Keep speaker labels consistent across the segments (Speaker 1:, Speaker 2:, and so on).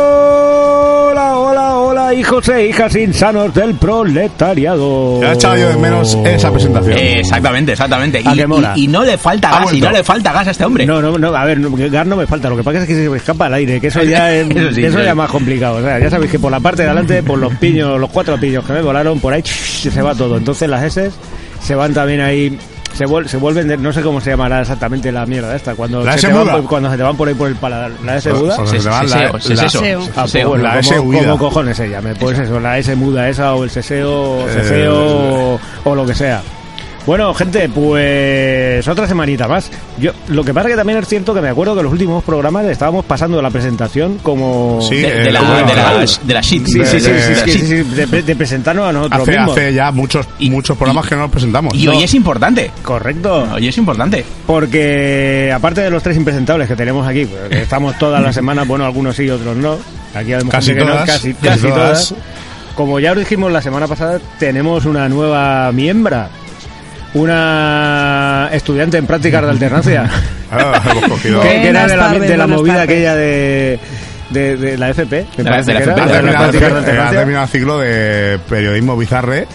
Speaker 1: Hola, hola, hola, hijos e hijas insanos del proletariado.
Speaker 2: Ya echaba yo de menos esa presentación.
Speaker 3: Eh, exactamente, exactamente.
Speaker 1: ¿A
Speaker 3: Y,
Speaker 1: que mola?
Speaker 3: y- y no le falta
Speaker 2: Ha
Speaker 3: gas, y
Speaker 2: vuelto.
Speaker 3: no le falta gas a este hombre.
Speaker 1: No, no, no, a ver, no, Gar no me falta, lo que pasa es que se me escapa al aire, que eso ya es
Speaker 3: Eso sí,
Speaker 1: que eso
Speaker 3: sí.
Speaker 1: ya es más complicado. O sea, ya sabéis que por la parte de adelante, por los piños, los cuatro piños que me volaron, por ahí se va todo. Entonces las S se van también ahí, se, vuel- se vuelven, de- no sé cómo se llamará exactamente la mierda esta, cuando,
Speaker 2: La
Speaker 1: se
Speaker 2: S
Speaker 1: te van
Speaker 2: muda.
Speaker 1: por- cuando se te van por ahí por el paladar. ¿La S muda?
Speaker 2: Joder,
Speaker 3: Se-
Speaker 2: te va
Speaker 3: se-
Speaker 2: la-
Speaker 3: seseo, se-
Speaker 2: la-
Speaker 3: seseo.
Speaker 4: Seseo.
Speaker 1: Ah, pues
Speaker 3: Seseo.
Speaker 1: bueno,
Speaker 2: La
Speaker 1: como-
Speaker 2: S huida.
Speaker 1: como cojones ella? Me pones eso, la S muda esa o el seseo,
Speaker 2: Eh,
Speaker 1: o ceseo o- o lo que sea. Bueno, gente, pues otra semanita más. Yo, lo que pasa que también es cierto que me acuerdo que los últimos programas estábamos pasando la presentación como...
Speaker 2: Sí,
Speaker 3: De, de
Speaker 2: eh,
Speaker 3: la,
Speaker 2: bueno,
Speaker 3: de, la,
Speaker 2: claro.
Speaker 3: de la shit.
Speaker 1: sí, sí, sí, sí,
Speaker 2: de-
Speaker 3: de la
Speaker 1: sí,
Speaker 3: shit.
Speaker 1: sí, sí, de, de presentarnos a nosotros
Speaker 2: Hace,
Speaker 1: mismos.
Speaker 2: hace ya muchos,
Speaker 3: Y-
Speaker 2: muchos programas que no nos presentamos.
Speaker 3: Y hoy
Speaker 2: No.
Speaker 3: es importante.
Speaker 1: Correcto.
Speaker 3: Hoy es importante.
Speaker 1: Porque aparte de los tres impresentables que tenemos aquí, pues, que estamos todas las semanas, bueno, algunos sí, otros no. Aquí habemos
Speaker 2: Casi
Speaker 1: gente que no,
Speaker 2: todas,
Speaker 1: casi,
Speaker 2: casi
Speaker 1: casi todas.
Speaker 2: todas.
Speaker 1: Como ya os dijimos la semana pasada, tenemos una nueva miembra. Una estudiante en prácticas de alternancia.
Speaker 2: Ah, hemos cogido.
Speaker 1: que, que era de la,
Speaker 4: Buenas tardes,
Speaker 1: de la
Speaker 4: buenas
Speaker 1: movida
Speaker 4: tardes.
Speaker 1: aquella de, de, de la FP. me
Speaker 3: La-
Speaker 1: parece
Speaker 3: de la
Speaker 1: que era,
Speaker 3: FP,
Speaker 1: de
Speaker 2: Ha
Speaker 1: las
Speaker 2: terminado, el-
Speaker 1: prácticas de
Speaker 2: eh, ha
Speaker 1: alternancia.
Speaker 2: terminado el ciclo de periodismo bizarre.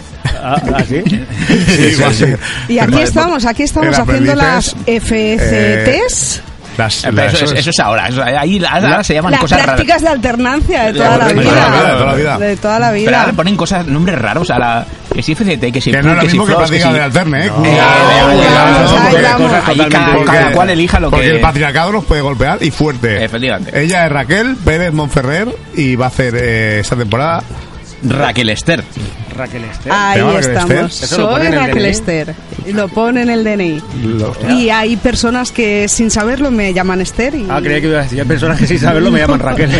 Speaker 1: Ah, ah, sí.
Speaker 2: Igual que-
Speaker 4: Y aquí estamos, aquí estamos
Speaker 2: El
Speaker 4: haciendo las E
Speaker 2: aprendices,
Speaker 4: FCTs.
Speaker 2: Las,
Speaker 3: Pero
Speaker 2: las-
Speaker 3: eso, es, eso es ahora. Eso- ahí ahora
Speaker 2: La-
Speaker 3: Eh, se llaman
Speaker 4: Las
Speaker 3: cosas raras.
Speaker 4: prácticas de alternancia de toda la
Speaker 3: De
Speaker 2: toda la vida, de toda la
Speaker 4: vida.
Speaker 2: vida.
Speaker 4: De toda la
Speaker 3: Pero ahora le
Speaker 4: vida.
Speaker 3: ponen cosas, nombres raros a la. Que si FCT, que si
Speaker 2: que
Speaker 3: punk,
Speaker 2: no es lo
Speaker 3: si
Speaker 2: mismo que
Speaker 3: floss,
Speaker 2: práctica
Speaker 3: si-
Speaker 2: de alterne, ¿eh?
Speaker 1: No, no,
Speaker 3: Eh,
Speaker 1: no,
Speaker 3: eh, eh,
Speaker 1: no, no,
Speaker 3: eh, eh,
Speaker 1: cosas
Speaker 3: ahí
Speaker 1: totalmente
Speaker 3: cada-
Speaker 1: diferentes.
Speaker 3: cada cual elija lo
Speaker 2: Porque
Speaker 3: que.
Speaker 2: el patriarcado nos puede golpear y fuerte.
Speaker 3: Efectivamente.
Speaker 2: Ella es Raquel Pérez Monferrer y va a hacer eh, esta temporada.
Speaker 3: Raquel Esther.
Speaker 1: Raquel Esther.
Speaker 2: ¿Te
Speaker 4: Ahí
Speaker 2: llama Raquel
Speaker 4: estamos.
Speaker 2: Esther?
Speaker 1: Eso lo pone
Speaker 4: Soy
Speaker 1: en el
Speaker 4: Raquel
Speaker 1: DNI.
Speaker 4: Esther. Y Lo pone en el DNI.
Speaker 2: Lo-
Speaker 4: Y hay personas que sin saberlo me llaman Esther. y-
Speaker 1: Ah, creía que ibas a decir, hay personas que sin saberlo me llaman Raquel.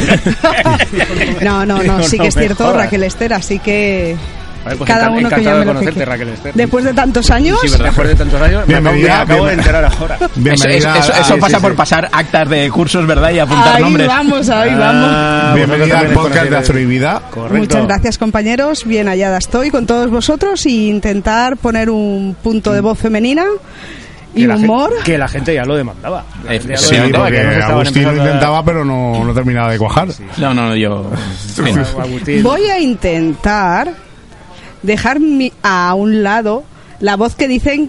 Speaker 4: No, no,
Speaker 1: Digo,
Speaker 4: no, sí
Speaker 1: no
Speaker 4: que es
Speaker 1: me
Speaker 4: cierto,
Speaker 1: jodas.
Speaker 4: Raquel Esther, así que
Speaker 1: Vale, pues
Speaker 4: cada
Speaker 1: encan-
Speaker 4: uno que
Speaker 1: encantado
Speaker 4: llame
Speaker 1: de
Speaker 4: lo que
Speaker 1: conocerte,
Speaker 4: quiera.
Speaker 1: Raquel Esther.
Speaker 4: Después de tantos años,
Speaker 3: Sí, verdad.
Speaker 1: Después de tantos años, me acabo, de-
Speaker 2: Bienvenida,
Speaker 1: me acabo de
Speaker 2: bienvenida.
Speaker 1: enterar ahora.
Speaker 3: Eso, eso-
Speaker 2: Bienvenida,
Speaker 3: eso-
Speaker 2: a-
Speaker 3: eso
Speaker 2: sí,
Speaker 3: pasa
Speaker 2: sí,
Speaker 3: por
Speaker 2: sí.
Speaker 3: pasar actas de cursos, ¿verdad? Y apuntar
Speaker 4: ahí
Speaker 3: nombres.
Speaker 4: vamos, ahí vamos.
Speaker 1: Ah, vosotros
Speaker 2: Bienvenida al
Speaker 1: también
Speaker 2: podcast de
Speaker 1: conocéis-
Speaker 2: Astrobivida.
Speaker 1: Correcto.
Speaker 4: Muchas gracias compañeros, bien hallada estoy con todos vosotros y intentar poner un punto de voz femenina y
Speaker 1: Que la gen-
Speaker 4: humor.
Speaker 1: que la gente ya lo demandaba. La
Speaker 3: Eh,
Speaker 1: gente ya lo
Speaker 2: Sí,
Speaker 3: Sí,
Speaker 1: demandaba,
Speaker 2: porque
Speaker 1: que no se estaban
Speaker 2: Agustín lo
Speaker 1: empezando a-
Speaker 2: intentaba, pero no, no terminaba de cuajar.
Speaker 3: No, no, no, yo. Mira.
Speaker 1: Bueno, Agustín.
Speaker 4: Voy a intentar dejar mi- a un lado la voz que dicen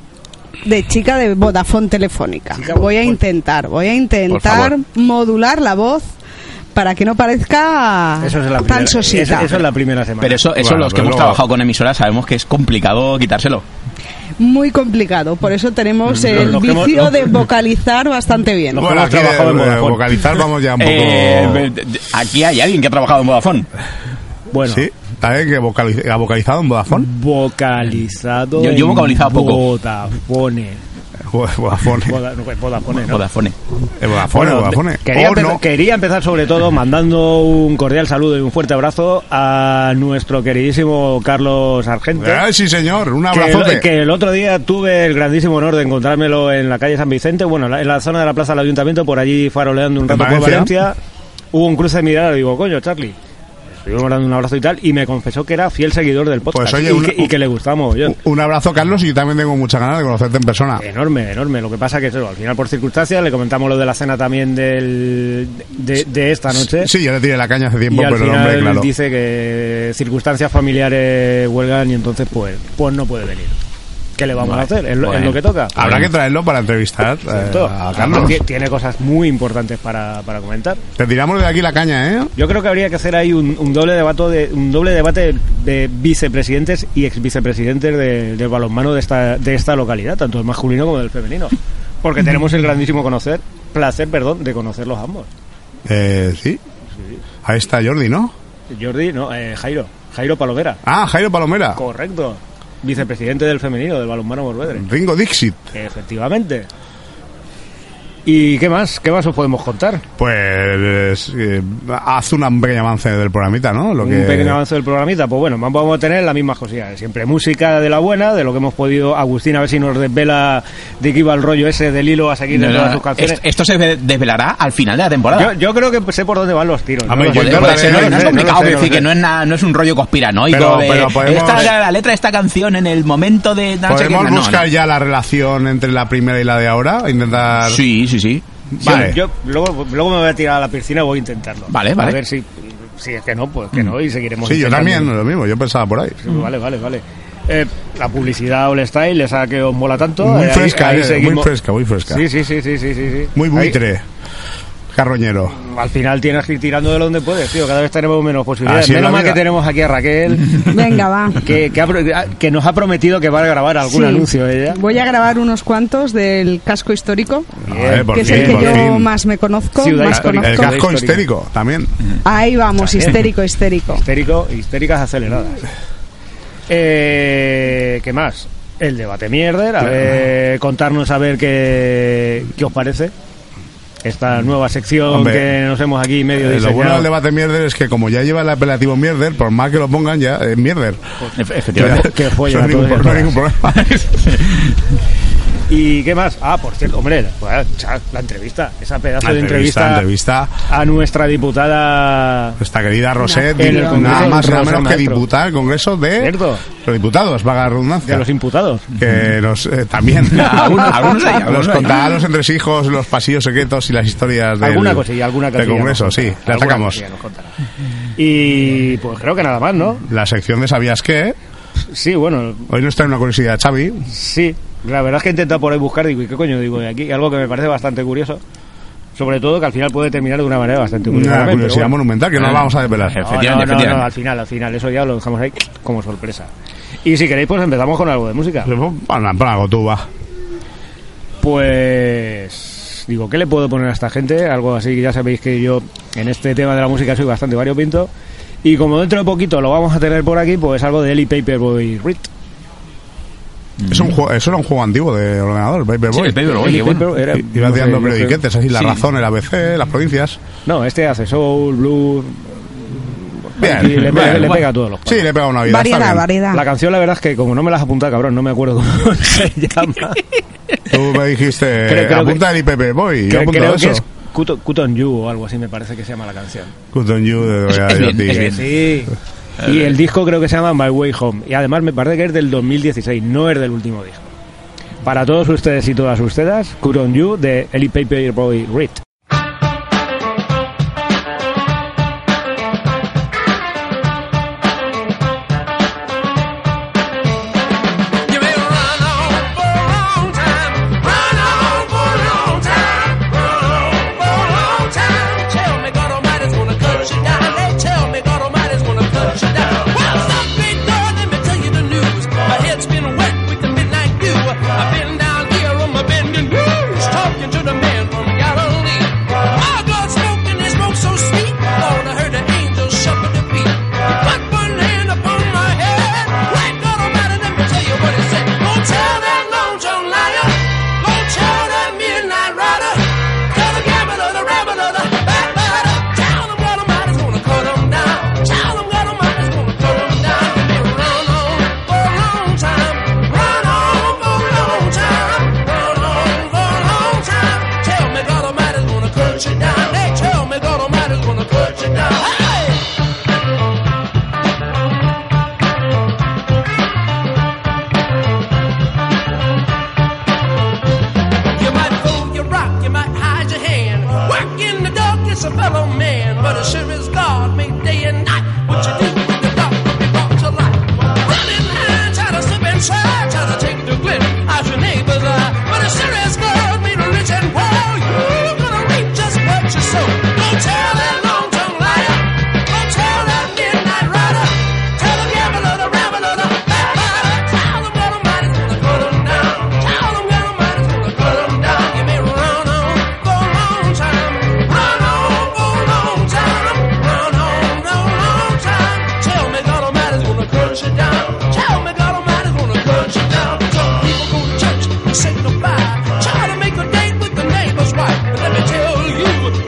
Speaker 4: de chica de Vodafone Telefónica.
Speaker 1: Chica
Speaker 4: Voy a
Speaker 1: Vodafone.
Speaker 4: intentar, voy a
Speaker 3: Por
Speaker 4: intentar
Speaker 3: favor.
Speaker 4: modular la voz para que no parezca
Speaker 1: Eso es la primera,
Speaker 4: tan sosita.
Speaker 1: eso- eso es la primera semana.
Speaker 3: Pero eso, eso
Speaker 2: Bueno,
Speaker 3: los que
Speaker 2: pero
Speaker 3: hemos
Speaker 2: luego-
Speaker 3: trabajado con emisoras sabemos que es complicado quitárselo.
Speaker 4: Muy complicado, por eso tenemos el
Speaker 1: los que hemos-
Speaker 4: vicio
Speaker 1: los-
Speaker 4: de vocalizar bastante bien.
Speaker 1: Los- hemos
Speaker 2: aquí
Speaker 1: trabajado en
Speaker 2: de- de
Speaker 1: Vodafone.
Speaker 2: vocalizar vamos ya un poco...
Speaker 3: Eh, de- de- aquí hay alguien que ha trabajado en Vodafone.
Speaker 1: Bueno,
Speaker 2: Sí, también que vocaliz- ha vocalizado en Vodafone.
Speaker 1: vocalizado.
Speaker 3: Yo- yo he vocalizado
Speaker 1: en
Speaker 3: poco.
Speaker 1: Vodafone. Mm.
Speaker 2: Vodafone.
Speaker 1: Voda- no, pues Vodafone, ¿no?
Speaker 3: Vodafone.
Speaker 2: Eh, Vodafone,
Speaker 1: Bueno,
Speaker 2: Vodafone.
Speaker 1: Quería,
Speaker 2: O
Speaker 1: empezar,
Speaker 2: no.
Speaker 1: quería empezar sobre todo mandando un cordial saludo y un fuerte abrazo a nuestro queridísimo Carlos Argente.
Speaker 2: Ay, Eh, sí, señor, un
Speaker 1: Que
Speaker 2: abrazote.
Speaker 1: el, que el otro día tuve el grandísimo honor de encontrármelo en la calle San Vicente, bueno, la- en la zona de la plaza del ayuntamiento, por allí faroleando un
Speaker 2: ¿En
Speaker 1: rato por
Speaker 2: Valencia?
Speaker 1: Valencia. Hubo un cruce de mirada, le digo, coño, Charlie. Le Estuvimos dando un abrazo y tal, y me confesó que era fiel seguidor del podcast
Speaker 2: Pues, oye, Uh,
Speaker 1: y,
Speaker 2: un-
Speaker 1: que, y que le gustaba mogollón.
Speaker 2: Un abrazo, Carlos, y yo también tengo muchas ganas de conocerte en persona.
Speaker 1: Enorme, enorme. Lo que pasa que eso, al final por circunstancias le comentamos lo de la cena también del, de, de esta noche.
Speaker 2: Sí, yo le tiré la caña hace tiempo,
Speaker 1: y al
Speaker 2: pero el
Speaker 1: final
Speaker 2: hombre, claro.
Speaker 1: dice que circunstancias familiares huelgan y entonces pues, pues no puede venir. ¿Qué le vamos
Speaker 3: Vale,
Speaker 1: a hacer? Es, lo- es
Speaker 3: bueno.
Speaker 1: lo que toca.
Speaker 2: Habrá que traerlo para entrevistar eh,
Speaker 1: Cierto.
Speaker 2: a Carlos.
Speaker 1: Tie- Tiene cosas muy importantes para, para comentar.
Speaker 2: Te tiramos de aquí la caña, ¿eh?
Speaker 1: Yo creo que habría que hacer ahí un, un doble debate de un doble debate de vicepresidentes y ex vicepresidentes de- del balonmano de esta, de esta localidad, tanto el masculino como del femenino. Porque tenemos el grandísimo conocer, placer, perdón, de conocerlos ambos.
Speaker 2: Eh, sí. Ahí está Jordi, ¿no?
Speaker 1: Jordi, no, eh, Jairo, Jairo Palomera.
Speaker 2: Ah, Jairo Palomera.
Speaker 1: Correcto. Vicepresidente del femenino del balonmano Morvedre.
Speaker 2: Ringo Dixit.
Speaker 1: Efectivamente. ¿Y qué más? ¿Qué más os podemos contar?
Speaker 2: Pues eh, haz un pequeño avance del programita, ¿no? Lo que...
Speaker 1: Un pequeño avance del programita. Pues bueno, vamos a tener las mismas cosillas. de Siempre música de la buena, de lo que hemos podido. Agustín, a ver si nos desvela de qué iba el rollo ese del hilo a seguir de
Speaker 3: No, no,
Speaker 1: todas
Speaker 3: no.
Speaker 1: sus canciones.
Speaker 3: Esto, esto se ve- desvelará al final de la
Speaker 1: Yo,
Speaker 3: temporada.
Speaker 1: yo creo que sé por dónde van los tiros.
Speaker 2: A ver,
Speaker 1: Lo
Speaker 2: yo
Speaker 3: Puede-
Speaker 1: sé,
Speaker 2: creo
Speaker 3: puede
Speaker 2: que
Speaker 3: ser, no,
Speaker 2: no
Speaker 3: no
Speaker 2: lo
Speaker 3: es
Speaker 2: sé,
Speaker 3: complicado,
Speaker 1: no lo
Speaker 3: quiero
Speaker 1: sé,
Speaker 3: decir que
Speaker 1: no
Speaker 3: no es, na- no es un rollo conspiranoico
Speaker 2: Pero-
Speaker 3: de
Speaker 2: pero podemos-
Speaker 3: esta era la letra de esta canción en el momento de no sé qué,
Speaker 2: ¿Podemos
Speaker 3: no,
Speaker 2: buscar
Speaker 3: no.
Speaker 2: ya la relación entre la primera y la de ahora? Intentar...
Speaker 3: Sí, sí, sí, sí.
Speaker 1: Yo-
Speaker 2: Vale.
Speaker 1: Yo, luego, luego me voy a tirar a la piscina voy a intentarlo.
Speaker 3: Vale, vale.
Speaker 1: A ver si, si es que no, pues que no y seguiremos.
Speaker 2: Sí, yo
Speaker 1: intentando.
Speaker 2: también, lo mismo, yo pensaba por ahí.
Speaker 1: Sí, Vale, vale, vale. Eh, la publicidad All Style, esa que os mola tanto.
Speaker 2: Muy
Speaker 1: eh, ahí-
Speaker 2: fresca,
Speaker 1: ahí
Speaker 2: eh, muy
Speaker 1: seguimos.
Speaker 2: fresca, muy fresca.
Speaker 1: Sí, sí, sí, sí, sí, sí. sí.
Speaker 2: Muy
Speaker 1: Ahí-
Speaker 2: buitre, carroñero.
Speaker 1: al final tienes que ir tirando de donde puedes, tío. Cada vez tenemos menos posibilidades.
Speaker 2: Así es
Speaker 1: menos
Speaker 2: la
Speaker 1: mal que
Speaker 2: vida.
Speaker 1: tenemos aquí a Raquel,
Speaker 4: Venga, va.
Speaker 1: que, que, ha pro- que nos ha prometido que va a grabar algún
Speaker 4: Sí.
Speaker 1: anuncio ella.
Speaker 4: Voy a grabar unos cuantos del casco histórico,
Speaker 1: Bien.
Speaker 2: A ver, por
Speaker 4: que es
Speaker 2: fin,
Speaker 4: el
Speaker 2: por
Speaker 4: que yo
Speaker 2: fin.
Speaker 4: más me conozco,
Speaker 1: Ciudad
Speaker 4: más
Speaker 1: histórica.
Speaker 2: El
Speaker 4: conozco.
Speaker 2: casco
Speaker 1: Histórico.
Speaker 2: histérico también.
Speaker 4: Ahí vamos, histérico, histérico.
Speaker 1: Histérico, histéricas aceleradas. Eh, ¿Qué más? El debate mierder, a ver, contarnos a ver qué, qué os parece esta nueva sección
Speaker 2: Hombre,
Speaker 1: que nos hemos aquí medio
Speaker 2: Eh, lo bueno
Speaker 1: diseñado.
Speaker 2: del debate mierder es que como ya lleva el apelativo mierder, por más que lo pongan ya, es mierder.
Speaker 3: Efe- Efectivamente.
Speaker 1: que follen
Speaker 2: Eso
Speaker 1: a todos
Speaker 2: ningún-
Speaker 1: y a
Speaker 2: no hay
Speaker 1: todas.
Speaker 2: ningún problema.
Speaker 1: ¿Y qué más? Ah, por cierto, hombre, pues, cha, la entrevista, esa pedazo
Speaker 2: La
Speaker 1: de entrevista,
Speaker 2: entrevista, entrevista.
Speaker 1: a nuestra diputada.
Speaker 2: Nuestra querida Roset,
Speaker 1: En el
Speaker 2: nada
Speaker 1: Congreso,
Speaker 2: más y nada
Speaker 1: Rosa
Speaker 2: menos que
Speaker 1: Maestro.
Speaker 2: diputada al Congreso de
Speaker 1: Cierto.
Speaker 2: los diputados, vaga la redundancia.
Speaker 1: De los imputados.
Speaker 2: que nos, eh, también
Speaker 3: Algunos- algunos hay, algunos
Speaker 2: los
Speaker 3: hay.
Speaker 2: contará los entresijos, los pasillos secretos y las historias del,
Speaker 1: alguna cosilla, alguna
Speaker 2: del
Speaker 1: cosilla.
Speaker 2: Congreso,
Speaker 1: nos
Speaker 2: sí,
Speaker 1: contará,
Speaker 2: le
Speaker 1: alguna
Speaker 2: atacamos.
Speaker 1: cosilla nos contará. Y pues creo que nada más, ¿no?
Speaker 2: La sección de ¿Sabías qué?
Speaker 1: Sí, bueno,
Speaker 2: Hoy nos trae una curiosidad Xavi.
Speaker 1: Sí, la verdad es que he intentado por ahí buscar, digo, ¿y qué coño digo de aquí? Algo que me parece bastante curioso. Sobre todo que al final puede terminar de una manera bastante curiosa.
Speaker 2: Una
Speaker 1: pero
Speaker 2: curiosidad
Speaker 1: bueno.
Speaker 2: monumental que no
Speaker 3: Ah.
Speaker 2: la vamos a desvelar.
Speaker 3: Jefe.
Speaker 1: No,
Speaker 3: Efectivamente,
Speaker 1: no, no,
Speaker 3: efectivamente.
Speaker 1: no, al final, al final, eso ya lo dejamos ahí como sorpresa. Y si queréis, pues empezamos con algo de música.
Speaker 2: Bueno, en plan, algo tú va.
Speaker 1: Pues digo, ¿qué le puedo poner a esta gente? Algo así, ya sabéis que yo en este tema de la música soy bastante variopinto. Y como dentro de poquito lo vamos a tener por aquí, pues algo de Eli Paperboy Reed. Mm.
Speaker 2: Es un juego, eso era un juego antiguo de ordenador,
Speaker 3: Sí,
Speaker 2: Paperboy.
Speaker 3: el Paperboy,
Speaker 1: Eli
Speaker 3: qué bueno.
Speaker 1: Paper era- no
Speaker 2: Iba
Speaker 1: sé,
Speaker 2: tirando
Speaker 1: yo creo-
Speaker 2: periodiquetes, así la
Speaker 3: Sí.
Speaker 2: razón, el ABC, las provincias.
Speaker 1: No, este hace soul, blues,
Speaker 2: Bien,
Speaker 1: Y le, pega,
Speaker 2: bien.
Speaker 1: le pega a todos los
Speaker 2: Sí, le pega una vida. está
Speaker 4: Variedad,
Speaker 2: bien.
Speaker 4: variedad.
Speaker 1: La canción, la verdad es que como no me las apunta, cabrón, no me acuerdo cómo se llama.
Speaker 2: Tú me dijiste,
Speaker 1: Creo- creo
Speaker 2: apunta el IPP Boy. Yo
Speaker 1: Creo,
Speaker 2: apunto
Speaker 1: creo
Speaker 2: eso.
Speaker 1: que es Cut Cut on You o algo así, me parece que se llama la canción.
Speaker 2: Good on you, de
Speaker 3: Es-
Speaker 2: verdad,
Speaker 3: es
Speaker 2: yo
Speaker 3: bien,
Speaker 2: a ti.
Speaker 3: es bien.
Speaker 1: Sí. Y el disco creo que se llama My Way Home. Y además me parece que es del 2016, no es del último disco. Para todos ustedes y todas ustedes, Cut on You de Ellie Paperboy Reed.
Speaker 5: You may run on for a long time, run on for a long time, run on for a long time. Tell me God Almighty's gonna cut you down. They tell me God Almighty's gonna cut you down. Well, stop big door, let me tell you the news. My head's been wet with the midnight dew. I've been down here on my bending knees, talking to the man from Galilee. My God spoke and they spoke so sweet. Thought I heard the angels shuffle the feet. He put one hand upon my head. Thank God Almighty, let me tell you what he said. Go tell that Long John liar. Go tell that midnight rider. Tell the gambler, the rabbit, the backbiter. Tell them God Almighty's gonna cut 'em down. Tell them God Almighty's gonna cut 'em down. You may run on for a long time. Run on for a long time. Run on for a long time. Tell me God Almighty's gonna cut you down. Hey, tell me God Almighty's gonna cut you down. Hey! You might throw your rock, you might hide your hand. Work in the dark, it's a fellow man. But it sure is God made day and night. What you do in the dark will be brought to light. Run in line, try to slip inside, try to take the glint out your neighbor's eye. But it sure is God made a rich and poor. You're gonna reap just what you sow. Don't tell that long-tongued liar. Don't tell that midnight rider. Tell the gambler, the rambler, the backbiter. Tell the God Almighty's gonna cut 'em down. Tell the God Almighty's gonna cut 'em down. You may run on for a long time. Run on for a long time. Run on for a long time. Tell me God Almighty's gonna cut you down. Tell me God Almighty's gonna cut you down. Some people go to church and say goodbye. Try to make a date with the neighbor's wife. But let me tell you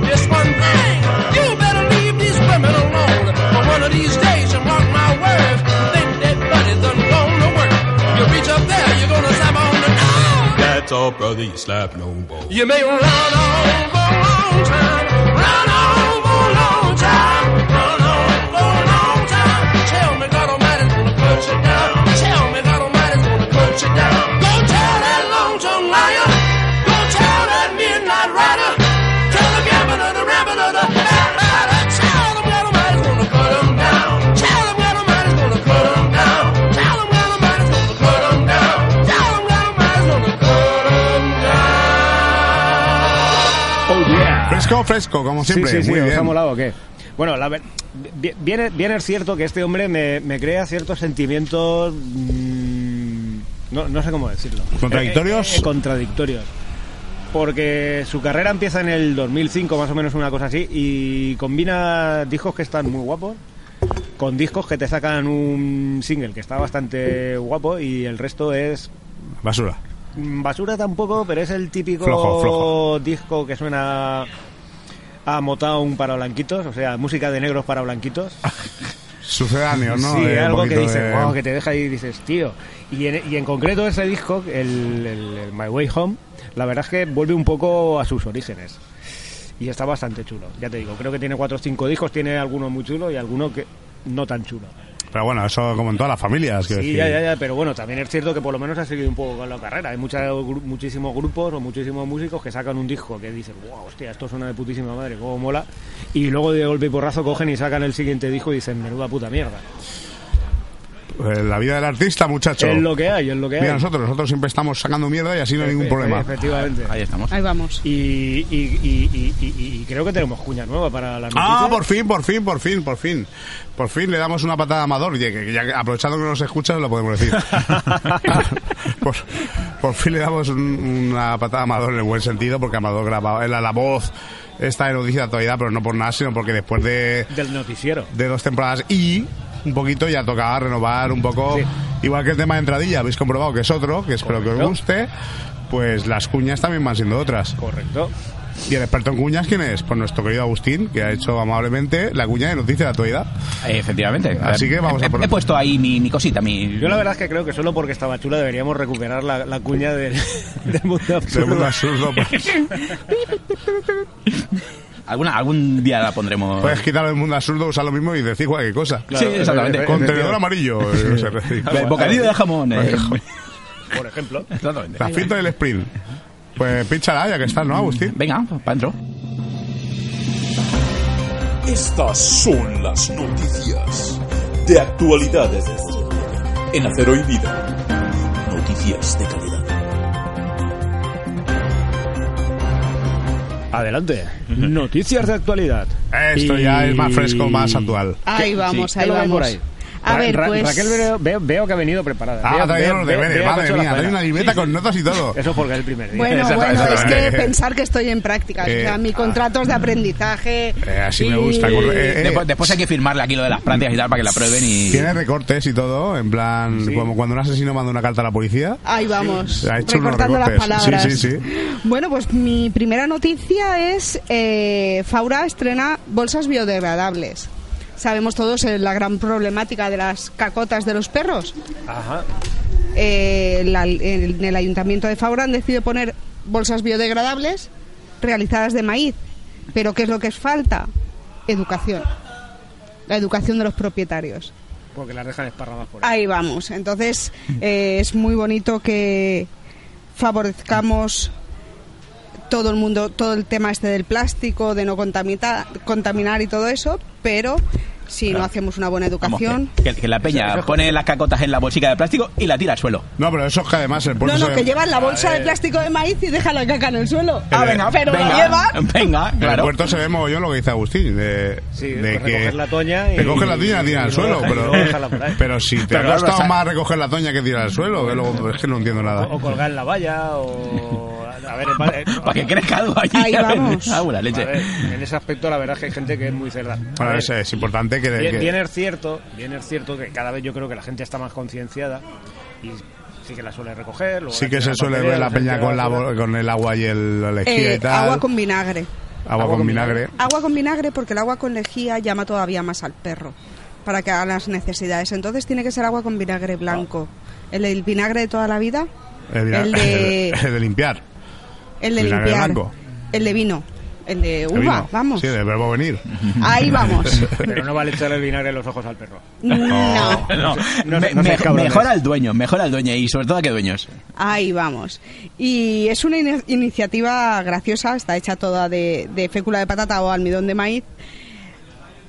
Speaker 5: this one thing. You better leave these women alone. For one of these days, you mark my words. Think that buddy's done gone to work. You reach up there, you're gonna slap on the door.
Speaker 6: That's all, brother. You slap no more.
Speaker 5: You may run on for a long time, run on for a long time, run on for a long time. Tell me God Almighty's gonna put you down. Tell me God Almighty's gonna put you down. Go tell that long tongued liar. Go tell that midnight rider.
Speaker 2: Fresco, fresco, como siempre.
Speaker 1: Sí, sí, sí,
Speaker 2: Muy
Speaker 1: ¿os
Speaker 2: bien.
Speaker 1: ha molado o qué? Bueno, la ver- vi- bien, bien es cierto que este hombre me, me crea ciertos sentimientos... mm, no, no sé cómo decirlo.
Speaker 2: ¿Contradictorios?
Speaker 1: Eh, eh, eh, contradictorios. Porque su carrera empieza en el 2005, más o menos una cosa así, y combina discos que están muy guapos con discos que te sacan un single que está bastante guapo y el resto es
Speaker 2: Basura.
Speaker 1: Mm, Basura tampoco, pero es el típico
Speaker 2: Flojo, flojo.
Speaker 1: disco que suena a Motown para blanquitos, o sea, música de negros para blanquitos.
Speaker 2: Sucedáneo, Ah, ¿no?
Speaker 1: sí,
Speaker 2: Eh, un
Speaker 1: algo que
Speaker 2: poquito
Speaker 1: dices,
Speaker 2: de-
Speaker 1: "Wow", que te deja ahí y dices, tío. Y en, y en concreto ese disco, el, el- el My Way Home, la verdad es que vuelve un poco a sus orígenes. Y está bastante chulo, ya te digo. Creo que tiene cuatro o cinco discos, tiene alguno muy chulo y alguno que no tan chulo.
Speaker 2: Pero bueno, eso como en todas las familias. quiero
Speaker 1: Sí,
Speaker 2: decir.
Speaker 1: ya, ya, ya, pero bueno, también es cierto que por lo menos ha seguido un poco con la carrera. Hay mucha- gru- muchísimos grupos o muchísimos músicos que sacan un disco que dicen, wow, hostia, esto suena de putísima madre, cómo mola. Y luego de golpe y porrazo cogen y sacan el siguiente disco y dicen, menuda puta mierda.
Speaker 2: Eh, La vida del artista, muchacho.
Speaker 1: Es lo que hay, es lo que hay.
Speaker 2: Mira, nosotros, nosotros siempre estamos sacando mierda y así no hay ningún
Speaker 1: Efe-
Speaker 2: problema.
Speaker 1: Efectivamente.
Speaker 3: Ahí estamos.
Speaker 4: Ahí vamos.
Speaker 1: Y, y- y- y- y- y creo que tenemos cuña nueva para la noticia.
Speaker 2: Ah, por fin, por fin, por fin, por fin. Por fin le damos una patada a Amador. Oye, que ya que- aprovechando que no nos escuchas, lo podemos decir. por, por fin le damos un- una patada a Amador en el buen sentido, porque Amador grababa era la voz esta de noticia de actualidad, pero no por nada, sino porque después de,
Speaker 1: Del noticiero.
Speaker 2: de dos temporadas y un poquito ya tocaba renovar un poco.
Speaker 1: Sí.
Speaker 2: Igual que el tema de entradilla, habéis comprobado que es otro, que espero que os
Speaker 1: Correcto.
Speaker 2: guste. Pues las cuñas también van siendo otras.
Speaker 1: Correcto.
Speaker 2: ¿Y el experto en cuñas quién es? Pues nuestro querido Agustín, que ha hecho amablemente la cuña de noticias de la actualidad.
Speaker 3: Eh, Efectivamente.
Speaker 2: Así que vamos
Speaker 3: he,
Speaker 2: a por-
Speaker 3: He puesto ahí mi, mi cosita, mi...
Speaker 1: Yo la verdad es que creo que solo porque estaba chula deberíamos recuperar la, la cuña del, del mundo
Speaker 2: De
Speaker 1: absurdo.
Speaker 2: un absurdo. pues,
Speaker 3: Alguna, algún día la pondremos...
Speaker 2: Puedes quitar el mundo absurdo, usar lo mismo y decir cualquier cosa. Eh,
Speaker 3: Sí, exactamente.
Speaker 2: Contenedor amarillo. eh, no sé,
Speaker 3: Eh, Bocadillo de jamón. eh.
Speaker 1: Por ejemplo.
Speaker 3: Exactamente.
Speaker 2: La cinta del sprint. Pues píchala ya que estás, ¿no, Agustín?
Speaker 3: Venga, pues, para adentro.
Speaker 7: Estas son las noticias de actualidades en Acero y Vida. Noticias de calidad.
Speaker 1: Adelante. Noticias de actualidad.
Speaker 2: Esto
Speaker 1: Y-
Speaker 2: ya es más fresco, más actual.
Speaker 4: Ahí vamos,
Speaker 1: Sí,
Speaker 4: ahí
Speaker 1: ¿qué lo hay
Speaker 4: vamos.
Speaker 1: por ahí?
Speaker 4: A
Speaker 1: Ra-
Speaker 4: ver,
Speaker 1: Ra-
Speaker 4: pues.
Speaker 1: Raquel veo, veo- veo que ha venido preparada.
Speaker 2: Ah,
Speaker 1: Veo-
Speaker 2: ha traído
Speaker 1: veo-
Speaker 2: los
Speaker 1: veo-
Speaker 2: deberes.
Speaker 1: veo que ha
Speaker 2: Madre
Speaker 1: hecho la
Speaker 2: mía, hay
Speaker 1: faena.
Speaker 2: una libreta con notas y todo.
Speaker 1: Eso porque es el primer día.
Speaker 4: Bueno,
Speaker 2: Exacto,
Speaker 4: bueno, es
Speaker 2: exacto.
Speaker 4: que pensar que estoy en práctica. O
Speaker 1: Eh,
Speaker 4: sea, mi contrato
Speaker 1: ah.
Speaker 4: es de aprendizaje.
Speaker 2: Eh, así me
Speaker 4: y-
Speaker 2: gusta. con- eh, eh,
Speaker 3: Después, después hay que firmarle aquí lo de las prácticas y tal para que la prueben y...
Speaker 2: Tiene recortes y todo, en plan, como cuando un asesino manda una carta a la policía.
Speaker 4: Ahí vamos,
Speaker 2: Ha hecho unos
Speaker 4: recortando las
Speaker 2: recortes.
Speaker 4: palabras.
Speaker 2: Sí, sí, sí.
Speaker 4: Bueno, pues mi primera noticia es eh, Faura estrena bolsas biodegradables. Sabemos todos eh, la gran problemática de las cacotas de los perros.
Speaker 1: Ajá.
Speaker 4: Eh, la- en el ayuntamiento de Faura han decidido poner bolsas biodegradables realizadas de maíz. Pero ¿qué es lo que es falta? Educación. La educación de los propietarios.
Speaker 1: Porque las dejan esparradas por ahí.
Speaker 4: Ahí vamos. Entonces, eh, es muy bonito que favorezcamos todo el mundo, todo el tema este del plástico, de no contamita- contaminar y todo eso, pero si no hacemos una buena
Speaker 3: Vamos,
Speaker 4: educación.
Speaker 3: que, que la peña pone las cacotas en la bolsica de plástico y la tira al suelo.
Speaker 2: No, pero eso es que además el pueblo
Speaker 4: No, no,
Speaker 2: se-
Speaker 4: que llevan la bolsa de plástico de maíz y dejan la caca en el suelo.
Speaker 2: Ah, venga,
Speaker 4: pero la
Speaker 3: venga,
Speaker 4: llevan.
Speaker 3: Venga,
Speaker 2: En el
Speaker 3: claro.
Speaker 2: puerto se ve mogollón lo que dice Agustín. De,
Speaker 1: Sí,
Speaker 2: de
Speaker 1: pues recoger la toña y-
Speaker 2: Te coges la toña y la tiras
Speaker 1: y
Speaker 2: al suelo.
Speaker 1: luego deja- y
Speaker 2: Pero,
Speaker 1: luego dejarla por ahí.
Speaker 2: pero si te
Speaker 3: Pero
Speaker 2: ha
Speaker 3: claro,
Speaker 2: costado
Speaker 3: sa-
Speaker 2: más recoger la toña que tirar al suelo, que luego- pues, es que no entiendo
Speaker 1: O,
Speaker 2: nada.
Speaker 1: o colgar en la valla, o. A ver, en- eh,
Speaker 3: Para que crezca algo allí.
Speaker 4: Ahí
Speaker 3: a ver.
Speaker 4: vamos.
Speaker 3: Ah, una
Speaker 1: a
Speaker 3: leche.
Speaker 1: ver, en ese aspecto, la verdad es que hay gente que es muy cerda. A
Speaker 2: Bueno,
Speaker 1: ver,
Speaker 2: es, es importante que.
Speaker 1: Bien,
Speaker 2: que-
Speaker 1: bien es cierto, bien es cierto que cada vez yo creo que la gente está más concienciada y sí que la suele recoger. luego
Speaker 2: Sí
Speaker 1: la
Speaker 2: que
Speaker 1: tira
Speaker 2: se
Speaker 1: al
Speaker 2: suele
Speaker 1: papelero,
Speaker 2: ver la
Speaker 1: se tira
Speaker 2: peña
Speaker 1: a
Speaker 2: con, la,
Speaker 1: basura.
Speaker 2: bo- con el agua y el, la lejía
Speaker 4: Eh,
Speaker 2: y tal.
Speaker 4: agua con vinagre.
Speaker 2: agua con vinagre.
Speaker 4: Agua con vinagre porque el agua con lejía llama todavía más al perro para que haga las necesidades. Entonces tiene que ser agua con vinagre blanco. El, el vinagre de toda la vida,
Speaker 2: El, vina-
Speaker 4: el de,
Speaker 2: el de limpiar.
Speaker 4: el de
Speaker 2: vinagre
Speaker 4: limpiar,
Speaker 2: blanco.
Speaker 4: el de vino, el de
Speaker 2: de
Speaker 4: uva,
Speaker 2: vino.
Speaker 4: vamos.
Speaker 2: Sí, del verbo venir.
Speaker 4: Ahí vamos.
Speaker 1: Pero no vale echarle el vinagre en los ojos al perro.
Speaker 4: No.
Speaker 1: No
Speaker 3: No,
Speaker 1: se-
Speaker 3: me-
Speaker 1: no seas
Speaker 3: me-
Speaker 1: cabrones.
Speaker 3: mejor al dueño, mejor al dueño y sobre todo a que dueños.
Speaker 4: Ahí vamos. Y es una ini- iniciativa graciosa, está hecha toda de, de fécula de patata o almidón de maíz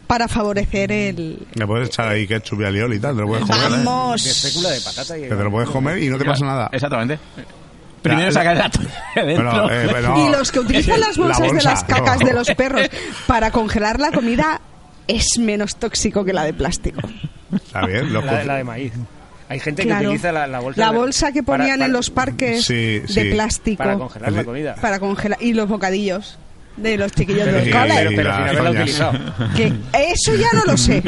Speaker 4: para favorecer el...
Speaker 2: Le puedes echar ahí ketchup y alioli y tal. Te lo puedes comer. ¿eh?
Speaker 4: ¡Vamos!
Speaker 1: De fécula de patata y.
Speaker 2: Que te lo puedes comer y no te pasa nada.
Speaker 3: Exactamente. Primero
Speaker 2: La-
Speaker 3: sacar la toalla de dentro.
Speaker 2: Pero, eh, pero-
Speaker 4: Y los que utilizan las
Speaker 2: La
Speaker 4: bolsas de
Speaker 2: bolsa,
Speaker 4: las cacas
Speaker 2: no.
Speaker 4: de los perros para congelar la comida es menos tóxico que la de plástico.
Speaker 2: Está bien. Los
Speaker 1: La,
Speaker 2: que-
Speaker 1: la de maíz. Hay gente que
Speaker 4: Claro.
Speaker 1: utiliza la, la bolsa. de-
Speaker 4: que
Speaker 1: para-
Speaker 4: ponían en
Speaker 1: para-
Speaker 4: los parques
Speaker 2: Sí,
Speaker 4: de
Speaker 2: sí.
Speaker 4: plástico
Speaker 1: Para congelar la comida.
Speaker 4: para congelar- y los bocadillos de los chiquillos
Speaker 1: Pero,
Speaker 4: del
Speaker 2: Sí,
Speaker 1: pero- pero
Speaker 4: cole.
Speaker 1: sin
Speaker 2: las
Speaker 1: haberla
Speaker 2: zoñas.
Speaker 1: utilizado.
Speaker 4: Que eso ya no lo sé.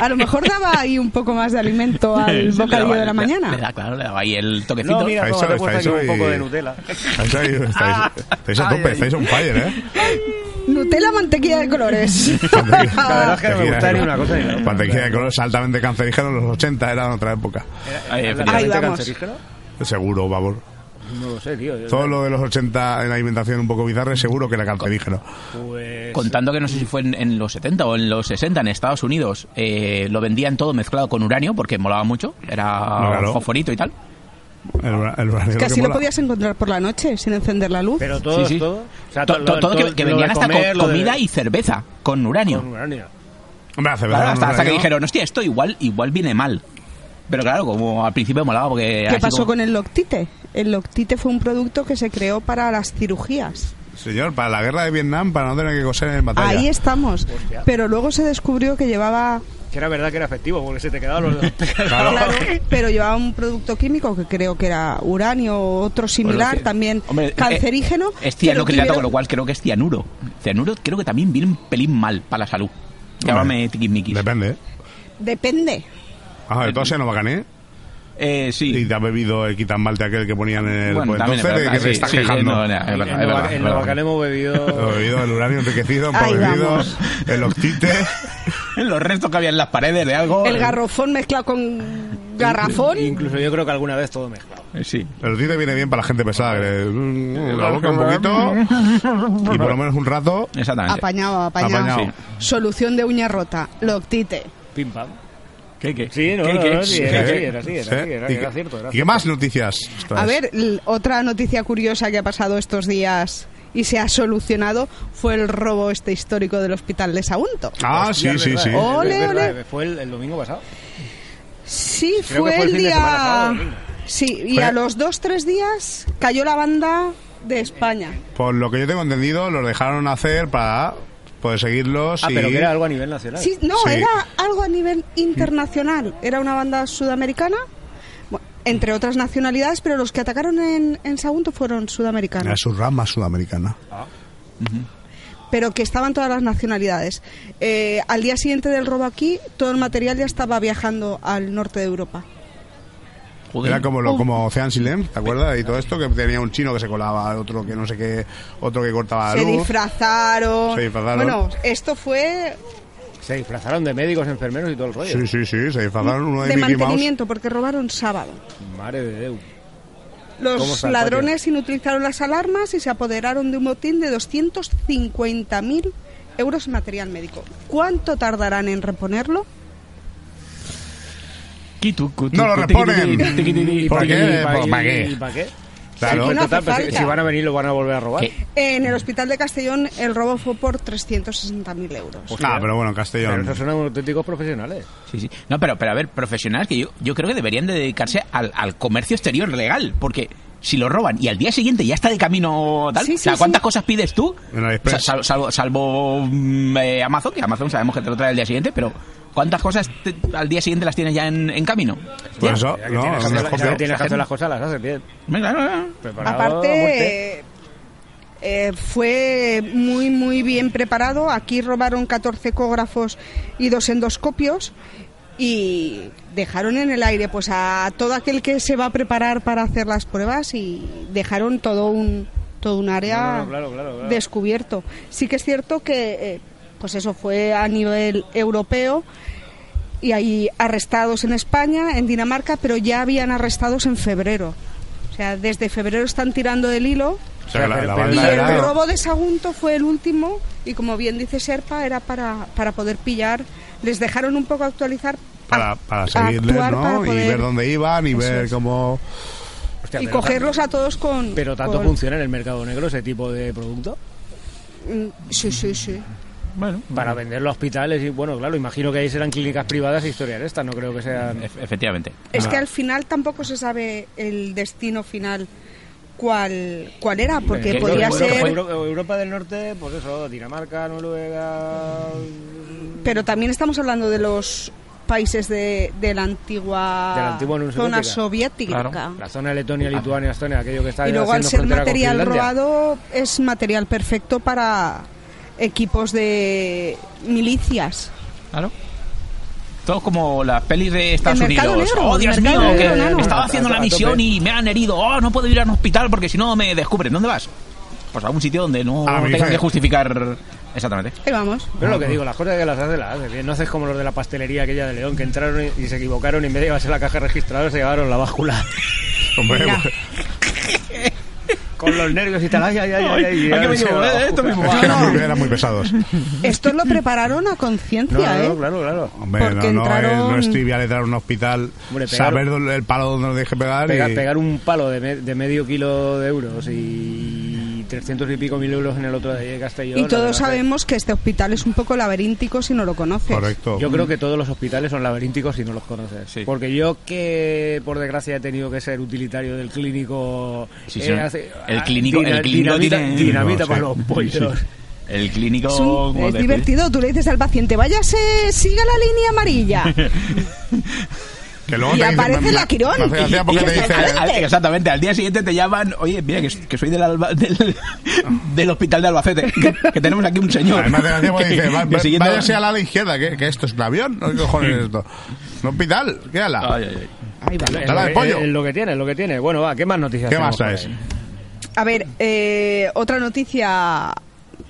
Speaker 4: A lo mejor daba ahí un poco más de alimento al
Speaker 3: Le daba-
Speaker 4: bocadillo de la
Speaker 3: le- Le
Speaker 4: mañana.
Speaker 3: da, claro, le daba ahí el toquecito.
Speaker 1: No, mira,
Speaker 2: Ahí
Speaker 1: no,
Speaker 2: sabe,
Speaker 1: te he puesto
Speaker 2: ahí
Speaker 1: aquí
Speaker 2: sabe
Speaker 1: un poco
Speaker 2: y-
Speaker 1: de Nutella.
Speaker 2: Estáis, ahí- estáis-
Speaker 1: Ah.
Speaker 2: estáis a tope, estáis on fire, ¿eh?
Speaker 4: Nutella, mantequilla de colores.
Speaker 1: La verdad es que no me gusta ni una cosa ni la otra.
Speaker 2: Mantequilla de colores altamente cancerígeno en los 80, era otra época.
Speaker 3: Ahí, efectivamente.
Speaker 4: Ahí vamos.
Speaker 1: cancerígeno?
Speaker 2: Seguro, vamos.
Speaker 1: No lo sé, tío. yo-
Speaker 2: Todo lo de los 80 en alimentación un poco bizarra, seguro que era cancerígeno.
Speaker 1: Pues...
Speaker 3: Contando que no sé si fue en, en los 70 o en los 60 en Estados Unidos, eh, lo vendían todo mezclado con uranio porque molaba mucho, era
Speaker 2: No, claro.
Speaker 3: fosforito y tal.
Speaker 2: El, ura- el uranio
Speaker 4: Es
Speaker 2: que
Speaker 4: que así lo
Speaker 2: mola.
Speaker 4: podías encontrar por la noche sin encender la luz.
Speaker 1: Pero todo,
Speaker 3: Sí, sí.
Speaker 1: todo. O sea,
Speaker 3: To-
Speaker 1: to-
Speaker 3: to-
Speaker 1: lo-
Speaker 3: todo que, que
Speaker 1: lo de
Speaker 3: vendían hasta co-
Speaker 1: comer, lo de-
Speaker 3: comida y cerveza con uranio.
Speaker 1: con uranio.
Speaker 2: Hombre,
Speaker 1: Ah,
Speaker 2: hace
Speaker 3: Claro,
Speaker 2: verano,
Speaker 3: hasta, hasta que
Speaker 2: uranio.
Speaker 3: dijeron, hostia, esto igual, igual viene mal. Pero claro, como al principio molaba porque...
Speaker 4: ¿Qué
Speaker 3: así
Speaker 4: pasó
Speaker 3: como-
Speaker 4: con el Loctite? El Loctite fue un producto que se creó para las cirugías.
Speaker 2: Señor, para la guerra de Vietnam, para no tener que coser en batalla.
Speaker 4: Ahí estamos. Pero luego se descubrió que llevaba
Speaker 1: Que era verdad que era efectivo, porque se te quedaban los dos.
Speaker 4: Claro, pero llevaba un producto químico que creo que era uranio o otro similar,
Speaker 3: Bueno, sí.
Speaker 4: también
Speaker 3: Hombre, eh,
Speaker 4: cancerígeno.
Speaker 3: Es
Speaker 4: que lo
Speaker 3: cianocrilato, con lo
Speaker 4: tuvieron-
Speaker 3: cual creo que es cianuro. Cianuro creo que también viene un pelín mal para la salud. Llámame tiquismiquis.
Speaker 2: Depende, ¿eh?
Speaker 4: Depende.
Speaker 2: Ah, de todas no bacané.
Speaker 3: Eh, sí.
Speaker 2: Y te has bebido el quitambalte aquel que ponían en el.
Speaker 3: Bueno,
Speaker 2: pues,
Speaker 3: también es
Speaker 2: entonces, ¿de
Speaker 3: verdad,
Speaker 2: qué te
Speaker 3: sí,
Speaker 2: estás
Speaker 3: sí,
Speaker 2: quejando?
Speaker 3: no, no, es verdad, es
Speaker 1: En
Speaker 3: verdad,
Speaker 1: Nova-
Speaker 3: es
Speaker 1: en
Speaker 3: verdad.
Speaker 1: Novacán hemos bebido.
Speaker 2: Prohibido el uranio enriquecido,
Speaker 4: Ahí
Speaker 2: prohibido
Speaker 4: vamos.
Speaker 2: el octite.
Speaker 3: Los restos que había en las paredes de algo. eh,
Speaker 4: El garrofón mezclado con garrafón.
Speaker 1: Incluso yo creo que alguna vez todo mezclado.
Speaker 3: Eh, Sí.
Speaker 2: El octite viene bien para la gente pesada. que le- la boca un poquito y por lo menos un rato.
Speaker 3: Exactamente.
Speaker 4: Apañado, apañado.
Speaker 2: Apañado.
Speaker 3: Sí.
Speaker 4: Solución de uña rota, loctite.
Speaker 1: Pim pam.
Speaker 3: ¿Qué, qué?
Speaker 1: Sí, no,
Speaker 3: ¿Qué,
Speaker 1: no,
Speaker 3: qué?
Speaker 1: no, sí, era
Speaker 3: ¿Qué,
Speaker 1: así,
Speaker 3: qué?
Speaker 1: era así, era
Speaker 2: ¿Sí?
Speaker 1: así, era,
Speaker 2: ¿Y
Speaker 1: era
Speaker 2: qué-
Speaker 1: ciertas.
Speaker 2: ¿Y qué más noticias? Ostras.
Speaker 4: A ver, l- otra noticia curiosa que ha pasado estos días y se ha solucionado fue el robo este histórico del hospital de Sagunto.
Speaker 2: Ah,
Speaker 1: Hostia,
Speaker 2: sí,
Speaker 1: es
Speaker 2: sí,
Speaker 1: verdad,
Speaker 2: sí.
Speaker 1: es verdad,
Speaker 4: Ole,
Speaker 1: es verdad, eh,
Speaker 4: ole.
Speaker 1: Fue el, el domingo pasado.
Speaker 4: Sí,
Speaker 1: Creo
Speaker 4: fue,
Speaker 1: que fue el
Speaker 4: el
Speaker 1: fin de semana, sábado,
Speaker 4: día.
Speaker 1: domingo.
Speaker 4: Sí, y
Speaker 2: Fue-
Speaker 4: a los dos, tres días cayó la banda de España.
Speaker 1: ¿eh?
Speaker 2: Por lo que yo tengo entendido, los dejaron hacer para poder seguirlos.
Speaker 1: Ah,
Speaker 2: y...
Speaker 1: pero que era algo a nivel nacional.
Speaker 4: Sí, no,
Speaker 2: Sí.
Speaker 4: era algo a nivel internacional. Era una banda sudamericana, bu- entre otras nacionalidades, pero los que atacaron en, en Sagunto fueron
Speaker 2: Era
Speaker 4: sudamericanos.
Speaker 2: su rama sudamericana.
Speaker 4: Pero que estaban todas las nacionalidades. Eh, al día siguiente del robo aquí, todo el material ya estaba viajando al norte de Europa.
Speaker 3: Joder.
Speaker 2: Era como, lo, como Ocean Silem, ¿te acuerdas? Y todo esto, que tenía un chino que se colaba, otro que no sé qué, otro que cortaba la
Speaker 4: Se
Speaker 2: luz.
Speaker 4: disfrazaron.
Speaker 2: Se disfrazaron.
Speaker 4: Bueno, esto fue
Speaker 1: Se disfrazaron de médicos, enfermeros y todo el rollo.
Speaker 2: Sí, sí, sí, se disfrazaron uno de,
Speaker 4: de
Speaker 2: Mickey Mouse.
Speaker 4: mantenimiento porque robaron sábado.
Speaker 1: Madre de Deus. ¿Cómo
Speaker 4: Los
Speaker 1: está el
Speaker 4: ladrones inutilizaron las alarmas y se apoderaron de un motín de 250.000 euros en material médico. ¿Cuánto tardarán en reponerlo?
Speaker 2: No lo reponen. ¿Por
Speaker 1: pa'
Speaker 2: qué? Pues, ¿pa'
Speaker 1: y-
Speaker 2: qué?
Speaker 1: y pa' qué?
Speaker 2: Claro.
Speaker 1: Sí,
Speaker 4: Que no
Speaker 1: total,
Speaker 4: hace
Speaker 1: pues,
Speaker 4: falta.
Speaker 1: si van a venir lo van a volver a robar.
Speaker 3: ¿Qué?
Speaker 4: En el hospital de Castellón el robo fue por 360.000 euros.
Speaker 2: Ah, pero bueno,
Speaker 1: Pero
Speaker 2: en Castellón.
Speaker 1: esos son auténticos profesionales.
Speaker 3: Sí, sí. No, pero, pero a ver, profesionales que yo, yo creo que deberían de dedicarse al, al comercio exterior legal, porque si lo roban y al día siguiente ya está de camino tal,
Speaker 4: Sí,
Speaker 3: o sea,
Speaker 4: sí,
Speaker 3: ¿cuántas
Speaker 4: sí.
Speaker 3: cosas pides tú?
Speaker 2: En AliExpress.
Speaker 3: Sa- sal- salvo salvo, mm, eh, Amazon, que Amazon sabemos que te lo trae al día siguiente, pero ¿cuántas cosas te- al día siguiente las tienes ya en, en camino?
Speaker 2: Por Pues eso,
Speaker 1: Ya que
Speaker 2: no,
Speaker 1: tienes, que
Speaker 2: no,
Speaker 1: hacer- ya que
Speaker 2: no.
Speaker 1: tienes que hacer las cosas, las haces bien.
Speaker 3: Venga, eh, no, no.
Speaker 1: Preparado a muerte.
Speaker 4: Aparte, eh, fue muy, muy bien preparado. Aquí robaron 14 ecógrafos y dos endoscopios y dejaron en el aire pues a todo aquel que se va a preparar para hacer las pruebas y dejaron todo un todo un área
Speaker 1: No, no, claro, claro, claro.
Speaker 4: descubierto. Sí que es cierto que eh, pues eso fue a nivel europeo y hay arrestados en España, en Dinamarca, pero ya habían arrestados en febrero. O sea, desde febrero están tirando del hilo.
Speaker 2: O sea, Pues la, la
Speaker 1: Pero-
Speaker 4: Y
Speaker 2: banda
Speaker 1: pero-
Speaker 4: el
Speaker 2: era-
Speaker 4: robo de Sagunto fue el último y como bien dice Serpa, era para, para poder pillar. Les dejaron un poco actualizar
Speaker 2: para, para seguirles,
Speaker 4: actuar
Speaker 2: ¿no?
Speaker 4: para
Speaker 2: Y
Speaker 4: poder-
Speaker 2: ver dónde iban y
Speaker 4: Eso
Speaker 2: ver
Speaker 4: es.
Speaker 2: cómo...
Speaker 1: Hostia,
Speaker 4: y
Speaker 1: pero-
Speaker 4: cogerlos a todos con...
Speaker 1: Pero tanto
Speaker 4: con-
Speaker 1: funciona en el mercado negro ese tipo de producto
Speaker 4: Mm, Sí, sí, sí.
Speaker 3: Bueno,
Speaker 1: para venderlo a hospitales y bueno, claro, imagino que ahí serán clínicas privadas e historias de estas, no creo que sean
Speaker 2: Ah.
Speaker 3: ef- efectivamente.
Speaker 4: Es que al final tampoco se sabe el destino final cuál, cuál era, porque
Speaker 3: que-
Speaker 4: podía
Speaker 3: que- que-
Speaker 4: ser...
Speaker 3: que-
Speaker 1: Euro- Europa del Norte, pues eso, Dinamarca, Noruega.
Speaker 4: Pero también estamos hablando de los países de, de la antigua,
Speaker 1: De la antigua Unión
Speaker 4: zona
Speaker 1: Soviética.
Speaker 4: soviética.
Speaker 1: La zona de Letonia, Lituania, Estonia, aquello que está
Speaker 4: Ah. Y luego al
Speaker 1: haciendo
Speaker 4: ser
Speaker 1: frontera con
Speaker 4: material
Speaker 1: Finlandia.
Speaker 4: robado es material perfecto para equipos de milicias.
Speaker 3: Claro. Todo como las pelis de Estados
Speaker 4: El mercado
Speaker 3: Unidos.
Speaker 4: negro,
Speaker 3: oh,
Speaker 4: el
Speaker 3: Dios mío,
Speaker 4: mercado
Speaker 3: que
Speaker 4: negro, nano.
Speaker 3: estaba
Speaker 1: A-
Speaker 3: haciendo
Speaker 1: a-
Speaker 3: una
Speaker 1: a
Speaker 3: misión
Speaker 1: tope.
Speaker 3: y me han herido. Oh, no puedo ir al hospital porque si no me descubren. ¿Dónde vas? Pues a un sitio donde no
Speaker 1: Ah,
Speaker 2: A la
Speaker 3: tengan
Speaker 2: milicia.
Speaker 3: que justificar. Exactamente.
Speaker 4: Ahí Eh, vamos.
Speaker 1: Pero lo que digo, las cosas que las haces, las haces bien. No haces como los de la pastelería aquella de León, que entraron y, y se equivocaron y en vez de llevarse la caja registradora se llevaron la báscula.
Speaker 2: Hombre,
Speaker 4: Mira.
Speaker 2: pues,
Speaker 1: Con los nervios y tal, ay, ay, ay, ay, ay,
Speaker 3: Ay,
Speaker 1: y ya
Speaker 3: que me
Speaker 1: se
Speaker 3: llevo,
Speaker 1: va la
Speaker 3: eh, esto
Speaker 1: báscula.
Speaker 3: mismo.
Speaker 2: es que eran
Speaker 4: no.
Speaker 2: muy, eran muy pesados.
Speaker 4: Esto lo prepararon a
Speaker 1: No,
Speaker 4: conciencia,
Speaker 1: no,
Speaker 4: ¿eh?
Speaker 1: no, claro, claro.
Speaker 2: Hombre, no,
Speaker 4: Porque
Speaker 2: no es,
Speaker 4: entraron-
Speaker 2: no es trivial entrar a un hospital,
Speaker 1: Hombre, pegar-
Speaker 2: saber dónde- el palo donde nos deje pegar,
Speaker 1: Pega-
Speaker 2: y...
Speaker 1: pegar un palo de, me- de medio kilo de euros y 300 y pico mil euros en el otro de Castellón.
Speaker 4: Y
Speaker 1: la
Speaker 4: todos
Speaker 1: verdad que-
Speaker 4: sabemos que este hospital es un poco laberíntico si no lo conoces.
Speaker 2: Correcto.
Speaker 1: Yo creo que todos los hospitales son laberínticos si no los conoces.
Speaker 3: Sí.
Speaker 1: Porque yo que, por desgracia, he tenido que ser utilitario del clínico... eh,
Speaker 3: Sí, sí. El clínico- el clínico
Speaker 1: ah, dinamita,
Speaker 3: tiene-
Speaker 1: dinamita
Speaker 2: No,
Speaker 1: para
Speaker 2: sí.
Speaker 1: los pollos.
Speaker 3: El clínico.
Speaker 4: Es, un-
Speaker 3: como
Speaker 4: es
Speaker 3: decir.
Speaker 4: divertido, tú le dices al paciente, váyase, siga la línea amarilla.
Speaker 2: Que luego
Speaker 4: Y
Speaker 2: te dicen,
Speaker 4: aparece
Speaker 2: me-
Speaker 4: la
Speaker 2: me-
Speaker 4: Quirón.
Speaker 2: me hace gracia porque
Speaker 4: Y
Speaker 2: te
Speaker 4: es
Speaker 2: dice,
Speaker 4: verdad.
Speaker 3: Al- al- Exactamente, al día siguiente te llaman, oye, mira, que, que soy del, Alba- del, del hospital de Albacete, que, que tenemos aquí un señor.
Speaker 2: además de gracia porque dice,
Speaker 3: Que-
Speaker 2: va-
Speaker 3: que
Speaker 2: va-
Speaker 3: siguiendo-
Speaker 2: váyase al ala izquierda, que, que esto es un avión, no qué cojones es esto. Un hospital, ¿qué ala?
Speaker 3: Ay, ay, ay.
Speaker 4: Ahí va.
Speaker 1: Es
Speaker 2: Tala de
Speaker 1: lo que-
Speaker 2: pollo.
Speaker 1: es lo que tiene, es lo que tiene. Bueno, va, ¿qué más noticias
Speaker 2: ¿Qué más
Speaker 1: tenemos por
Speaker 2: traes?
Speaker 1: ahí?
Speaker 4: A ver, eh, otra noticia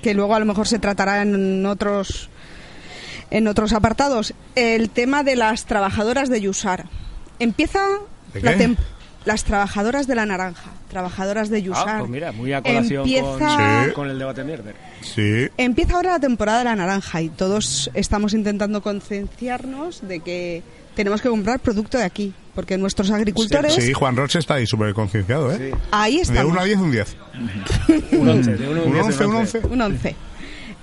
Speaker 4: que luego a lo mejor se tratará en otros en otros apartados, el tema de las trabajadoras de Yusar. Empieza
Speaker 2: ¿De
Speaker 4: la
Speaker 2: qué?
Speaker 4: tem- las trabajadoras de la naranja, trabajadoras de Yusar.
Speaker 1: Ah, pues mira, muy a colación
Speaker 4: Empieza-
Speaker 1: con,
Speaker 2: Sí.
Speaker 1: con el debate mierder.
Speaker 2: Sí.
Speaker 4: Empieza ahora la temporada de la naranja y todos estamos intentando concienciarnos de que tenemos que comprar producto de aquí, porque nuestros agricultores
Speaker 2: Sí, Juan Roche está ahí súper concienciado, ¿eh?
Speaker 4: ahí
Speaker 2: De
Speaker 4: estamos.
Speaker 2: 1 a 10, un 10.
Speaker 1: Un once, de uno,
Speaker 2: Un
Speaker 1: diez,
Speaker 2: 11,
Speaker 1: un
Speaker 2: un
Speaker 1: once.
Speaker 2: 11.
Speaker 4: Un 11.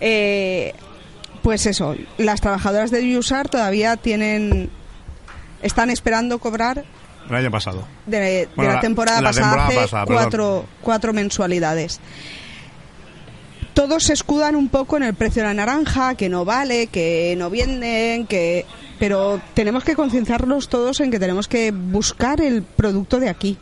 Speaker 4: Eh, pues eso, las trabajadoras de USAR todavía tienen. Están esperando cobrar
Speaker 2: El año pasado.
Speaker 4: de, de
Speaker 2: Bueno,
Speaker 4: la,
Speaker 2: la-
Speaker 4: temporada
Speaker 2: la
Speaker 4: pasada,
Speaker 2: temporada
Speaker 4: hace
Speaker 2: pasada, perdón.
Speaker 4: cuatro, cuatro mensualidades. Todos se escudan un poco en el precio de la naranja, que no vale, que no venden, que. Pero tenemos que concienciarnos todos en que tenemos que buscar el producto de aquí.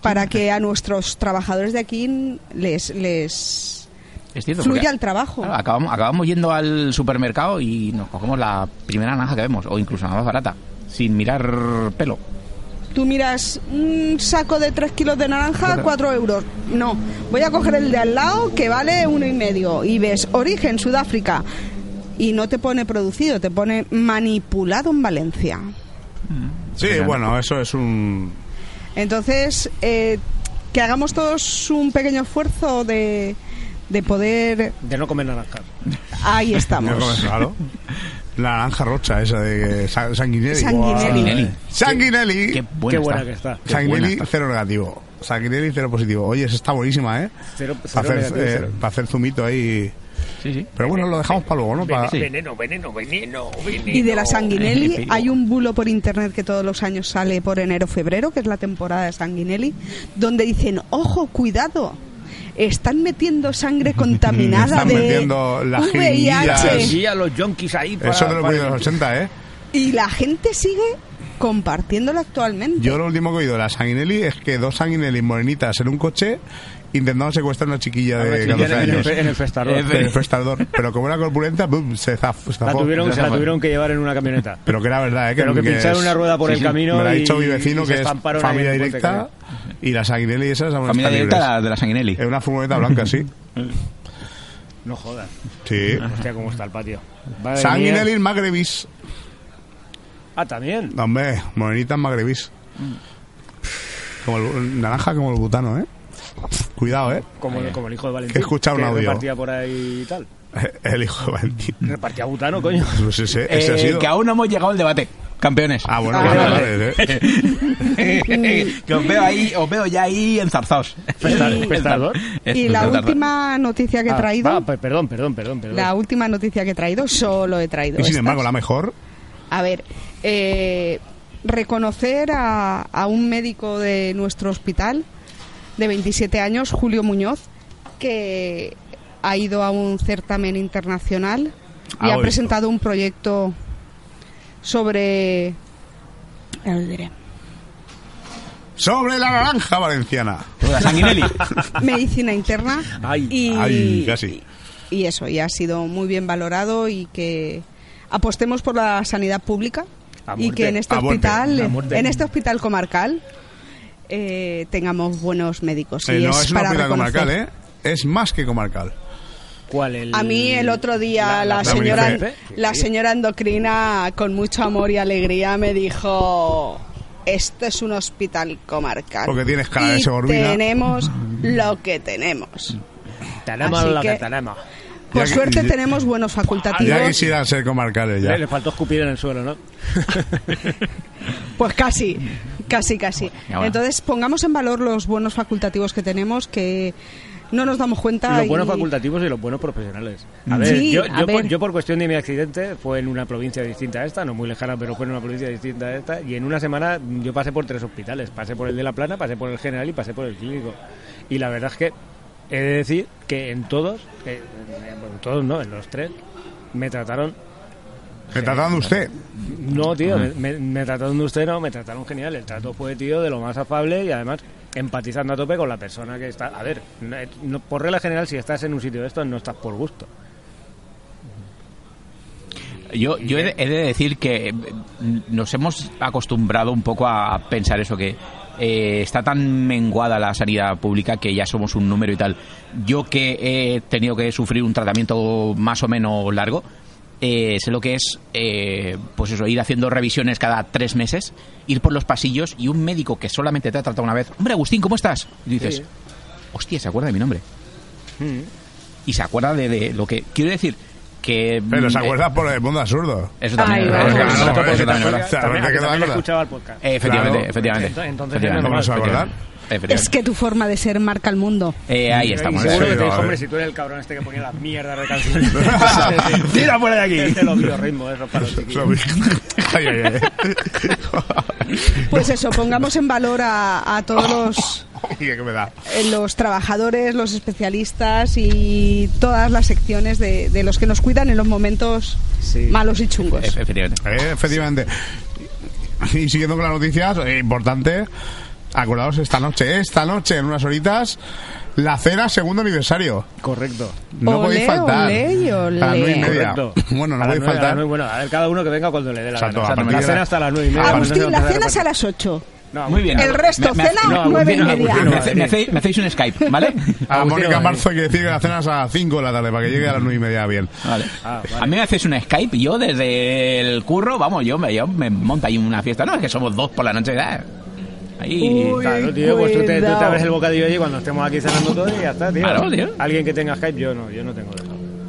Speaker 4: Para que a nuestros trabajadores de aquí les, les,
Speaker 3: Es cierto,
Speaker 4: Fluye
Speaker 3: porque-
Speaker 4: al trabajo.
Speaker 3: Claro, acabamos, acabamos yendo al supermercado y nos cogemos la primera naranja que vemos, o incluso la más barata, sin mirar pelo.
Speaker 4: Tú miras un saco de 3 kilos de naranja, 4 euros. No, voy a coger el de al lado que vale uno y medio. Y ves origen Sudáfrica. Y no te pone producido, te pone manipulado en Valencia.
Speaker 2: Sí, bueno, eso es un...
Speaker 4: Entonces, eh, que hagamos todos un pequeño esfuerzo de, de poder...
Speaker 1: De no comer
Speaker 2: Eh,
Speaker 1: naranjas.
Speaker 4: Ahí estamos.
Speaker 2: Claro. La naranja rocha esa de Sa- Sanguinelli.
Speaker 4: Sanguinelli.
Speaker 2: Guau. Sanguinelli.
Speaker 3: Qué buena,
Speaker 1: Qué buena
Speaker 3: está.
Speaker 1: que está.
Speaker 3: Qué buena
Speaker 2: Sanguinelli
Speaker 3: está.
Speaker 2: cero negativo. Sanguinelli cero positivo. Oye, esa está buenísima, ¿eh?
Speaker 1: Cero- cero
Speaker 2: para, hacer,
Speaker 1: negativo,
Speaker 2: eh,
Speaker 1: cero.
Speaker 2: para hacer zumito ahí.
Speaker 3: Sí, sí.
Speaker 2: Pero bueno, lo dejamos para luego, ¿no? Para-
Speaker 3: Sí.
Speaker 1: Veneno, veneno, veneno, veneno.
Speaker 4: Y de la
Speaker 3: Eh,
Speaker 4: sanguinelli, hay
Speaker 3: pero-
Speaker 4: un bulo por internet que todos los años sale por enero-febrero, que es la temporada de sanguinelli, donde dicen, ojo, cuidado, están metiendo sangre contaminada
Speaker 2: Están
Speaker 4: de
Speaker 2: metiendo las jeringuillas.
Speaker 4: VIH.
Speaker 1: Y a los yonkis ahí para,
Speaker 2: Eso de los
Speaker 1: para-
Speaker 2: de los 80, ¿eh?
Speaker 4: Y la gente sigue compartiéndolo actualmente.
Speaker 2: Yo lo último que he oído de la Sanguinelli es que dos Sanguinelli morenitas en un coche intentando secuestrar a una chiquilla
Speaker 1: para-
Speaker 2: de
Speaker 1: en,
Speaker 2: 14
Speaker 1: el-
Speaker 2: años.
Speaker 1: en el festador.
Speaker 3: Eh,
Speaker 2: Del Festador. Pero como era corpulenta, boom, se zaf- se
Speaker 1: La
Speaker 2: zafó.
Speaker 1: tuvieron,
Speaker 3: ya
Speaker 1: se la
Speaker 3: fue.
Speaker 1: tuvieron que llevar en una camioneta.
Speaker 2: Pero que era verdad, ¿eh?
Speaker 1: Pero que pincharon
Speaker 2: es-
Speaker 1: una rueda por el camino
Speaker 2: Me lo ha dicho mi
Speaker 1: y-
Speaker 2: vecino,
Speaker 1: y se
Speaker 2: que es
Speaker 1: estamparon ahí
Speaker 2: familia
Speaker 1: en el
Speaker 2: directa. Y las Aguinelli esas aún
Speaker 3: Familia
Speaker 2: están
Speaker 3: directa
Speaker 2: libres.
Speaker 3: la- de la Sanguinelli.
Speaker 2: Es una furgoneta blanca, sí.
Speaker 1: No jodas.
Speaker 2: Sí.
Speaker 1: Hostia, cómo está el patio. Madre mía.
Speaker 2: Sanguinelli magrebis.
Speaker 1: Ah, también.
Speaker 2: Hombre, morenitas magrebis. Como el, naranja como el butano, ¿eh? Cuidado, ¿eh?
Speaker 1: Como, como el hijo de Valentín.
Speaker 2: Que he escuchado un audio. Mm.
Speaker 1: repartía por ahí y tal.
Speaker 2: El hijo de Valentín.
Speaker 1: Repartía butano, coño.
Speaker 2: Pues ese, ese
Speaker 3: Eh,
Speaker 2: ha sido.
Speaker 3: que aún no hemos llegado al debate, campeones.
Speaker 2: Ah, bueno,
Speaker 4: Ah,
Speaker 2: vale,
Speaker 4: vale.
Speaker 2: vale, eh.
Speaker 3: que os veo ahí, os veo ya ahí enzarzados.
Speaker 1: Festa- festador.
Speaker 4: Y la última noticia que he
Speaker 1: Ah,
Speaker 4: traído,
Speaker 1: va, pe- perdón, perdón, perdón. perdón.
Speaker 4: la última noticia que he traído, solo he traído
Speaker 2: Y sin
Speaker 4: estas.
Speaker 2: embargo, la mejor.
Speaker 4: A ver, eh, reconocer a, a un médico de nuestro hospital de 27 años, Julio Muñoz, que ha ido a un certamen internacional y
Speaker 2: Algo
Speaker 4: ha
Speaker 2: he
Speaker 4: presentado un proyecto sobre... Ya lo diré.
Speaker 2: Sobre la naranja valenciana.
Speaker 3: Hola, Sanguinelli.
Speaker 4: medicina interna
Speaker 1: Ay,
Speaker 4: y,
Speaker 2: ay, casi.
Speaker 4: y eso y ha sido muy bien valorado y que apostemos por la sanidad pública
Speaker 1: A
Speaker 4: y
Speaker 1: muerte,
Speaker 4: que en este
Speaker 2: a muerte,
Speaker 1: a
Speaker 4: hospital
Speaker 1: muerte.
Speaker 4: en este hospital comarcal eh, tengamos buenos médicos y
Speaker 2: Eh, no
Speaker 4: es
Speaker 2: es una
Speaker 4: para
Speaker 2: hospital
Speaker 4: reconocer.
Speaker 2: comarcal, ¿eh? Es más que comarcal.
Speaker 1: ¿Cuál? El...
Speaker 4: a mí el otro día la,
Speaker 2: la
Speaker 4: señora
Speaker 2: Mirife.
Speaker 4: la señora endocrina con mucho amor y alegría me dijo este es un hospital comarcal
Speaker 2: Porque tienes cara de
Speaker 4: y
Speaker 2: segorvina".
Speaker 4: tenemos lo que tenemos
Speaker 1: Tenemos
Speaker 4: Así
Speaker 1: lo que,
Speaker 4: que-
Speaker 1: tenemos.
Speaker 4: Por
Speaker 2: Ya que-
Speaker 4: suerte
Speaker 2: ya-
Speaker 4: tenemos buenos
Speaker 2: Ya
Speaker 4: facultativos.
Speaker 2: quisieran ser comarcales
Speaker 1: Le,
Speaker 2: ya.
Speaker 1: le faltó escupir en el suelo, ¿no?
Speaker 4: Pues casi, casi, casi.
Speaker 3: Ya va.
Speaker 4: Entonces pongamos en valor los buenos facultativos que tenemos, que no nos damos cuenta.
Speaker 1: Los buenos
Speaker 4: y-
Speaker 1: facultativos y los buenos profesionales. A
Speaker 4: Mm.
Speaker 1: ver,
Speaker 4: Sí,
Speaker 1: yo,
Speaker 4: a
Speaker 1: yo Por,
Speaker 4: ver.
Speaker 1: yo por cuestión de mi accidente fue en una provincia distinta a esta, no muy lejana, pero fue en una provincia distinta a esta, y en una semana yo pasé por tres hospitales. Pasé por el de La Plana, pasé por el general y pasé por el clínico. Y la verdad es que he de decir que en todos, eh, en todos no, en los tres, me trataron
Speaker 2: Me tratando usted.
Speaker 1: No, tío, me- me, me trataron de usted, no, me trataron genial. El trato fue, tío, de lo más afable y además empatizando a tope con la persona que está. A ver, no- no- por regla general, si estás en un sitio de estos, no estás por gusto.
Speaker 3: Yo, yo he, de, he de decir que eh, nos hemos acostumbrado un poco a pensar eso, que eh, está tan menguada la sanidad pública que ya somos un número y tal. Yo que he tenido que sufrir un tratamiento más o menos largo, eh, sé lo que es, eh, pues eso, ir haciendo revisiones cada tres meses, ir por los pasillos y un médico que solamente te ha tratado una vez, hombre Agustín, ¿cómo estás? Y dices,
Speaker 1: Sí.
Speaker 3: hostia, ¿se acuerda de mi nombre? Y se acuerda de, de lo que... Quiero decir que...
Speaker 2: Pero se
Speaker 3: eh,
Speaker 2: acuerda por el mundo absurdo.
Speaker 3: Eso también.
Speaker 4: Ay,
Speaker 3: es
Speaker 4: vamos.
Speaker 3: verdad.
Speaker 2: Claro,
Speaker 3: Eso también,
Speaker 2: eso
Speaker 3: también es verdad.
Speaker 2: O sea,
Speaker 1: También,
Speaker 2: ¿te
Speaker 1: a que
Speaker 2: queda
Speaker 1: también
Speaker 2: duda?
Speaker 1: escuchaba el podcast.
Speaker 3: Eh, Efectivamente,
Speaker 2: Claro.
Speaker 3: efectivamente.
Speaker 1: Entonces,
Speaker 3: efectivamente.
Speaker 1: no nos
Speaker 2: vamos a acordar.
Speaker 3: Efectivamente.
Speaker 4: Es que tu forma de ser marca el mundo.
Speaker 3: Eh, ahí
Speaker 1: Y
Speaker 3: estamos.
Speaker 1: seguro que
Speaker 2: Sí,
Speaker 1: te dijo,
Speaker 2: vale.
Speaker 1: hombre, si tú eres el cabrón este que ponía las mierdas de canciones. Sí, sí.
Speaker 3: Tira fuera de aquí.
Speaker 1: Este los biorritmos, esos para los
Speaker 2: Lo
Speaker 1: chiquillos.
Speaker 2: vi- Ay, ay, ay.
Speaker 4: Pues eso, pongamos en valor a, a todos los,
Speaker 2: Oye, que me da.
Speaker 4: eh, los trabajadores, los especialistas y todas las secciones de, de los que nos cuidan en los momentos
Speaker 1: Sí.
Speaker 4: malos y chungos.
Speaker 3: Efe- Efectivamente.
Speaker 2: Eh, efectivamente. Y siguiendo con las noticias, eh, importante, acordaos esta noche, esta noche, en unas horitas, la cena segundo aniversario.
Speaker 1: Correcto.
Speaker 2: No
Speaker 4: Olé,
Speaker 2: podéis faltar.
Speaker 4: olé y olé.
Speaker 2: A las nueve y media.
Speaker 1: Correcto.
Speaker 2: Bueno, no
Speaker 1: A las nueve,
Speaker 2: podéis
Speaker 1: a las
Speaker 2: faltar.
Speaker 1: nueve, bueno, a ver, cada uno que venga cuando le dé la
Speaker 2: Exacto,
Speaker 1: gana.
Speaker 2: a partir
Speaker 1: la
Speaker 2: de-
Speaker 1: cena hasta las nueve y media. cuando se
Speaker 4: Agustín, la
Speaker 1: empiece
Speaker 4: cena es a
Speaker 1: repartir.
Speaker 4: las 8.
Speaker 1: No,
Speaker 3: Muy bien.
Speaker 4: El resto,
Speaker 3: Me- me-
Speaker 4: cena,
Speaker 3: no,
Speaker 4: nueve y
Speaker 3: Agustín,
Speaker 4: media.
Speaker 3: Agustín, me, hace-
Speaker 1: Agustín.
Speaker 3: me hace- me hacéis un Skype, ¿vale?
Speaker 2: A
Speaker 1: Agustín,
Speaker 2: Mónica
Speaker 1: vale.
Speaker 2: Marzo hay que decir que la cena es a las 5 de la tarde para que llegue a las 9 y media bien.
Speaker 3: Vale.
Speaker 1: Ah, vale.
Speaker 3: A mí me hacéis un Skype, yo desde el curro, vamos, yo me, yo me monto ahí una fiesta, no, es que somos dos por la noche, ah, ahí...
Speaker 4: Uy.
Speaker 1: Claro, tío, pues tú te, tú te
Speaker 4: Cuidado.
Speaker 1: abres el bocadillo allí cuando estemos aquí cenando todo y ya está, tío.
Speaker 3: Claro, tío.
Speaker 1: Alguien que tenga Skype, yo no, yo no tengo eso.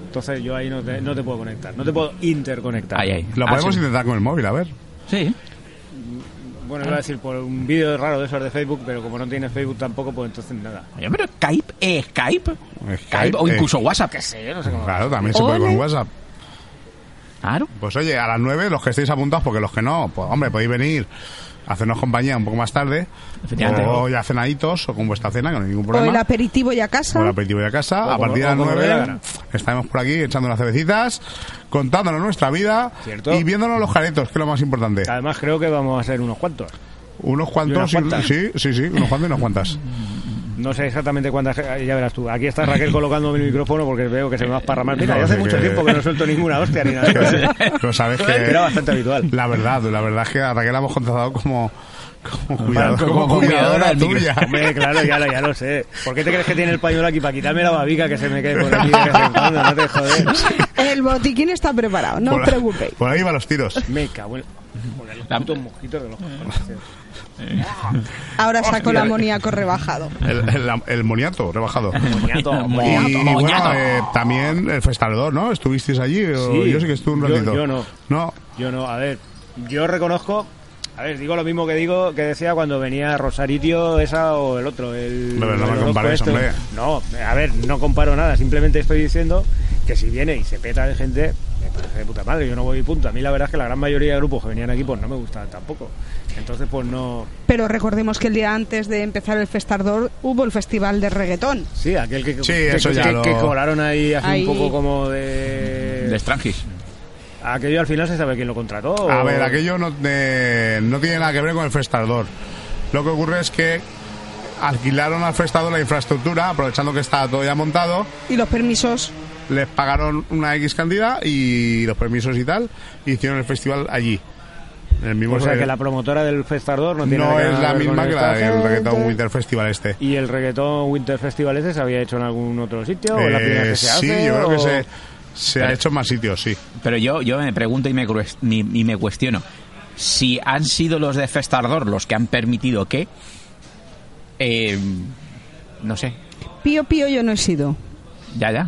Speaker 1: Entonces yo ahí no te, no te puedo conectar, no te puedo interconectar.
Speaker 3: Ahí, ahí.
Speaker 2: Lo
Speaker 3: Ah,
Speaker 2: podemos
Speaker 3: sí.
Speaker 2: intentar con el móvil, a ver.
Speaker 3: Sí.
Speaker 1: Bueno, iba a decir por un vídeo raro de esos de Facebook, pero como no tienes Facebook tampoco, pues entonces nada.
Speaker 3: Oye, Pero Skype, eh, Skype,
Speaker 2: Skype,
Speaker 3: Skype, o
Speaker 2: eh.
Speaker 3: incluso WhatsApp.
Speaker 1: Que sé, yo no sé cómo.
Speaker 2: Claro, también se puede con
Speaker 4: Ole.
Speaker 2: WhatsApp.
Speaker 3: Claro.
Speaker 2: Pues oye, a las 9 los que estéis apuntados, porque los que no, pues hombre, podéis venir a hacernos compañía un poco más tarde.
Speaker 3: Efectivamente.
Speaker 2: O ya cenaditos o con vuestra cena, que no hay ningún
Speaker 4: O
Speaker 2: problema.
Speaker 4: el aperitivo y a
Speaker 2: O el
Speaker 4: casa.
Speaker 2: aperitivo de casa.
Speaker 1: O
Speaker 2: a
Speaker 1: como-
Speaker 2: partir de
Speaker 1: o
Speaker 2: las
Speaker 1: como le dé la
Speaker 2: 9
Speaker 1: gana.
Speaker 2: estaremos por aquí echando unas cervecitas, contándonos nuestra vida
Speaker 1: Cierto.
Speaker 2: y viéndonos los jaretos, que es lo más importante.
Speaker 1: Además creo que vamos a ser unos cuantos.
Speaker 2: Unos cuantos,
Speaker 1: Y unas cuantas.
Speaker 2: sí, sí, sí, unos cuantos y unas cuantas.
Speaker 1: No sé exactamente cuántas... eh, Ya verás tú. Aquí está Raquel colocando el micrófono porque veo que se me va a esparramar. Mira,
Speaker 2: No,
Speaker 1: ya hace
Speaker 2: sí
Speaker 1: mucho
Speaker 2: que-
Speaker 1: tiempo que no suelto ninguna hostia ni nada.
Speaker 2: Pero sabes que
Speaker 1: Era bastante habitual.
Speaker 2: La verdad, la verdad es que a Raquel la hemos contratado como, como, cuidado-
Speaker 3: como
Speaker 2: como
Speaker 3: cuidadora
Speaker 2: cuidadora
Speaker 3: del micro.
Speaker 2: tuya.
Speaker 1: Hombre, claro, ya lo, ya lo sé. ¿Por qué te crees que tiene el pañuelo aquí? Para quitarme la babica que se me quede por aquí de vez en cuando, no te joder.
Speaker 4: El botiquín está preparado, no
Speaker 2: Por
Speaker 4: os
Speaker 2: ahí-
Speaker 4: preocupéis.
Speaker 2: Por ahí van los tiros.
Speaker 1: Me cago en... Joder, los putos mosquitos de los cojones, tío.
Speaker 4: Ahora saco el amoníaco rebajado.
Speaker 2: El, el, el moniato rebajado.
Speaker 1: Moñato,
Speaker 2: Y,
Speaker 1: moñato.
Speaker 2: y
Speaker 3: Moñato.
Speaker 2: bueno, eh, también el festalador, ¿no? ¿Estuvisteis allí? O-
Speaker 1: Sí.
Speaker 2: Yo sí que estuve un
Speaker 1: Yo-
Speaker 2: ratito.
Speaker 1: yo no.
Speaker 2: No,
Speaker 1: Yo no, a ver, yo reconozco... A ver, digo lo mismo que digo que decía cuando venía Rosaritio, esa o el otro. El, este.
Speaker 2: Pero no me
Speaker 1: el loco
Speaker 2: compares, hombre.
Speaker 1: No, a ver, no comparo nada. Simplemente estoy diciendo que si viene y se peta de gente, parece de puta madre, yo no voy y punto. A mí la verdad es que la gran mayoría de grupos que venían aquí pues no me gustaban tampoco. Entonces pues no...
Speaker 4: Pero recordemos que el día antes de empezar el Festardor hubo el festival de reggaetón.
Speaker 1: Sí, aquel que,
Speaker 2: Sí,
Speaker 1: que,
Speaker 2: eso
Speaker 1: que-
Speaker 2: ya
Speaker 1: que-
Speaker 2: lo-
Speaker 1: que colaron ahí así
Speaker 4: Ahí.
Speaker 1: un poco como de...
Speaker 2: Eh.
Speaker 3: De Strangis.
Speaker 1: Aquello al final se sabe quién lo contrató.
Speaker 2: A
Speaker 1: o-
Speaker 2: ver, aquello no, eh, no tiene nada que ver con el Festador. Lo que ocurre es que alquilaron al Festador la infraestructura, aprovechando que estaba todo ya montado,
Speaker 4: Y los permisos
Speaker 2: les pagaron una X cantidad y los permisos y tal, y hicieron el festival allí. En el mismo
Speaker 1: O sea
Speaker 2: sede.
Speaker 1: que la promotora del Festardor no tiene
Speaker 2: pues, eh, no
Speaker 1: nada
Speaker 2: es la
Speaker 1: ver con
Speaker 2: misma que la
Speaker 1: esta
Speaker 2: del Reggaeton
Speaker 1: gente.
Speaker 2: Winter Festival este.
Speaker 1: ¿Y el reggaetón Winter Festival ese se había hecho en algún otro sitio? ¿O es la primera vez
Speaker 2: Eh,
Speaker 1: que se hace?
Speaker 2: sí, yo creo que
Speaker 1: o-
Speaker 2: se, se ha hecho en más sitios, sí.
Speaker 3: Pero yo, yo me pregunto y me, cues- ni- y me cuestiono. Si han sido los de Festardor los que han permitido que... eh, no sé,
Speaker 4: Pío Pío yo no he sido.
Speaker 3: ya, ya.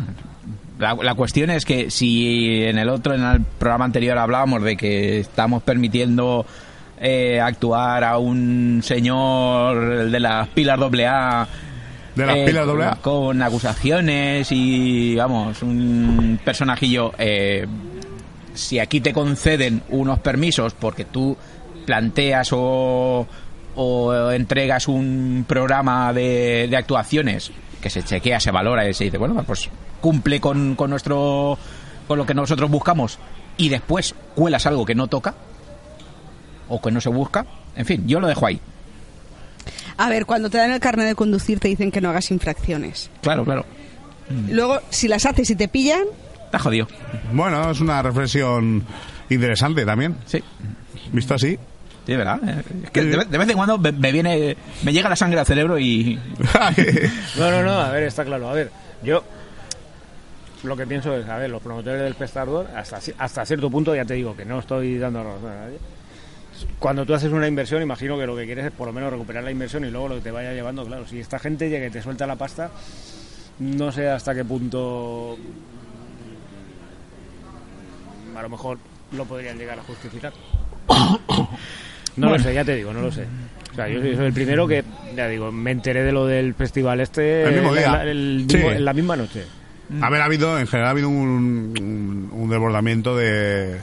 Speaker 3: La, la cuestión es que si en el otro, en el programa anterior hablábamos de que estamos permitiendo eh, actuar a un señor el de las pilas doble A...
Speaker 2: De
Speaker 1: Eh,
Speaker 2: las pilas doble A.
Speaker 3: Eh, Con acusaciones y, vamos, un personajillo... eh, si aquí te conceden unos permisos porque tú planteas o, o entregas un programa de, de actuaciones que se chequea, se valora y se dice, bueno, pues cumple con, con nuestro con lo que nosotros buscamos y después cuelas algo que no toca o que no se busca, en fin, yo lo dejo ahí.
Speaker 4: A ver, cuando te dan el carnet de conducir te dicen que no hagas infracciones.
Speaker 3: Claro, claro.
Speaker 2: Mm.
Speaker 4: Luego, si las haces y te pillan,
Speaker 3: Está jodido.
Speaker 2: Bueno, es una reflexión interesante también,
Speaker 3: Sí.
Speaker 2: visto así.
Speaker 3: Sí, ¿verdad? Eh, Es que de, de vez en cuando me, me viene me llega la sangre al cerebro y
Speaker 1: No, no, no, a ver, está claro. A ver, yo lo que pienso es, a ver, los promotores del Festardor, hasta, ci- hasta cierto punto, ya te digo que no estoy dando la razón a nadie. Cuando tú haces una inversión, imagino que lo que quieres es por lo menos recuperar la inversión y luego lo que te vaya llevando, claro, si esta gente ya que te suelta la pasta, no sé hasta qué punto mm, a lo mejor lo podrían llegar a justificar. No lo sé, ya te digo, no lo sé. O sea, yo soy soy el primero que, ya digo, me enteré de lo del festival este
Speaker 2: El mismo
Speaker 1: eh,
Speaker 2: día.
Speaker 1: la- el
Speaker 2: Sí.
Speaker 1: mismo- en la misma noche.
Speaker 2: A ver, ha habido, en general ha habido un, un- un desbordamiento de,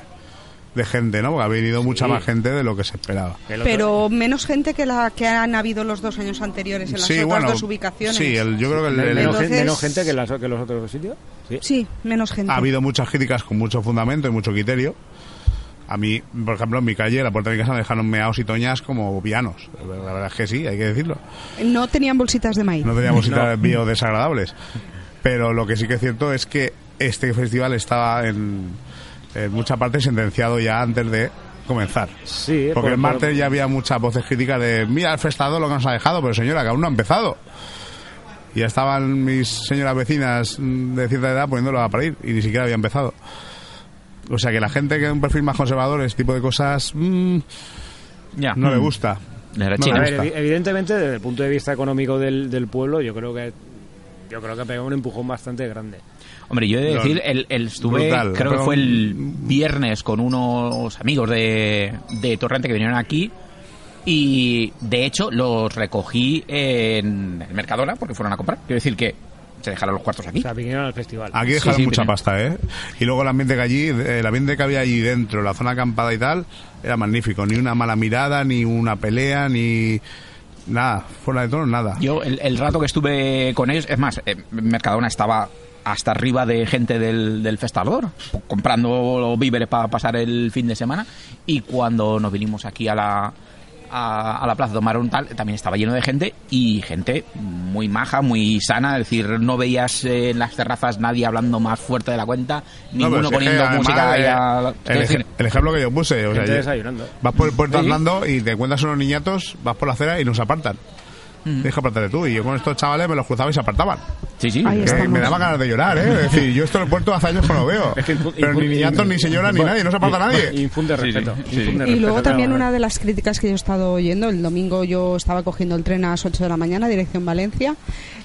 Speaker 2: de gente, ¿no? Porque ha venido mucha más gente de lo que se esperaba.
Speaker 1: El otro-
Speaker 4: pero menos gente que la que han habido los dos años anteriores en las otras dos ubicaciones.
Speaker 2: Sí, el- yo creo que el-
Speaker 1: menos,
Speaker 2: el-
Speaker 1: menos
Speaker 4: Entonces-
Speaker 1: gen- menos gente que, las- que los otros dos sitios. Sí.
Speaker 4: Sí, menos gente.
Speaker 2: ha habido muchas críticas con mucho fundamento y mucho criterio. A mí, por ejemplo, en mi calle, en la puerta de mi casa, me dejaron meaos y toñas como vianos. La verdad es que sí, hay que decirlo.
Speaker 4: No tenían bolsitas de maíz.
Speaker 2: No teníamos citas biodesagradables. Pero lo que sí que es cierto es que este festival estaba en, en mucha parte sentenciado ya antes de comenzar.
Speaker 1: Sí,
Speaker 2: Porque
Speaker 1: por-
Speaker 2: el martes
Speaker 1: por-
Speaker 2: ya había muchas voces críticas de mira el festado lo que nos ha dejado, pero señora, que aún no ha empezado. Y ya estaban mis señoras vecinas mm, de cierta edad poniéndolo a parir y ni siquiera había empezado. O sea que la gente que es un perfil más conservador, ese tipo de cosas, mm,
Speaker 3: ya.
Speaker 2: no le gusta.
Speaker 3: De la
Speaker 2: No le
Speaker 3: China.
Speaker 1: A ver,
Speaker 2: gusta.
Speaker 1: evi- evidentemente, desde el punto de vista económico del, del pueblo, yo creo que yo creo que ha pegado un empujón bastante grande.
Speaker 3: Hombre, yo he de
Speaker 2: No,
Speaker 3: decir, el, el estuve,
Speaker 2: brutal,
Speaker 3: creo que
Speaker 2: pero-
Speaker 3: fue el viernes con unos amigos de, de Torrente que vinieron aquí y de hecho los recogí en el Mercadona porque fueron a comprar. Quiero decir que se dejaron los cuartos
Speaker 1: O
Speaker 3: aquí.
Speaker 1: sea, vinieron al festival.
Speaker 2: Aquí
Speaker 3: Sí,
Speaker 2: dejaron
Speaker 3: sí,
Speaker 2: mucha
Speaker 3: pero-
Speaker 2: pasta, ¿eh? Y luego el ambiente que allí, eh, el ambiente que había allí dentro, la zona acampada y tal, era magnífico. Ni una mala mirada, ni una pelea, ni nada. Fuera de tono, nada.
Speaker 3: Yo el, el rato que estuve con ellos, es más, eh, Mercadona estaba hasta arriba de gente del, del festador, comprando los víveres para pasar el fin de semana y cuando nos vinimos aquí a la, a, a la plaza a tomar un tal, también estaba lleno de gente y gente muy maja, muy sana, es decir, no veías eh, en las terrazas nadie hablando más fuerte de la cuenta,
Speaker 2: No, pero
Speaker 3: ninguno
Speaker 2: si es que
Speaker 3: poniendo
Speaker 2: además,
Speaker 3: música. ahí
Speaker 2: eh,
Speaker 3: a-
Speaker 2: el,
Speaker 3: quiero decir,
Speaker 2: ej- el ejemplo que yo puse, o sea,
Speaker 1: Gente
Speaker 2: yo-
Speaker 1: desayunando.
Speaker 2: vas por el puerto
Speaker 3: Sí.
Speaker 2: andando y te encuentras unos niñatos, vas por la acera y nos apartan.
Speaker 3: Mm.
Speaker 2: Tienes que apartarte tú. Y yo con estos chavales me los cruzaba y se apartaban.
Speaker 3: sí, sí,
Speaker 4: Ahí
Speaker 2: Que
Speaker 4: estamos.
Speaker 2: me daba ganas de llorar, ¿eh? Es decir, yo esto en el puerto hace años que no lo veo.
Speaker 1: Es que infu-
Speaker 2: Pero ni
Speaker 1: infu-
Speaker 2: niñatos, ni señoras, ni
Speaker 1: infu-
Speaker 2: nadie, no se aparta nadie.
Speaker 1: Infunde
Speaker 3: Sí, sí,
Speaker 1: respeto.
Speaker 3: sí.
Speaker 1: infunde
Speaker 4: Y luego
Speaker 1: respeto,
Speaker 4: también
Speaker 1: claro.
Speaker 4: una de las críticas que yo he estado oyendo, el domingo yo estaba cogiendo el tren a las 8 de la mañana, dirección Valencia,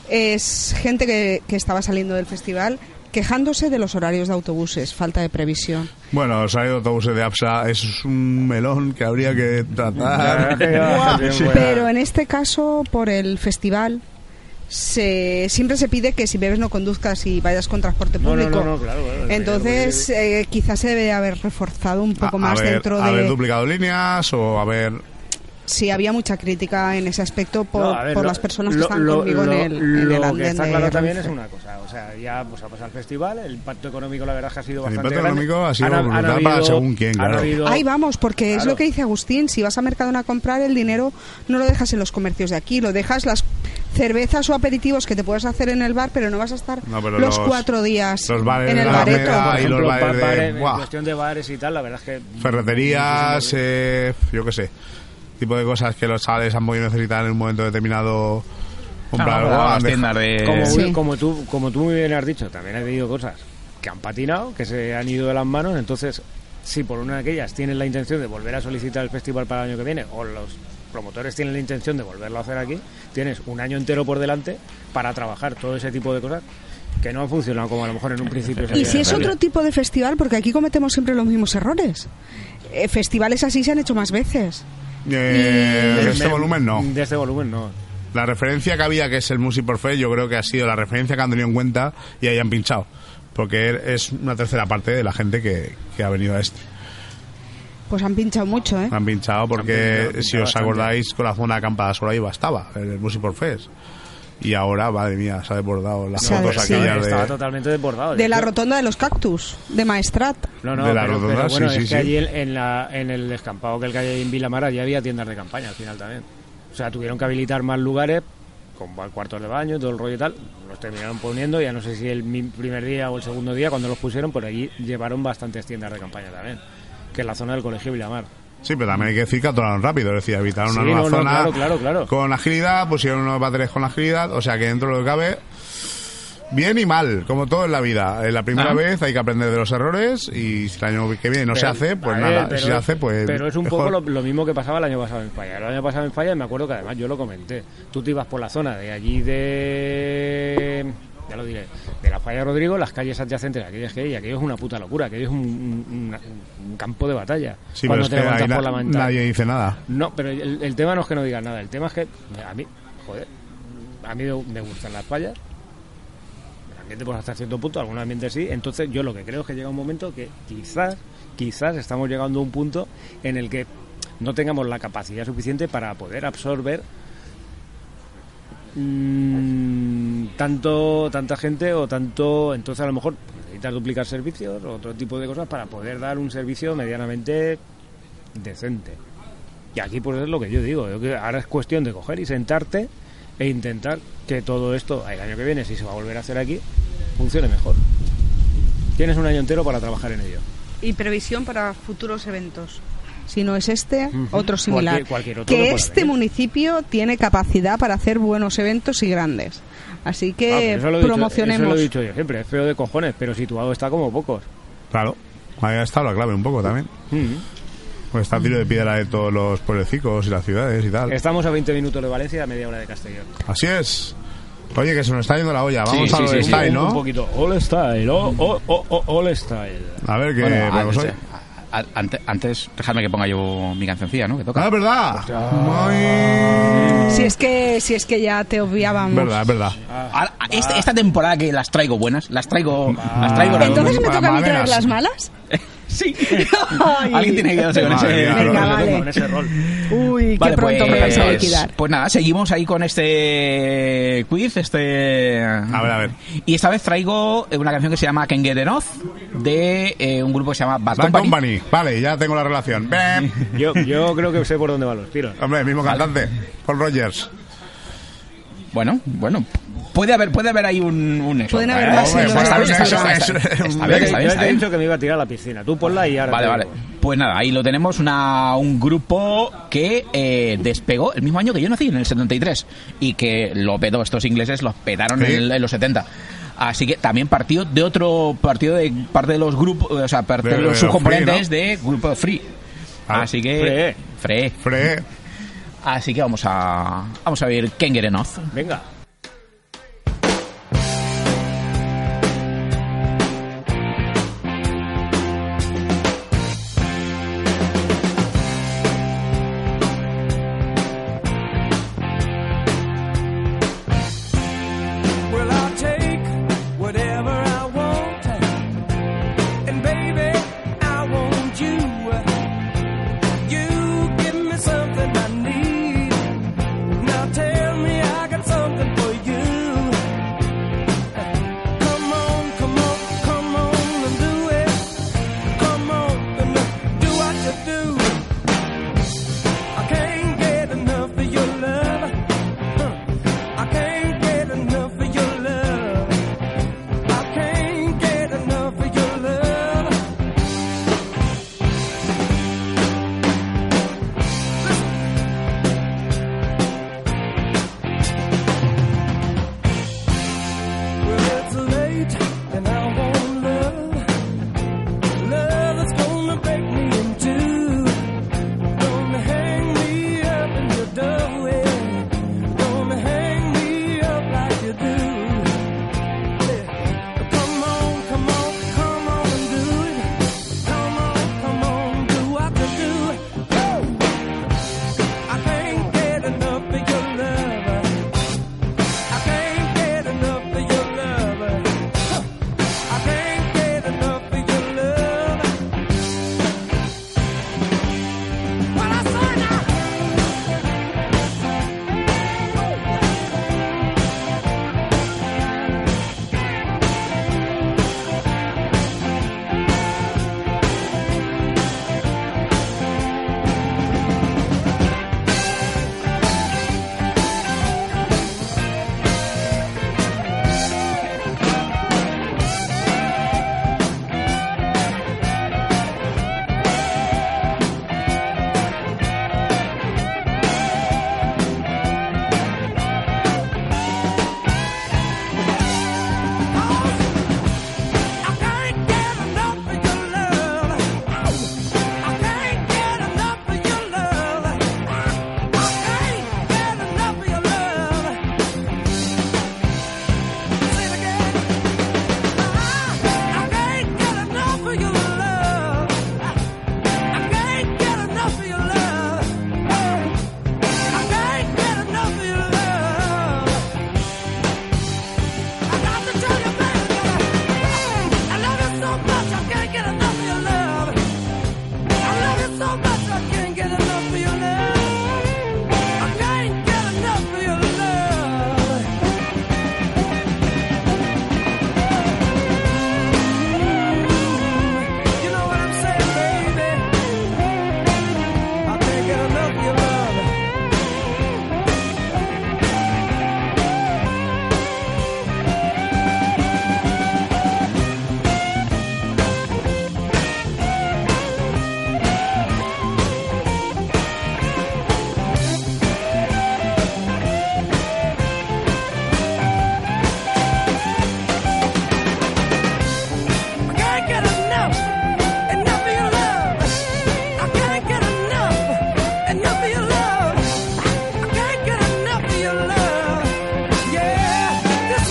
Speaker 4: es gente que, que estaba saliendo del festival quejándose de los horarios de autobuses, falta de previsión.
Speaker 2: Bueno, el salario de autobuses de APSA es un melón que habría que
Speaker 1: La verdad
Speaker 2: tratar.
Speaker 1: Ah, es que lleva bastante tiempo ya.
Speaker 4: Pero en este caso, por el festival, se, siempre se pide que si bebes no conduzcas y vayas con transporte
Speaker 1: No, no,
Speaker 4: público.
Speaker 1: no, no, claro, claro, es que-
Speaker 4: Entonces, eh, quizás se debe haber reforzado un poco más
Speaker 2: haber,
Speaker 4: dentro de...
Speaker 2: haber duplicado líneas o haber
Speaker 4: Sí, había mucha crítica en ese aspecto por,
Speaker 1: No, a ver,
Speaker 4: por
Speaker 1: lo-
Speaker 4: las personas que
Speaker 1: lo-
Speaker 4: están
Speaker 1: lo-
Speaker 4: conmigo
Speaker 1: lo-
Speaker 4: en el, en el
Speaker 1: Lo
Speaker 4: andén
Speaker 1: que está
Speaker 4: de
Speaker 1: claro también es
Speaker 4: Renfe.
Speaker 1: una cosa, o sea, ya pues ha pasado el festival, el impacto económico la verdad es que ha sido
Speaker 2: El
Speaker 1: bastante
Speaker 2: impacto
Speaker 1: grande.
Speaker 2: económico ha sido brutal para según quién,
Speaker 1: han
Speaker 2: claro.
Speaker 1: habido-
Speaker 4: Ahí vamos, porque es
Speaker 1: Claro.
Speaker 4: lo que dice Agustín, si vas a Mercadona a comprar el dinero no lo dejas en los comercios de aquí, lo dejas las cervezas o aperitivos que te puedes hacer en el bar, pero no vas a estar
Speaker 2: No, pero
Speaker 4: los,
Speaker 2: los-
Speaker 4: cuatro días
Speaker 2: los bares
Speaker 4: en
Speaker 2: de
Speaker 4: el
Speaker 2: la
Speaker 4: bareto.
Speaker 2: Alameda
Speaker 1: por
Speaker 2: y los
Speaker 1: ejemplo,
Speaker 2: bares de-
Speaker 1: bares, en
Speaker 2: Buah.
Speaker 1: cuestión de bares y tal, la verdad es que
Speaker 2: ferreterías, eh, yo qué sé, tipo de cosas que los chavales han podido necesitar en un momento determinado. Comprar
Speaker 3: Ah,
Speaker 2: algo,
Speaker 3: las
Speaker 2: han dejado-
Speaker 3: tiendas de-
Speaker 1: como,
Speaker 4: Sí.
Speaker 1: muy- como tú como tú muy bien has dicho también ha habido cosas que han patinado que se han ido de las manos entonces si por una de aquellas tienen la intención de volver a solicitar el festival para el año que viene o los promotores tienen la intención de volverlo a hacer aquí tienes un año entero por delante para trabajar todo ese tipo de cosas que no han funcionado como a lo mejor en un principio se
Speaker 4: Y
Speaker 1: había
Speaker 4: si es
Speaker 1: planeado.
Speaker 4: otro tipo de festival, porque aquí cometemos siempre los mismos errores. Eh, festivales así se han hecho más veces.
Speaker 2: Eh, de este volumen no.
Speaker 1: de este volumen no
Speaker 2: La referencia que había, que es el Music por Fe, yo creo que ha sido la referencia que han tenido en cuenta y hayan pinchado. Porque es una tercera parte de la gente que, que ha venido a este.
Speaker 4: Pues han pinchado mucho, ¿eh?
Speaker 2: Han pinchado porque,
Speaker 1: pinchado,
Speaker 2: si os
Speaker 1: bastante.
Speaker 2: acordáis, con la zona de acampada sola iba estaba, el Music por Fest. Y ahora, madre mía, se ha desbordado las
Speaker 4: Se ha-
Speaker 2: fotos
Speaker 4: sí.
Speaker 2: aquellas de...
Speaker 1: estaba totalmente desbordado
Speaker 4: De la
Speaker 1: Yo-
Speaker 4: rotonda de los cactus, de Maestrat.
Speaker 1: No, no,
Speaker 2: De la
Speaker 1: pero,
Speaker 2: rotonda,
Speaker 1: pero bueno,
Speaker 2: sí,
Speaker 1: es que
Speaker 2: sí, sí.
Speaker 1: allí en, en la, en el descampado que el calle en Vilamara ya había tiendas de campaña al final también. O sea, tuvieron que habilitar más lugares, con ba- cuartos de baño, todo el rollo y tal. Los terminaron poniendo, ya no sé si el mi- primer día o el segundo día, cuando los pusieron, por allí llevaron bastantes tiendas de campaña también. Que es la zona del colegio Vilamar.
Speaker 2: Sí, pero también hay que decir que atoraron rápido, es decir, evitaron
Speaker 1: Sí,
Speaker 2: una nueva
Speaker 1: no, no,
Speaker 2: zona
Speaker 1: claro, claro, claro.
Speaker 2: con agilidad, pusieron unos baterías con agilidad, o sea que dentro de lo que cabe, bien y mal, como todo en la vida. Eh, la primera
Speaker 3: Ah.
Speaker 2: vez hay que aprender de los errores y si el año que viene no se
Speaker 1: Pero-
Speaker 2: hace, pues
Speaker 1: a ver,
Speaker 2: nada,
Speaker 1: pero
Speaker 2: si se
Speaker 1: es-
Speaker 2: hace, pues...
Speaker 1: Pero es un
Speaker 2: mejor.
Speaker 1: poco lo, lo mismo que pasaba el año pasado en Falla. El año pasado en Falla, me acuerdo que además yo lo comenté. Tú te ibas por la zona de allí de. Ya lo diré. De la Falla Rodrigo, las calles adyacentes, aquellas que hay, aquello es una puta locura, aquello es un, un- un- un campo de batalla.
Speaker 2: Sí, pero
Speaker 1: cuando
Speaker 2: es
Speaker 1: te
Speaker 2: que ahí
Speaker 1: levantas
Speaker 2: na-
Speaker 1: por la ventana.
Speaker 2: nadie dice nada.
Speaker 1: No, pero el, el tema no es que no digas nada, el tema es que a mí, joder, a mí me me gustan las fallas, el ambiente pues hasta cierto punto, algún ambiente sí, entonces yo lo que creo es que llega un momento que quizás, quizás estamos llegando a un punto en el que no tengamos la capacidad suficiente para poder absorber mm, tanto tanta gente o tanto entonces a lo mejor necesitas duplicar servicios o otro tipo de cosas para poder dar un servicio medianamente decente y aquí pues es lo que yo digo, yo que ahora es cuestión de coger y sentarte e intentar que todo esto, el año que viene, si se va a volver a hacer aquí, funcione mejor. Tienes un año entero para trabajar en ello.
Speaker 4: Y previsión para futuros eventos. Si no es este, otro similar.
Speaker 1: Cualquier- cualquier otro
Speaker 4: que
Speaker 1: no puede
Speaker 4: este
Speaker 1: venir.
Speaker 4: municipio tiene capacidad para hacer buenos eventos y grandes. Así
Speaker 1: Ah,
Speaker 4: que
Speaker 1: pero eso lo he dicho-
Speaker 4: Eh, promocionemos.
Speaker 1: eso lo he dicho yo siempre, es feo de cojones, pero situado está como pocos. Mm.
Speaker 2: Claro, ahí está la clave un poco también. Pues está a tiro de piedra de todos los pueblecicos y las ciudades y tal.
Speaker 1: Estamos a 20 minutos de Valencia y a media hora de Castellón.
Speaker 2: Así es. Oye, que se nos está yendo la olla, vamos
Speaker 3: Sí,
Speaker 2: a
Speaker 3: sí,
Speaker 2: lo
Speaker 3: sí,
Speaker 2: de
Speaker 3: sí.
Speaker 2: style,
Speaker 1: un,
Speaker 2: ¿no?
Speaker 1: un poquito, all style, oh, oh, oh, oh, all style.
Speaker 2: A ver, que...
Speaker 3: Bueno,
Speaker 2: pero
Speaker 3: antes,
Speaker 2: soy-
Speaker 3: a- a- ante- antes, dejadme que ponga yo mi cancioncilla, ¿no? Que toca.
Speaker 2: Ah, es verdad. Muy-
Speaker 4: Si es que, si es que ya te obviábamos.
Speaker 2: Verdad, es verdad.
Speaker 3: Ahora, esta, Ah, este, esta temporada que las traigo buenas, las traigo,
Speaker 2: Ah.
Speaker 3: las traigo. las-
Speaker 4: Entonces me
Speaker 2: Para
Speaker 4: toca a mí traer
Speaker 2: maderas.
Speaker 4: las malas.
Speaker 3: sí.
Speaker 4: Ay.
Speaker 3: Alguien tiene que quedarse con
Speaker 2: Madre
Speaker 3: ese.
Speaker 2: mía,
Speaker 4: Venga,
Speaker 1: Con ese-
Speaker 4: vale.
Speaker 1: Con ese rol.
Speaker 4: Uy,
Speaker 3: Vale,
Speaker 4: que pronto me
Speaker 3: pues,
Speaker 4: vais a liquidar.
Speaker 3: Pues nada, seguimos ahí con este quiz, este... A
Speaker 2: ver, a ver.
Speaker 3: Y esta vez traigo una canción que se llama Can Get Enough, de eh, un grupo que se llama Bad,
Speaker 2: Bad
Speaker 3: Company.
Speaker 2: Company. Vale, ya tengo la relación. Bem.
Speaker 1: Yo, yo creo que sé por dónde van los tiros.
Speaker 2: Hombre, mismo cantante. Paul Rogers.
Speaker 3: Bueno, bueno, puede haber, puede haber ahí un... un nexo,
Speaker 4: Pueden haber
Speaker 3: ¿eh?
Speaker 4: más,
Speaker 3: Hombre,
Speaker 4: sí,
Speaker 3: pues
Speaker 4: lo
Speaker 3: está bien,
Speaker 4: que
Speaker 3: está bien,
Speaker 2: pasa.
Speaker 3: está bien, está
Speaker 1: Yo
Speaker 3: bien,
Speaker 1: te-
Speaker 3: está
Speaker 1: yo
Speaker 3: bien, está
Speaker 1: te he
Speaker 3: bien.
Speaker 1: dicho que me iba a tirar a la piscina. Tú ponla y ahora.
Speaker 3: Vale,
Speaker 1: te
Speaker 3: vale.
Speaker 1: digo.
Speaker 3: Pues nada, ahí lo tenemos, una, un grupo que eh, despegó el mismo año que yo nací, en el 73, y que lo pedó, estos ingleses los pedaron
Speaker 2: Sí.
Speaker 3: en, el- en los 70. Así que también partió de otro partido de parte de los grupos, o sea, parte
Speaker 2: De-
Speaker 3: de,
Speaker 2: de
Speaker 3: los
Speaker 2: los
Speaker 3: subcomponentes
Speaker 2: Free,
Speaker 3: de Grupo Free.
Speaker 2: Ah,
Speaker 3: Así que
Speaker 1: Free.
Speaker 3: Free.
Speaker 2: Fre.
Speaker 3: Así que vamos a vamos a ver Can't Get Enough.
Speaker 1: Venga.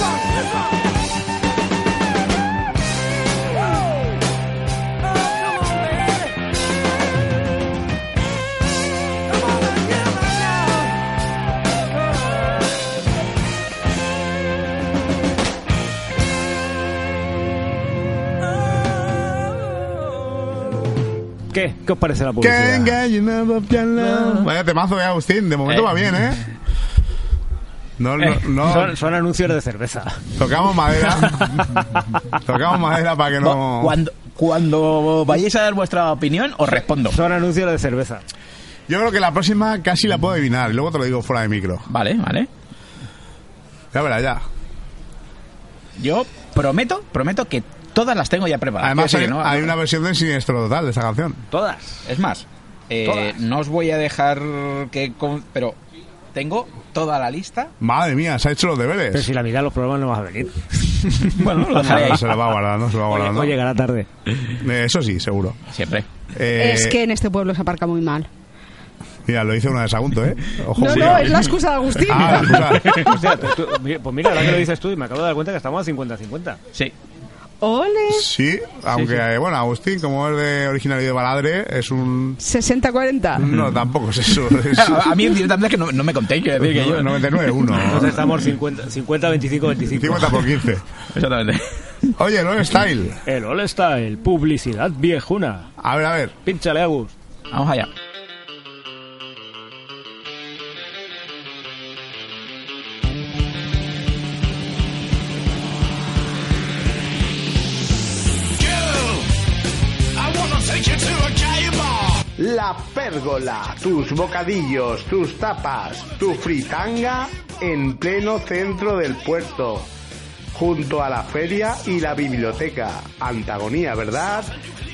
Speaker 8: Oh,
Speaker 1: ¿Qué os parece la
Speaker 3: Pues
Speaker 1: publicidad?
Speaker 2: Can't get you never can love. Vaya temazo, eh, Agustín. De momento
Speaker 3: Eh.
Speaker 2: va bien, ¿eh? No, no,
Speaker 3: Eh,
Speaker 2: no.
Speaker 1: Son, son anuncios de cerveza.
Speaker 2: Tocamos madera. Tocamos madera para que no.
Speaker 3: Cuando, cuando vayáis a dar vuestra opinión, os respondo.
Speaker 1: Son anuncios de cerveza.
Speaker 2: Yo creo que la próxima casi la puedo adivinar. y Luego te lo digo fuera de micro.
Speaker 3: Vale, vale.
Speaker 2: Ya verás, ya.
Speaker 3: Yo prometo, prometo que todas las tengo Ah, ya preparadas.
Speaker 2: Además,
Speaker 3: Quiero
Speaker 2: hay,
Speaker 3: decir, no-
Speaker 2: hay
Speaker 3: no-
Speaker 2: una versión de Siniestro Total de esa canción.
Speaker 1: Todas.
Speaker 3: Es más, eh,
Speaker 1: Todas.
Speaker 3: no os voy a dejar que... con- Pero tengo toda la lista.
Speaker 2: Madre mía, se ha hecho los
Speaker 1: Pero
Speaker 2: deberes.
Speaker 1: si la mitad de los programas no vas a venir.
Speaker 3: Bueno, lo dejaré
Speaker 2: No,
Speaker 3: ahí.
Speaker 2: se la va guardando, se la va
Speaker 1: Oye,
Speaker 2: guardando.
Speaker 1: no llegará tarde.
Speaker 2: Eh, Eso sí, seguro.
Speaker 3: Siempre.
Speaker 2: Eh,
Speaker 4: Es que en este pueblo se aparca muy mal.
Speaker 2: Mira, lo hice una de Sagunto, ¿eh? Ojo,
Speaker 4: No, no,
Speaker 2: cuidado.
Speaker 4: es la excusa de Agustín.
Speaker 2: Ah, excusa.
Speaker 1: O sea, tú- tú- mira, pues mira, ahora que lo dices tú, y me acabo de dar cuenta que estamos a 50-50.
Speaker 3: Sí.
Speaker 4: Ole.
Speaker 2: Sí, aunque, eh, bueno, Agustín, como es de originario de Baladre, es un...
Speaker 4: 60-40.
Speaker 2: No, tampoco es eso. Es
Speaker 3: A, a mí directamente es que no, no me contéis, quiero decir que yo...
Speaker 2: 99-1.
Speaker 1: Entonces estamos 50, 50 25, 25.
Speaker 2: 50 por 15.
Speaker 3: Exactamente.
Speaker 2: Oye, no style.
Speaker 1: El All Style, publicidad viejuna.
Speaker 2: A ver, a ver.
Speaker 1: Pínchale, Agus.
Speaker 3: Vamos allá.
Speaker 9: La Pérgola, tus bocadillos, tus tapas, tu fritanga en pleno centro del puerto, junto a la feria y la biblioteca. Antagonía, ¿verdad?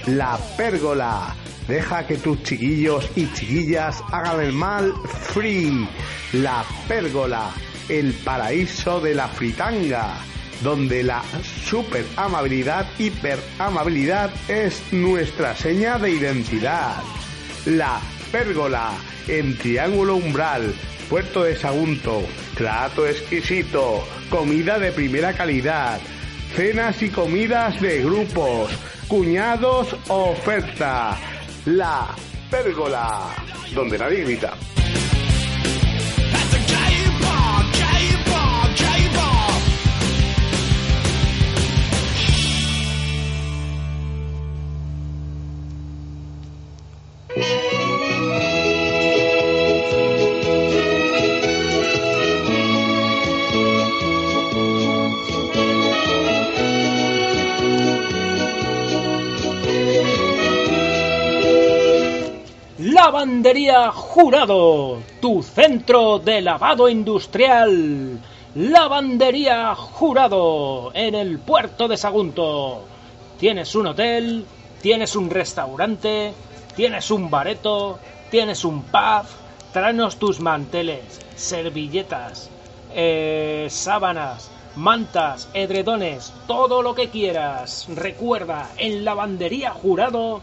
Speaker 9: La Pérgola. Deja que tus chiquillos y chiquillas hagan el mal free. La Pérgola, el paraíso de la fritanga donde la super amabilidad, hiper amabilidad es nuestra seña de identidad. La pérgola en triángulo umbral, puerto de Sagunto, trato exquisito, comida de primera calidad, cenas y comidas de grupos, cuñados, oferta. La pérgola, donde nadie grita.
Speaker 8: Lavandería Jurado, tu centro de lavado industrial. Lavandería Jurado, en el puerto de Sagunto. Tienes un hotel, tienes un restaurante, tienes un bareto, tienes un pub. Tráenos tus manteles, servilletas, eh, sábanas, mantas, edredones, todo lo que quieras. Recuerda, en Lavandería Jurado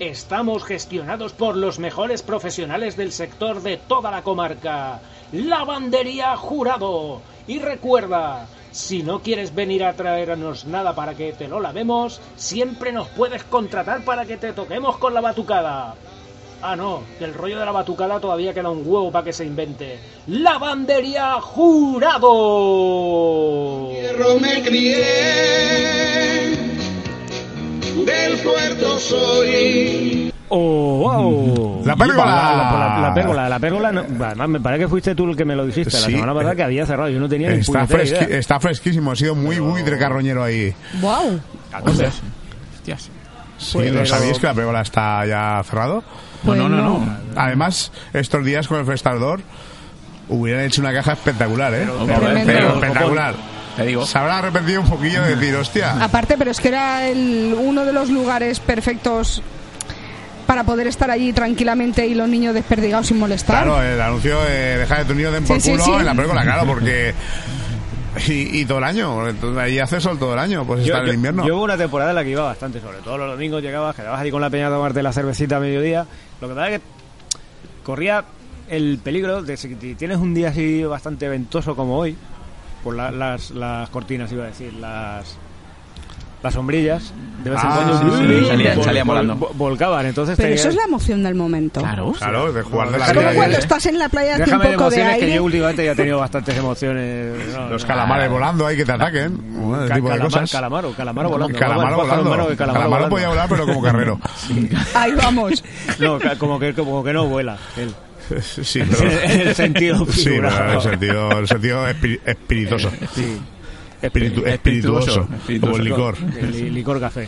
Speaker 8: Estamos gestionados por los mejores profesionales del sector de toda la comarca. Lavandería Jurado. Y recuerda, si no quieres venir a traernos nada para que te lo lavemos, siempre nos puedes contratar para que te toquemos con la batucada. Ah, no, que el rollo de la batucada todavía queda un huevo para que se invente. Lavandería Jurado.
Speaker 9: me crié, del puerto soy.
Speaker 1: Oh, wow.
Speaker 2: La pérgola.
Speaker 1: La, la- la- la pérgola, la pérgola. no- además, me parece que fuiste tú el que me lo dijiste la
Speaker 2: Sí.
Speaker 1: semana pasada que había cerrado. Yo no tenía ni
Speaker 2: Está,
Speaker 1: puñetera
Speaker 2: fresqui-
Speaker 1: idea.
Speaker 2: está fresquísimo, ha sido muy buitre carroñero ahí.
Speaker 4: Wow.
Speaker 1: A tope.
Speaker 3: Hostias.
Speaker 2: Sí,
Speaker 1: Pues,
Speaker 2: ¿Lo
Speaker 1: pero-
Speaker 2: sabíais que la pérgola está ya cerrado?
Speaker 3: No, no, no, no.
Speaker 2: Además, estos días con el Festardor hubieran hecho una caja espectacular, ¿eh?
Speaker 3: Tremendo.
Speaker 2: Pero espectacular.
Speaker 3: Te digo.
Speaker 2: Se habrá arrepentido un poquillo de decir, hostia.
Speaker 4: Aparte, pero es que era el- uno de los lugares perfectos para poder estar allí tranquilamente y los niños desperdigados sin molestar.
Speaker 2: Claro, el anuncio de dejar de tu niño den por
Speaker 4: Sí, sí,
Speaker 2: culo
Speaker 4: sí.
Speaker 2: en la pérgola, claro, porque. Y, y todo el año, entonces, ahí hace sol todo el año, pues está en el invierno.
Speaker 1: yo hubo una temporada en la que iba bastante, sobre todo los domingos llegabas, quedabas allí con la peña a tomarte la cervecita a mediodía. Lo que pasa es que corría el peligro de si ti- tienes un día así bastante ventoso como hoy, por la- las, las cortinas, iba a decir, las, las sombrillas. De vez en
Speaker 2: Ah,
Speaker 1: cuando
Speaker 2: sí,
Speaker 3: sí, salían-
Speaker 1: vol-
Speaker 3: salían
Speaker 1: vol-
Speaker 3: volando.
Speaker 1: vol- volcaban, entonces
Speaker 4: Pero
Speaker 1: te-
Speaker 4: eso es la emoción del momento.
Speaker 3: Claro.
Speaker 2: Claro, de jugar de
Speaker 1: Es
Speaker 2: la
Speaker 4: Es
Speaker 1: Claro, ya,
Speaker 2: vida.
Speaker 4: como
Speaker 2: ¿eh?
Speaker 1: ya,
Speaker 4: cuando
Speaker 1: ya.
Speaker 4: estás en la playa hace un
Speaker 1: Déjame de
Speaker 4: poco de
Speaker 1: emociones que yo
Speaker 4: aire.
Speaker 1: últimamente ya he tenido bastantes emociones. No,
Speaker 2: Los
Speaker 1: no.
Speaker 2: calamares volando ahí que te ataquen. Bueno, ese
Speaker 1: Ca-
Speaker 2: tipo de
Speaker 1: calamar-
Speaker 2: cosas.
Speaker 1: Calamaro, calamaro volando.
Speaker 2: Calamaro
Speaker 1: Vamos, pájaro
Speaker 2: volando.
Speaker 1: humano que
Speaker 2: Calamaro,
Speaker 1: volando.
Speaker 2: podía volar, pero como carrero.
Speaker 4: Ahí vamos.
Speaker 1: No, ca- como que, como que no vuela. él.
Speaker 2: Sí,
Speaker 1: En el sentido
Speaker 2: Sí, pero en
Speaker 1: figurado.
Speaker 2: el sentido, en el sentido espiri- espirituoso.
Speaker 1: Sí.
Speaker 2: Espiritu-
Speaker 3: Espirituoso.
Speaker 2: espirituoso,
Speaker 3: Espirituoso.
Speaker 2: como el licor.
Speaker 1: Li- licor café.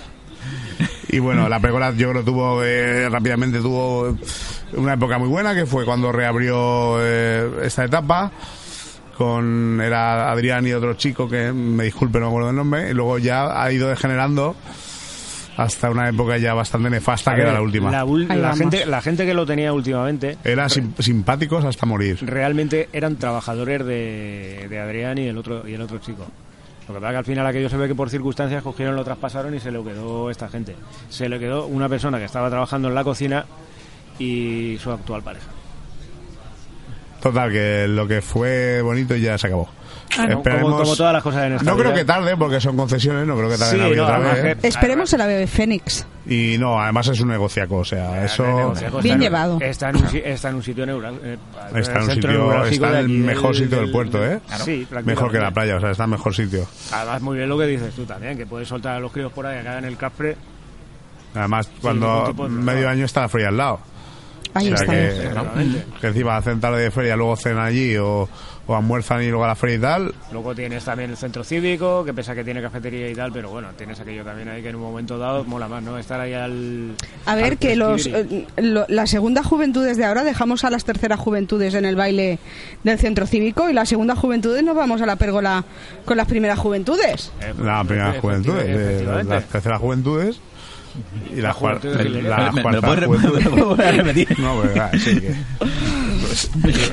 Speaker 2: Y bueno, la película yo creo tuvo eh, rápidamente tuvo eh, una época muy buena que fue cuando reabrió eh, esta etapa con era Adrián y otro chico que me disculpe no me acuerdo el nombre y luego ya ha ido degenerando hasta una época ya bastante nefasta que era la última.
Speaker 1: Eh,
Speaker 2: Eh.
Speaker 1: La, ul-
Speaker 4: Ahí
Speaker 1: la
Speaker 4: vamos.
Speaker 1: gente, la gente que lo tenía últimamente
Speaker 2: Era sim- simpáticos hasta morir.
Speaker 1: realmente eran trabajadores de, de Adrián y el otro y el otro chico. Lo que pasa que al final aquello se ve que por circunstancias cogieron, lo traspasaron y se lo quedó esta gente. Se le quedó una persona que estaba trabajando en la cocina y su actual pareja.
Speaker 2: Total, que lo que fue bonito ya se acabó.
Speaker 1: Ah, Como- Como, como todas las cosas en esta
Speaker 2: no creo
Speaker 1: vida.
Speaker 2: que tarde, porque son concesiones, no creo que tarde
Speaker 1: Sí,
Speaker 2: en abrir
Speaker 1: no,
Speaker 2: otra
Speaker 1: además
Speaker 2: vez.
Speaker 1: que-
Speaker 4: Esperemos a la bebé Fénix.
Speaker 2: Y no, además es un negociaco, o
Speaker 1: Eh,
Speaker 2: sea, eso...
Speaker 1: Negocio,
Speaker 4: Bien
Speaker 1: en-
Speaker 4: llevado.
Speaker 1: Está en un, si- está en un sitio neural. eh,
Speaker 2: Está en un
Speaker 1: el centro
Speaker 2: sitio,
Speaker 1: neurálgico
Speaker 2: está
Speaker 1: de
Speaker 2: en el
Speaker 1: aquí
Speaker 2: mejor sitio del puerto, ¿eh?
Speaker 1: Sí,
Speaker 2: Mejor que la
Speaker 1: prácticamente.
Speaker 2: playa, o sea, está en mejor sitio.
Speaker 1: Además, muy bien lo que dices tú también, que puedes soltar a los críos por ahí, que hagan el caspre.
Speaker 2: Además,
Speaker 1: ningún
Speaker 2: cuando
Speaker 1: tipo de problema.
Speaker 2: medio año está la feria al lado.
Speaker 4: Ahí
Speaker 2: o sea,
Speaker 4: estamos.
Speaker 2: que, que encima hacen tarde de feria, luego cenan allí o, o almuerzan y luego a la feria y tal.
Speaker 1: Luego tienes también el centro cívico, que pesa que tiene cafetería y tal, pero bueno, tienes aquello también ahí que en un momento dado mola más, ¿no? Estar ahí al...
Speaker 4: A ver,
Speaker 1: al
Speaker 4: que los,
Speaker 1: escribir
Speaker 4: eh, lo- la segunda juventud desde ahora dejamos a las terceras juventudes en el baile del centro cívico y la segunda juventudes nos vamos a la pérgola con las primeras juventudes.
Speaker 1: y-
Speaker 2: La primera
Speaker 1: Efecti-
Speaker 2: juventud, eh, las
Speaker 1: pues, efectivamente.
Speaker 2: las terceras juventudes y las cuar-
Speaker 1: juventud del-
Speaker 2: las
Speaker 3: ¿Me- me lo
Speaker 2: cuartas
Speaker 3: puedes re-
Speaker 2: juventudes.
Speaker 3: me lo puedes repetir?
Speaker 2: No, verdad, sí que... Juventudes.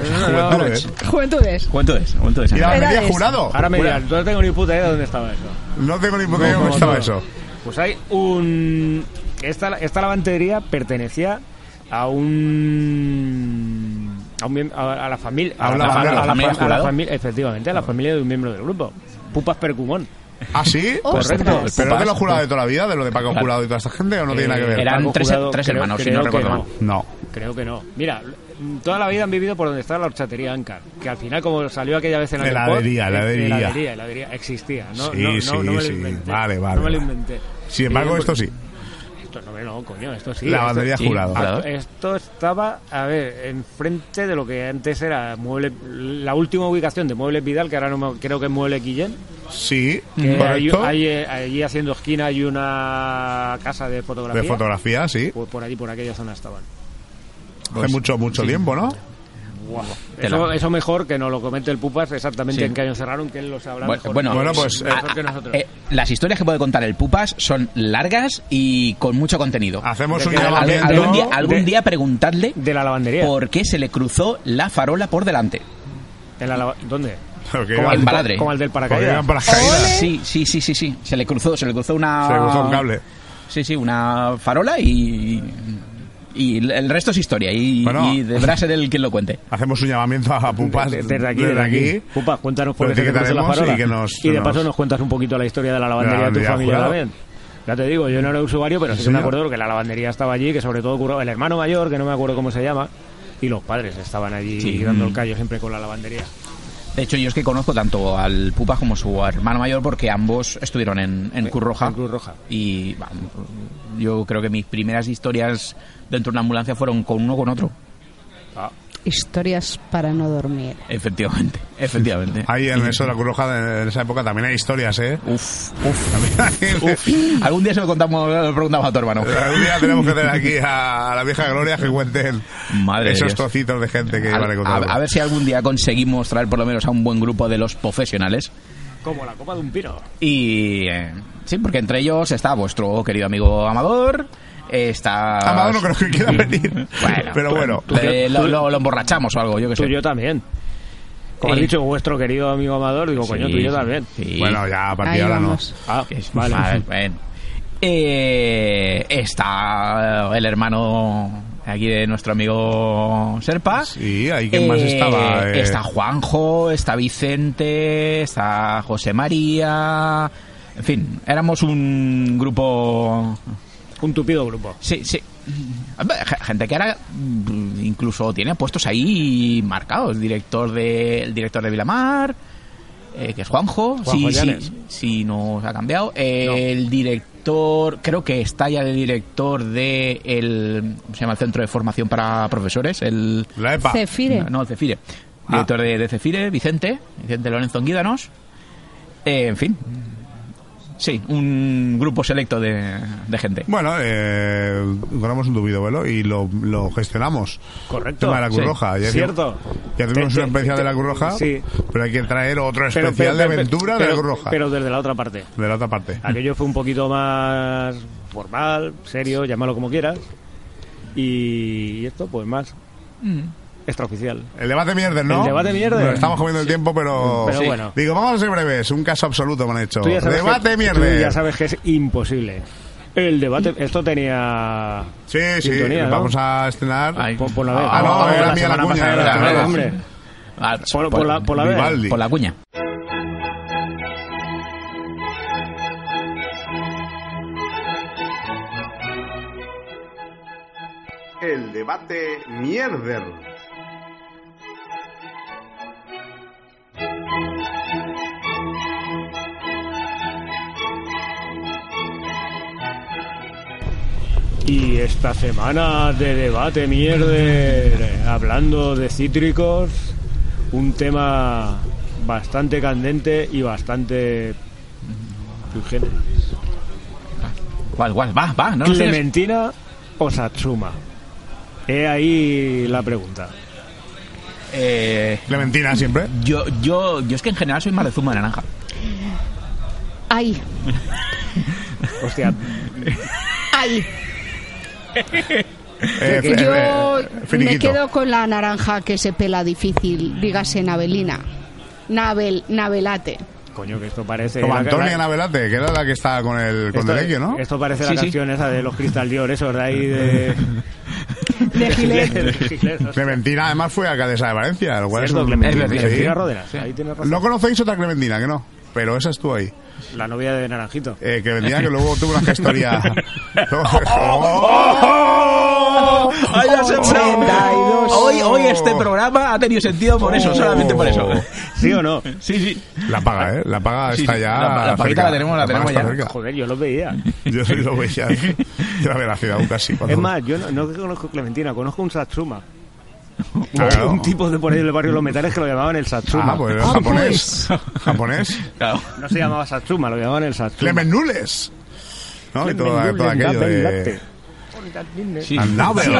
Speaker 4: Juventudes.
Speaker 3: ¿Cuánto es? ¿Cuánto es?
Speaker 2: Y la
Speaker 4: Era
Speaker 2: media
Speaker 4: eso.
Speaker 2: jurado.
Speaker 1: Ahora me dirán, no tengo ni puta idea de dónde estaba eso.
Speaker 2: No tengo ni idea
Speaker 1: No,
Speaker 2: cómo
Speaker 1: no,
Speaker 2: estaba
Speaker 1: no.
Speaker 2: eso.
Speaker 1: Pues hay un... Esta, esta lavandería pertenecía a un... A, un miem- a- a la familia
Speaker 2: A Ah. un
Speaker 1: la,
Speaker 2: lavandero.
Speaker 1: a la- a la-
Speaker 3: ¿Familia
Speaker 1: a la
Speaker 3: jurado?
Speaker 1: familia efectivamente a la familia de un miembro del grupo Pupas Percumón
Speaker 2: ¿Ah, sí?
Speaker 1: Oh.
Speaker 3: Pues
Speaker 4: Ostras.
Speaker 1: Correcto.
Speaker 2: ¿Pero no de
Speaker 3: Pupas.
Speaker 2: los jurados de toda la vida? ¿De lo de Paco Jurado y toda esta gente? ¿O no tiene nada que ver?
Speaker 3: Eran
Speaker 1: Eh, Paco
Speaker 3: tres-
Speaker 1: Jurado,
Speaker 3: tres
Speaker 1: creo-
Speaker 3: hermanos, si
Speaker 1: creo
Speaker 3: no recuerdo
Speaker 1: que
Speaker 3: mal.
Speaker 2: No.
Speaker 1: Creo que no. Mira, toda la vida han vivido por donde está la horchatería Ancar, que al final, como salió aquella vez en la
Speaker 2: Heladería, heladería.
Speaker 1: heladería, heladería, existía. No,
Speaker 2: Sí,
Speaker 1: no, no,
Speaker 2: sí,
Speaker 1: no me lo
Speaker 2: sí.
Speaker 1: inventé.
Speaker 2: Vale, vale,
Speaker 1: No me lo
Speaker 2: vale.
Speaker 1: inventé.
Speaker 2: Sin embargo,
Speaker 1: Eh,
Speaker 2: esto sí.
Speaker 1: Esto no, no, coño, esto sí.
Speaker 2: La
Speaker 1: esto-
Speaker 2: bandería
Speaker 3: sí.
Speaker 2: jurado.
Speaker 3: Ah,
Speaker 1: esto, esto estaba, a ver, enfrente de lo que antes era mueble, la última ubicación de Muebles Vidal, que ahora no me- creo que es Mueble Guillén.
Speaker 2: Sí,
Speaker 1: que
Speaker 3: Mm.
Speaker 1: hay-
Speaker 2: correcto.
Speaker 1: hay, eh, allí haciendo esquina hay una casa de fotografía.
Speaker 2: De fotografía, sí.
Speaker 1: Pues por allí, por aquella zona estaban.
Speaker 2: Hace mucho, mucho tiempo, ¿no?
Speaker 1: Eso,
Speaker 3: Tela.
Speaker 1: eso mejor que nos lo comente el Pupas exactamente
Speaker 3: Sí.
Speaker 1: en qué año cerraron, que él lo sabrá
Speaker 3: Bueno,
Speaker 1: mejor.
Speaker 3: bueno,
Speaker 1: que-
Speaker 2: Bueno, pues,
Speaker 1: mejor
Speaker 2: eh,
Speaker 1: que nosotros.
Speaker 3: Eh, las historias que puede contar el Pupas son largas y con mucho contenido.
Speaker 2: Hacemos
Speaker 1: De
Speaker 2: un
Speaker 1: que
Speaker 3: Al-
Speaker 1: También,
Speaker 2: llamamiento.
Speaker 3: algún
Speaker 1: ¿no?
Speaker 3: día, algún
Speaker 1: De-
Speaker 3: día preguntadle
Speaker 1: de la lavandería.
Speaker 3: por qué se le cruzó la farola por delante.
Speaker 1: En la lava- ¿Dónde?
Speaker 2: Porque
Speaker 1: Como
Speaker 2: iban-
Speaker 1: al-
Speaker 3: el Baladre.
Speaker 1: Como el del
Speaker 2: porque
Speaker 1: paracaídas.
Speaker 2: iban para las caídas.
Speaker 3: Sí, sí, sí, sí, sí. Se le cruzó, se le cruzó una.
Speaker 2: Se le
Speaker 1: Ah.
Speaker 2: cruzó un cable.
Speaker 3: Sí, sí, una farola y. Y el resto es historia. Y,
Speaker 2: Bueno.
Speaker 3: y deberá ser el quien lo cuente.
Speaker 2: Hacemos un llamamiento a Pupas
Speaker 1: De- desde aquí, desde aquí. Pupas, cuéntanos por
Speaker 2: Lo
Speaker 1: qué te cruzó la
Speaker 2: etiquetaremos
Speaker 1: farola.
Speaker 2: y Pues que nos-
Speaker 1: Y de
Speaker 2: nos-
Speaker 1: paso nos cuentas un poquito la historia de la lavandería de tu
Speaker 2: lavandería,
Speaker 1: familia
Speaker 2: jurado.
Speaker 1: también. Ya te digo, yo no era usuario, pero sí que me
Speaker 2: señor.
Speaker 1: acuerdo que la lavandería estaba allí, que sobre todo curraba el hermano mayor, que no me acuerdo cómo se llama, y los padres estaban allí
Speaker 3: Sí.
Speaker 1: dando
Speaker 2: Mm.
Speaker 1: el callo siempre con la lavandería.
Speaker 3: De hecho, yo es que conozco tanto al Pupas como su hermano mayor porque ambos estuvieron en, en Cruz Roja.
Speaker 2: Ah.
Speaker 1: en Cruz Roja.
Speaker 3: Y bah, yo creo que mis primeras historias dentro de una ambulancia fueron con uno o con otro.
Speaker 4: Historias para no dormir.
Speaker 3: Efectivamente, efectivamente.
Speaker 2: Ahí en eso de la Cruz Roja, en esa época, también hay historias, ¿eh?
Speaker 3: Uf,
Speaker 2: También hay-
Speaker 3: uf. Algún día se lo contamos, lo preguntamos a tu hermano.
Speaker 2: Algún día tenemos que tener aquí a, a la vieja Gloria que cuenten
Speaker 3: Madre de
Speaker 2: esos
Speaker 3: Dios.
Speaker 2: trocitos de gente que
Speaker 3: A,
Speaker 2: van a encontrar.
Speaker 3: a- a ver si algún día conseguimos traer por lo menos a un buen grupo de los profesionales.
Speaker 1: Como la copa de un pino.
Speaker 3: Y eh, sí, porque entre ellos está vuestro querido amigo Amador. Está.
Speaker 2: Amado no creo que quiera venir.
Speaker 3: Bueno,
Speaker 2: pero bueno.
Speaker 3: eh, lo, lo- lo emborrachamos o algo, yo que
Speaker 1: Tú
Speaker 3: sé.
Speaker 1: y yo también. Como
Speaker 3: Eh.
Speaker 1: ha dicho vuestro querido amigo Amador, digo, coño,
Speaker 3: Sí,
Speaker 1: tú y yo
Speaker 3: sí,
Speaker 1: también.
Speaker 3: sí.
Speaker 2: Bueno, ya a partir
Speaker 4: Ahí
Speaker 2: de ahora no.
Speaker 4: vamos.
Speaker 1: Ah,
Speaker 3: Es-
Speaker 1: vale.
Speaker 3: vale, bueno. Eh, está el hermano aquí de nuestro amigo Serpa.
Speaker 2: Sí, ahí quién más estaba, eh.
Speaker 3: Está Juanjo, está Vicente, está José María, En fin, éramos un grupo
Speaker 1: Un tupido grupo.
Speaker 3: Sí, sí. Hombre, ge- Gente que ahora mm, incluso tiene puestos ahí marcados. El director de, el director de Vilamar, eh, que es Juanjo.
Speaker 1: Juanjo
Speaker 3: sí,
Speaker 1: Llanes.
Speaker 3: sí, sí, nos ha cambiado. Eh, El director, creo que está ya el director de el, ¿cómo se llama? el Centro de Formación para Profesores, el...
Speaker 2: La EPA.
Speaker 10: Cefire.
Speaker 3: No, el Cefire.
Speaker 1: Ah.
Speaker 3: Director de, de Cefire, Vicente, Vicente Lorenzo Guídanos. Eh, en fin. Sí, un grupo selecto de, de gente.
Speaker 2: Bueno, eh, compramos un tubido vuelo y lo, lo gestionamos.
Speaker 1: Correcto.
Speaker 2: El tema de la Cruz
Speaker 3: sí.
Speaker 2: Roja. Ya
Speaker 1: Cierto.
Speaker 2: Ya tuvimos
Speaker 1: Te-
Speaker 2: una
Speaker 1: te-
Speaker 2: especial
Speaker 1: te-
Speaker 2: de la Cruz Roja,
Speaker 1: sí.
Speaker 2: pero hay que traer otro especial de aventura de la
Speaker 1: pero-
Speaker 2: Cruz Roja.
Speaker 1: Pero desde la otra parte.
Speaker 2: de la otra parte.
Speaker 1: Aquello fue un poquito más formal, serio, llámalo como quieras. Y esto, pues más extraoficial.
Speaker 2: El debate mierda, ¿no?
Speaker 1: El debate mierda.
Speaker 2: Nos estamos comiendo el tiempo, pero...
Speaker 1: Pero bueno.
Speaker 2: Digo, vamos a ser breves. Un caso absoluto me han hecho.
Speaker 1: Tú ya sabes
Speaker 2: Debate
Speaker 1: que,
Speaker 2: mierda.
Speaker 1: tú ya sabes que es imposible. El debate, esto tenía
Speaker 2: Sí, sí.
Speaker 1: sintonía, ¿no?
Speaker 2: Vamos a estrenar...
Speaker 3: Ay,
Speaker 1: por, por la vez.
Speaker 2: Ah, no,
Speaker 1: Por
Speaker 2: era
Speaker 1: la
Speaker 2: mía la
Speaker 1: semana
Speaker 2: cuña,
Speaker 1: pasada,
Speaker 2: era,
Speaker 1: claro,
Speaker 2: era.
Speaker 1: hombre.
Speaker 3: Ah,
Speaker 1: Por, por la, por la vez.
Speaker 2: Vivaldi.
Speaker 3: por la cuña.
Speaker 11: El debate mierder.
Speaker 1: Y esta semana de debate mierder, hablando de cítricos, un tema bastante candente y bastante... sui generis.
Speaker 3: ¿Cuál, cuál? Va, va. No nos tienes-
Speaker 1: ¿Clementina o Satsuma? He ahí la pregunta.
Speaker 3: Eh,
Speaker 2: Clementina siempre.
Speaker 3: yo, yo, yo es que en general soy más de zumo de naranja.
Speaker 10: Ahí.
Speaker 1: Hostia,
Speaker 10: Ahí.
Speaker 2: Eh, fe-
Speaker 10: Yo
Speaker 2: eh,
Speaker 10: me
Speaker 2: finiquito.
Speaker 10: quedo con la naranja que se pela difícil, dígase Navelina. Navel, Navelate.
Speaker 1: coño, que esto parece...
Speaker 2: Como
Speaker 1: la-
Speaker 2: Antonia
Speaker 1: la-
Speaker 2: Navelate, que era la que estaba con el con
Speaker 1: esto,
Speaker 2: Delecchio, ¿no?
Speaker 1: esto parece
Speaker 3: Sí,
Speaker 1: la
Speaker 3: sí.
Speaker 1: canción esa de los Crystal Dior, eso, de ahí de...
Speaker 10: De Gilet.
Speaker 1: de Gilet, hostia.
Speaker 2: Clementina además fue alcaldesa de Valencia, lo cual es
Speaker 1: Cierto,
Speaker 2: un-
Speaker 1: Clementina,
Speaker 3: sí.
Speaker 1: Clementina Ródenas, ahí tienes razón.
Speaker 2: No conocéis otra Clementina, que no. Pero esa estuvo ahí.
Speaker 1: La novia de Naranjito.
Speaker 2: Eh, Clementina que luego tuvo una gestoría.
Speaker 3: Ay, ya se-
Speaker 2: 82.
Speaker 3: Hoy, hoy este programa ha tenido sentido por eso, solamente por eso.
Speaker 1: ¿Sí o no?
Speaker 3: Sí, sí.
Speaker 2: La paga, ¿eh? La paga
Speaker 3: Sí,
Speaker 2: está
Speaker 3: sí,
Speaker 2: ya.
Speaker 3: la- la paguita
Speaker 2: cerca.
Speaker 3: la tenemos, la
Speaker 2: paga
Speaker 3: tenemos
Speaker 2: está cerca.
Speaker 1: Joder, yo los veía.
Speaker 2: Yo soy lo veía. Yo la veo en la ciudad aún casi. cuando- Ah,
Speaker 1: Es más, yo no, no conozco Clementina, conozco un Satsuma.
Speaker 2: Claro.
Speaker 1: Un tipo de por ahí del barrio Los Metales que lo llamaban el Satsuma.
Speaker 2: Ah, pues era
Speaker 10: Ah,
Speaker 2: japonés. Japonés.
Speaker 3: Claro.
Speaker 1: No se llamaba Satsuma, lo llamaban el Satsuma.
Speaker 2: Clement Nules. ¿No? Y todo, todo aquello de.
Speaker 3: Sí.
Speaker 2: Andaba.
Speaker 10: Sí.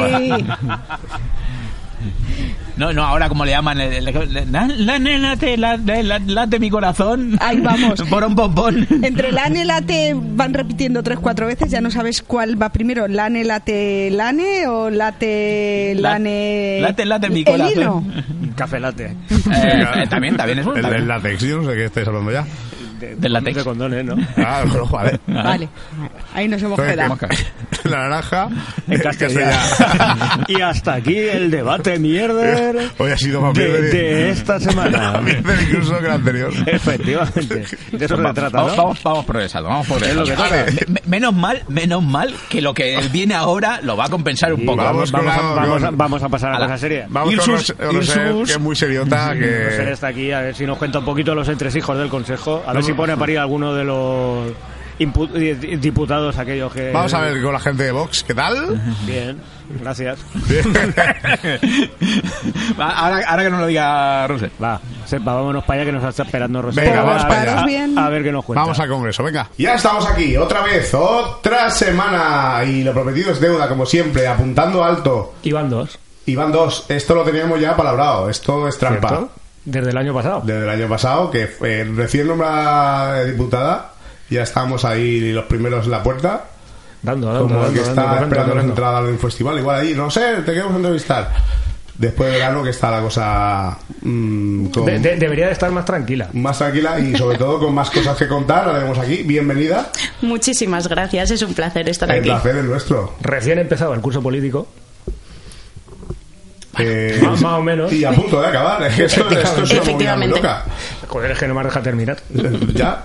Speaker 3: No, no, ahora como le llaman. el- el- el- la, la nena te la, la- la- late mi corazón.
Speaker 10: Ahí vamos.
Speaker 3: Por un bombón.
Speaker 4: Entre lane, late van repitiendo tres, cuatro veces, ya no sabes cuál va primero, lane, late, lane o late,
Speaker 3: La-
Speaker 4: lane...
Speaker 3: late, late, mi
Speaker 4: el
Speaker 3: corazón.
Speaker 4: hilo.
Speaker 1: Café latte.
Speaker 3: Eh, eh, también, también es
Speaker 2: El
Speaker 3: bueno.
Speaker 2: del látex, yo no sé qué estáis hablando ya.
Speaker 1: De,
Speaker 3: Del látex.
Speaker 1: de condones, ¿no?
Speaker 2: Ah, bueno, vale.
Speaker 4: Vale, ahí nos hemos
Speaker 2: Entonces,
Speaker 4: quedado.
Speaker 2: La naranja. eh,
Speaker 1: En
Speaker 2: el
Speaker 1: castellano. y hasta aquí el debate mierder
Speaker 2: Hoy ha sido más
Speaker 1: de,
Speaker 2: mierder.
Speaker 1: de esta semana.
Speaker 2: Más mierder incluso que el anterior.
Speaker 1: Efectivamente. De eso se trata,
Speaker 3: Vamos,
Speaker 1: ¿no?
Speaker 3: vamos, vamos progresando, vamos progresando.
Speaker 1: Es lo que toca.
Speaker 3: Me- me- menos mal, menos mal que lo que viene ahora lo va a compensar un
Speaker 1: Y
Speaker 3: poco.
Speaker 1: vamos,
Speaker 2: Vamos con
Speaker 1: vamos, a,
Speaker 2: la-
Speaker 1: vamos, a,
Speaker 2: con-
Speaker 1: vamos a pasar a
Speaker 3: a la-
Speaker 1: cosa seria.
Speaker 2: Vamos
Speaker 3: Irsus,
Speaker 2: con Roser- Roser,
Speaker 3: Irsus.
Speaker 2: que es muy seriota.
Speaker 1: Roser
Speaker 2: Que...
Speaker 1: Pues está aquí, a ver si nos cuenta un poquito los entresijos del Consejo, a ver si pone a parir alguno de los impu- di- diputados aquellos que...
Speaker 2: Vamos a ver con la gente de Vox, ¿qué tal?
Speaker 1: Bien, gracias.
Speaker 3: ahora, ahora que no lo diga Russell.
Speaker 1: Va, sepa, vámonos para allá que nos está esperando Rosa.
Speaker 2: Venga, vamos
Speaker 1: a,
Speaker 2: para allá.
Speaker 1: a-
Speaker 4: Bien.
Speaker 1: a ver qué nos cuenta.
Speaker 2: Vamos al Congreso, venga. Ya estamos aquí, otra vez, otra semana. Y lo prometido es deuda, como siempre, apuntando alto.
Speaker 1: Y van dos,
Speaker 2: Y van dos, esto lo teníamos ya palabrado, esto es trampa.
Speaker 1: ¿cierto? Desde el año pasado.
Speaker 2: desde el año pasado, que fue recién nombrada diputada, ya estábamos ahí los primeros en la puerta,
Speaker 1: Dando, dando,
Speaker 2: como
Speaker 1: dando,
Speaker 2: el que
Speaker 1: dando,
Speaker 2: está
Speaker 1: corriendo,
Speaker 2: esperando la
Speaker 1: corriendo.
Speaker 2: entrada de un festival, igual ahí, no sé, te queremos entrevistar. Después de verano que está la cosa mm, con-
Speaker 1: De- de- debería de estar más tranquila.
Speaker 2: más tranquila y sobre todo con más cosas que contar, la tenemos aquí, bienvenida,
Speaker 9: Muchísimas gracias, es un placer estar
Speaker 2: el
Speaker 9: aquí.
Speaker 2: placer es nuestro.
Speaker 1: Recién empezaba el curso político.
Speaker 2: Eh,
Speaker 1: Más- más o menos.
Speaker 2: Y a punto de acabar, esto, esto es una movida muy
Speaker 9: Efectivamente.
Speaker 2: loca.
Speaker 1: Joder, es que no me deja terminar.
Speaker 2: ya.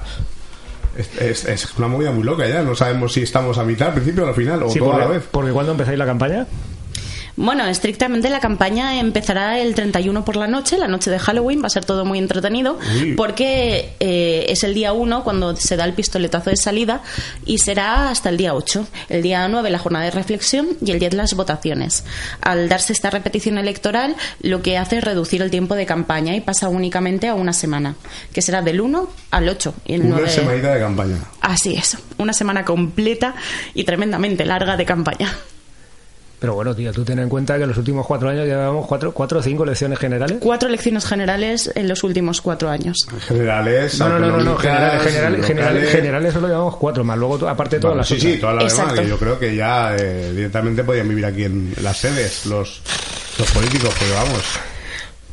Speaker 2: Es, es- es una movida muy loca ya, no sabemos si estamos a mitad, al principio o al final, o
Speaker 1: Sí,
Speaker 2: todo a
Speaker 1: porque,
Speaker 2: la vez.
Speaker 1: porque cuando empezáis la campaña,
Speaker 9: Bueno, estrictamente la campaña empezará el 31 por la noche, la noche de Halloween, va a ser todo muy entretenido,
Speaker 12: Uy.
Speaker 9: porque eh, es el día 1 cuando se da el pistoletazo de salida y será hasta el día 8. El día 9 la jornada de reflexión y el 10 las votaciones. Al darse esta repetición electoral, lo que hace es reducir el tiempo de campaña y pasa únicamente a una semana, que será del 1 al 8. Y el
Speaker 2: Una
Speaker 1: eh.
Speaker 9: 9
Speaker 2: semanita de campaña.
Speaker 9: Así es, una semana completa y tremendamente larga de campaña.
Speaker 1: pero bueno, tío, tú ten en cuenta que en los últimos cuatro años llevamos cuatro, cuatro o cinco elecciones generales.
Speaker 9: Cuatro elecciones generales en los últimos cuatro años.
Speaker 2: Generales,
Speaker 1: No, no, no, no, no, generales,
Speaker 2: autonómicas,
Speaker 1: generales, generales,
Speaker 2: locales.
Speaker 1: generales solo llevamos cuatro, más luego to- aparte todas
Speaker 2: Bueno,
Speaker 1: las
Speaker 2: sí,
Speaker 1: otras.
Speaker 2: sí, todas las demás,
Speaker 1: Exacto.
Speaker 2: que yo creo que ya eh, directamente podían vivir aquí en las sedes, los, los políticos, porque vamos,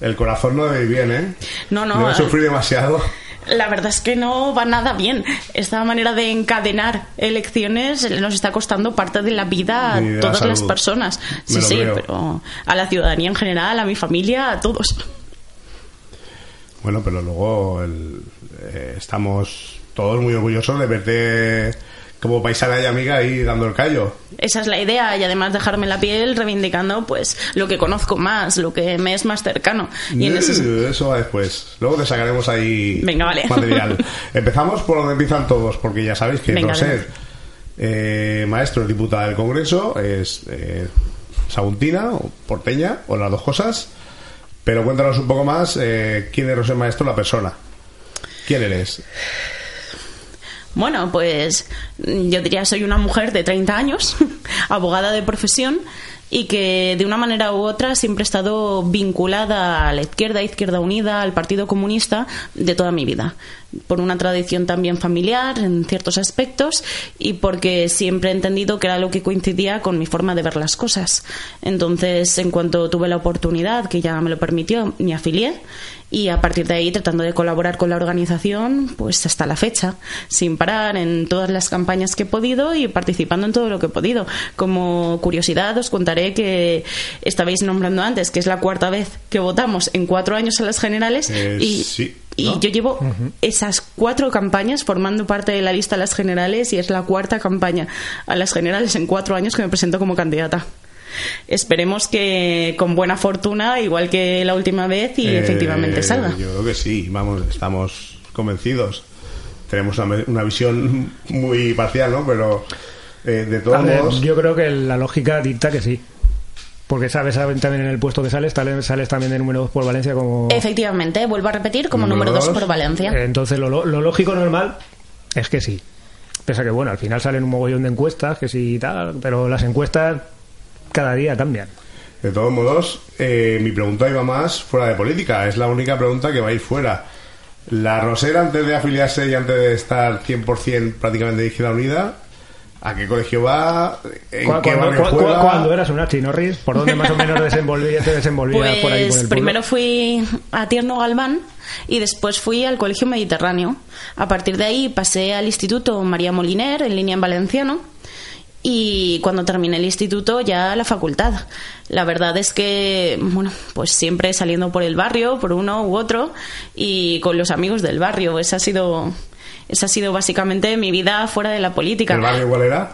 Speaker 2: el corazón no debe ir bien, ¿eh?
Speaker 9: No, no,
Speaker 2: Debe
Speaker 9: eh.
Speaker 2: sufrir demasiado.
Speaker 9: La verdad es que no va nada bien. Esta manera de encadenar elecciones nos está costando parte de la vida a
Speaker 2: Y de la
Speaker 9: todas las
Speaker 2: salud.
Speaker 9: personas.
Speaker 2: Me
Speaker 9: Sí,
Speaker 2: lo
Speaker 9: sí,
Speaker 2: creo.
Speaker 9: pero a la ciudadanía en general, a mi familia, a todos.
Speaker 2: Bueno, pero luego el- eh, estamos todos muy orgullosos de verte como paisana y amiga ahí dando el callo.
Speaker 9: Esa es la idea y además dejarme la piel reivindicando pues lo que conozco más, lo que me es más cercano. Y en ese
Speaker 2: Eh, Eso va después. Luego te sacaremos ahí
Speaker 9: Venga, vale.
Speaker 2: material. Empezamos por donde empiezan todos, porque ya sabéis que
Speaker 9: Venga,
Speaker 2: no sé.
Speaker 9: venga.
Speaker 2: eh, maestro, diputada del Congreso, es eh, saguntina o porteña, o las dos cosas. Pero cuéntanos un poco más eh, quién es José Maestro, la persona. ¿Quién eres?
Speaker 9: Bueno, pues yo diría soy una mujer de 30 años, abogada de profesión y que de una manera u otra siempre he estado vinculada a la izquierda, Izquierda Unida, al Partido Comunista de toda mi vida. Por una tradición también familiar en ciertos aspectos y porque siempre he entendido que era lo que coincidía con mi forma de ver las cosas. Entonces, en cuanto tuve la oportunidad, que ya me lo permitió, me afilié y a partir de ahí tratando de colaborar con la organización pues hasta la fecha sin parar en todas las campañas que he podido y participando en todo lo que he podido como curiosidad os contaré que estabais nombrando antes que es la cuarta vez que votamos en cuatro años a las generales
Speaker 2: Eh,
Speaker 9: y
Speaker 2: sí,
Speaker 9: y
Speaker 2: ¿no?
Speaker 9: yo llevo
Speaker 2: Ujú.
Speaker 9: esas cuatro campañas formando parte de la lista a las generales y es la cuarta campaña a las generales en cuatro años que me presento como candidata. Esperemos que con buena fortuna, igual que la última vez, y
Speaker 2: Eh,
Speaker 9: efectivamente salga.
Speaker 2: Yo creo que sí, vamos, estamos convencidos. Tenemos una, una visión muy parcial, ¿no? Pero eh, de todos
Speaker 1: A ver,
Speaker 2: modos.
Speaker 1: yo creo que la lógica dicta que sí. Porque sabes saben también en el puesto que sales, tal- sales también de número 2 por Valencia como...
Speaker 9: Efectivamente, vuelvo a repetir, como número dos por Valencia.
Speaker 1: Eh, Entonces lo, lo- lo lógico normal es que sí. Pese a que bueno, al final salen un mogollón de encuestas, que sí y tal, pero las encuestas cada día cambian.
Speaker 2: De todos modos, eh, mi pregunta iba más fuera de política. Es la única pregunta que va a ir fuera. La Rosera, antes de afiliarse y antes de estar 100% prácticamente de Izquierda Unida, ¿a qué colegio va? ¿En
Speaker 1: Cu-
Speaker 2: qué
Speaker 1: cuando,
Speaker 2: barrio
Speaker 1: cu- cu-
Speaker 2: juega?
Speaker 1: cuando eras una chinorris, ¿por dónde más o menos desenvolvías, te desenvolvías por ahí por
Speaker 9: Pues
Speaker 1: el pueblo?
Speaker 9: primero fui a Tierno Galván y después fui al Colegio Mediterráneo. A partir de ahí pasé al Instituto María Moliner, en línea en valenciano. Y cuando terminé el instituto ya la facultad. La verdad es que, bueno, pues siempre saliendo por el barrio, por uno u otro, y con los amigos del barrio. Esa ha sido, esa ha sido básicamente mi vida fuera de la política.
Speaker 2: ¿El barrio cuál era?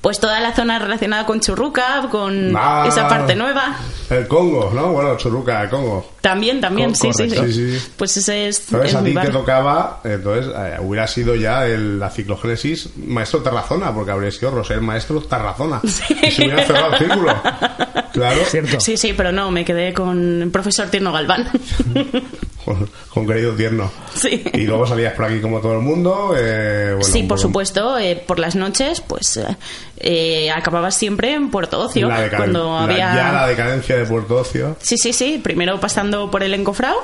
Speaker 9: Pues toda la zona relacionada con Churruca, con
Speaker 2: Ah.
Speaker 9: esa parte nueva.
Speaker 2: El Congo, ¿no? Bueno, Churruca, el Congo.
Speaker 9: También, también, sí, sí,
Speaker 2: correcto.
Speaker 9: sí,
Speaker 2: Sí, sí.
Speaker 9: Pues ese es,
Speaker 2: Entonces
Speaker 9: es
Speaker 2: a
Speaker 9: mi
Speaker 2: ti te
Speaker 9: barrio.
Speaker 2: tocaba, entonces eh, hubiera sido ya el- la ciclogénesis maestro Tarrazona, porque habría sido Roser maestro Tarrazona. Y se hubiera cerrado el círculo. Claro.
Speaker 9: Sí, sí, pero no, me quedé con el profesor Tierno Galván.
Speaker 2: Con, con querido tierno.
Speaker 9: Sí.
Speaker 2: Y luego salías por aquí como todo el mundo. eh, bueno,
Speaker 9: sí,
Speaker 2: un
Speaker 9: por
Speaker 2: poco-
Speaker 9: supuesto, eh, por las noches, pues eh, eh, acababa siempre en Puerto Ocio.
Speaker 2: La decaden-
Speaker 9: cuando
Speaker 2: la-
Speaker 9: había.
Speaker 2: Ya la decadencia de Puerto Ocio.
Speaker 9: Sí, sí, sí, primero pasando por el encofrado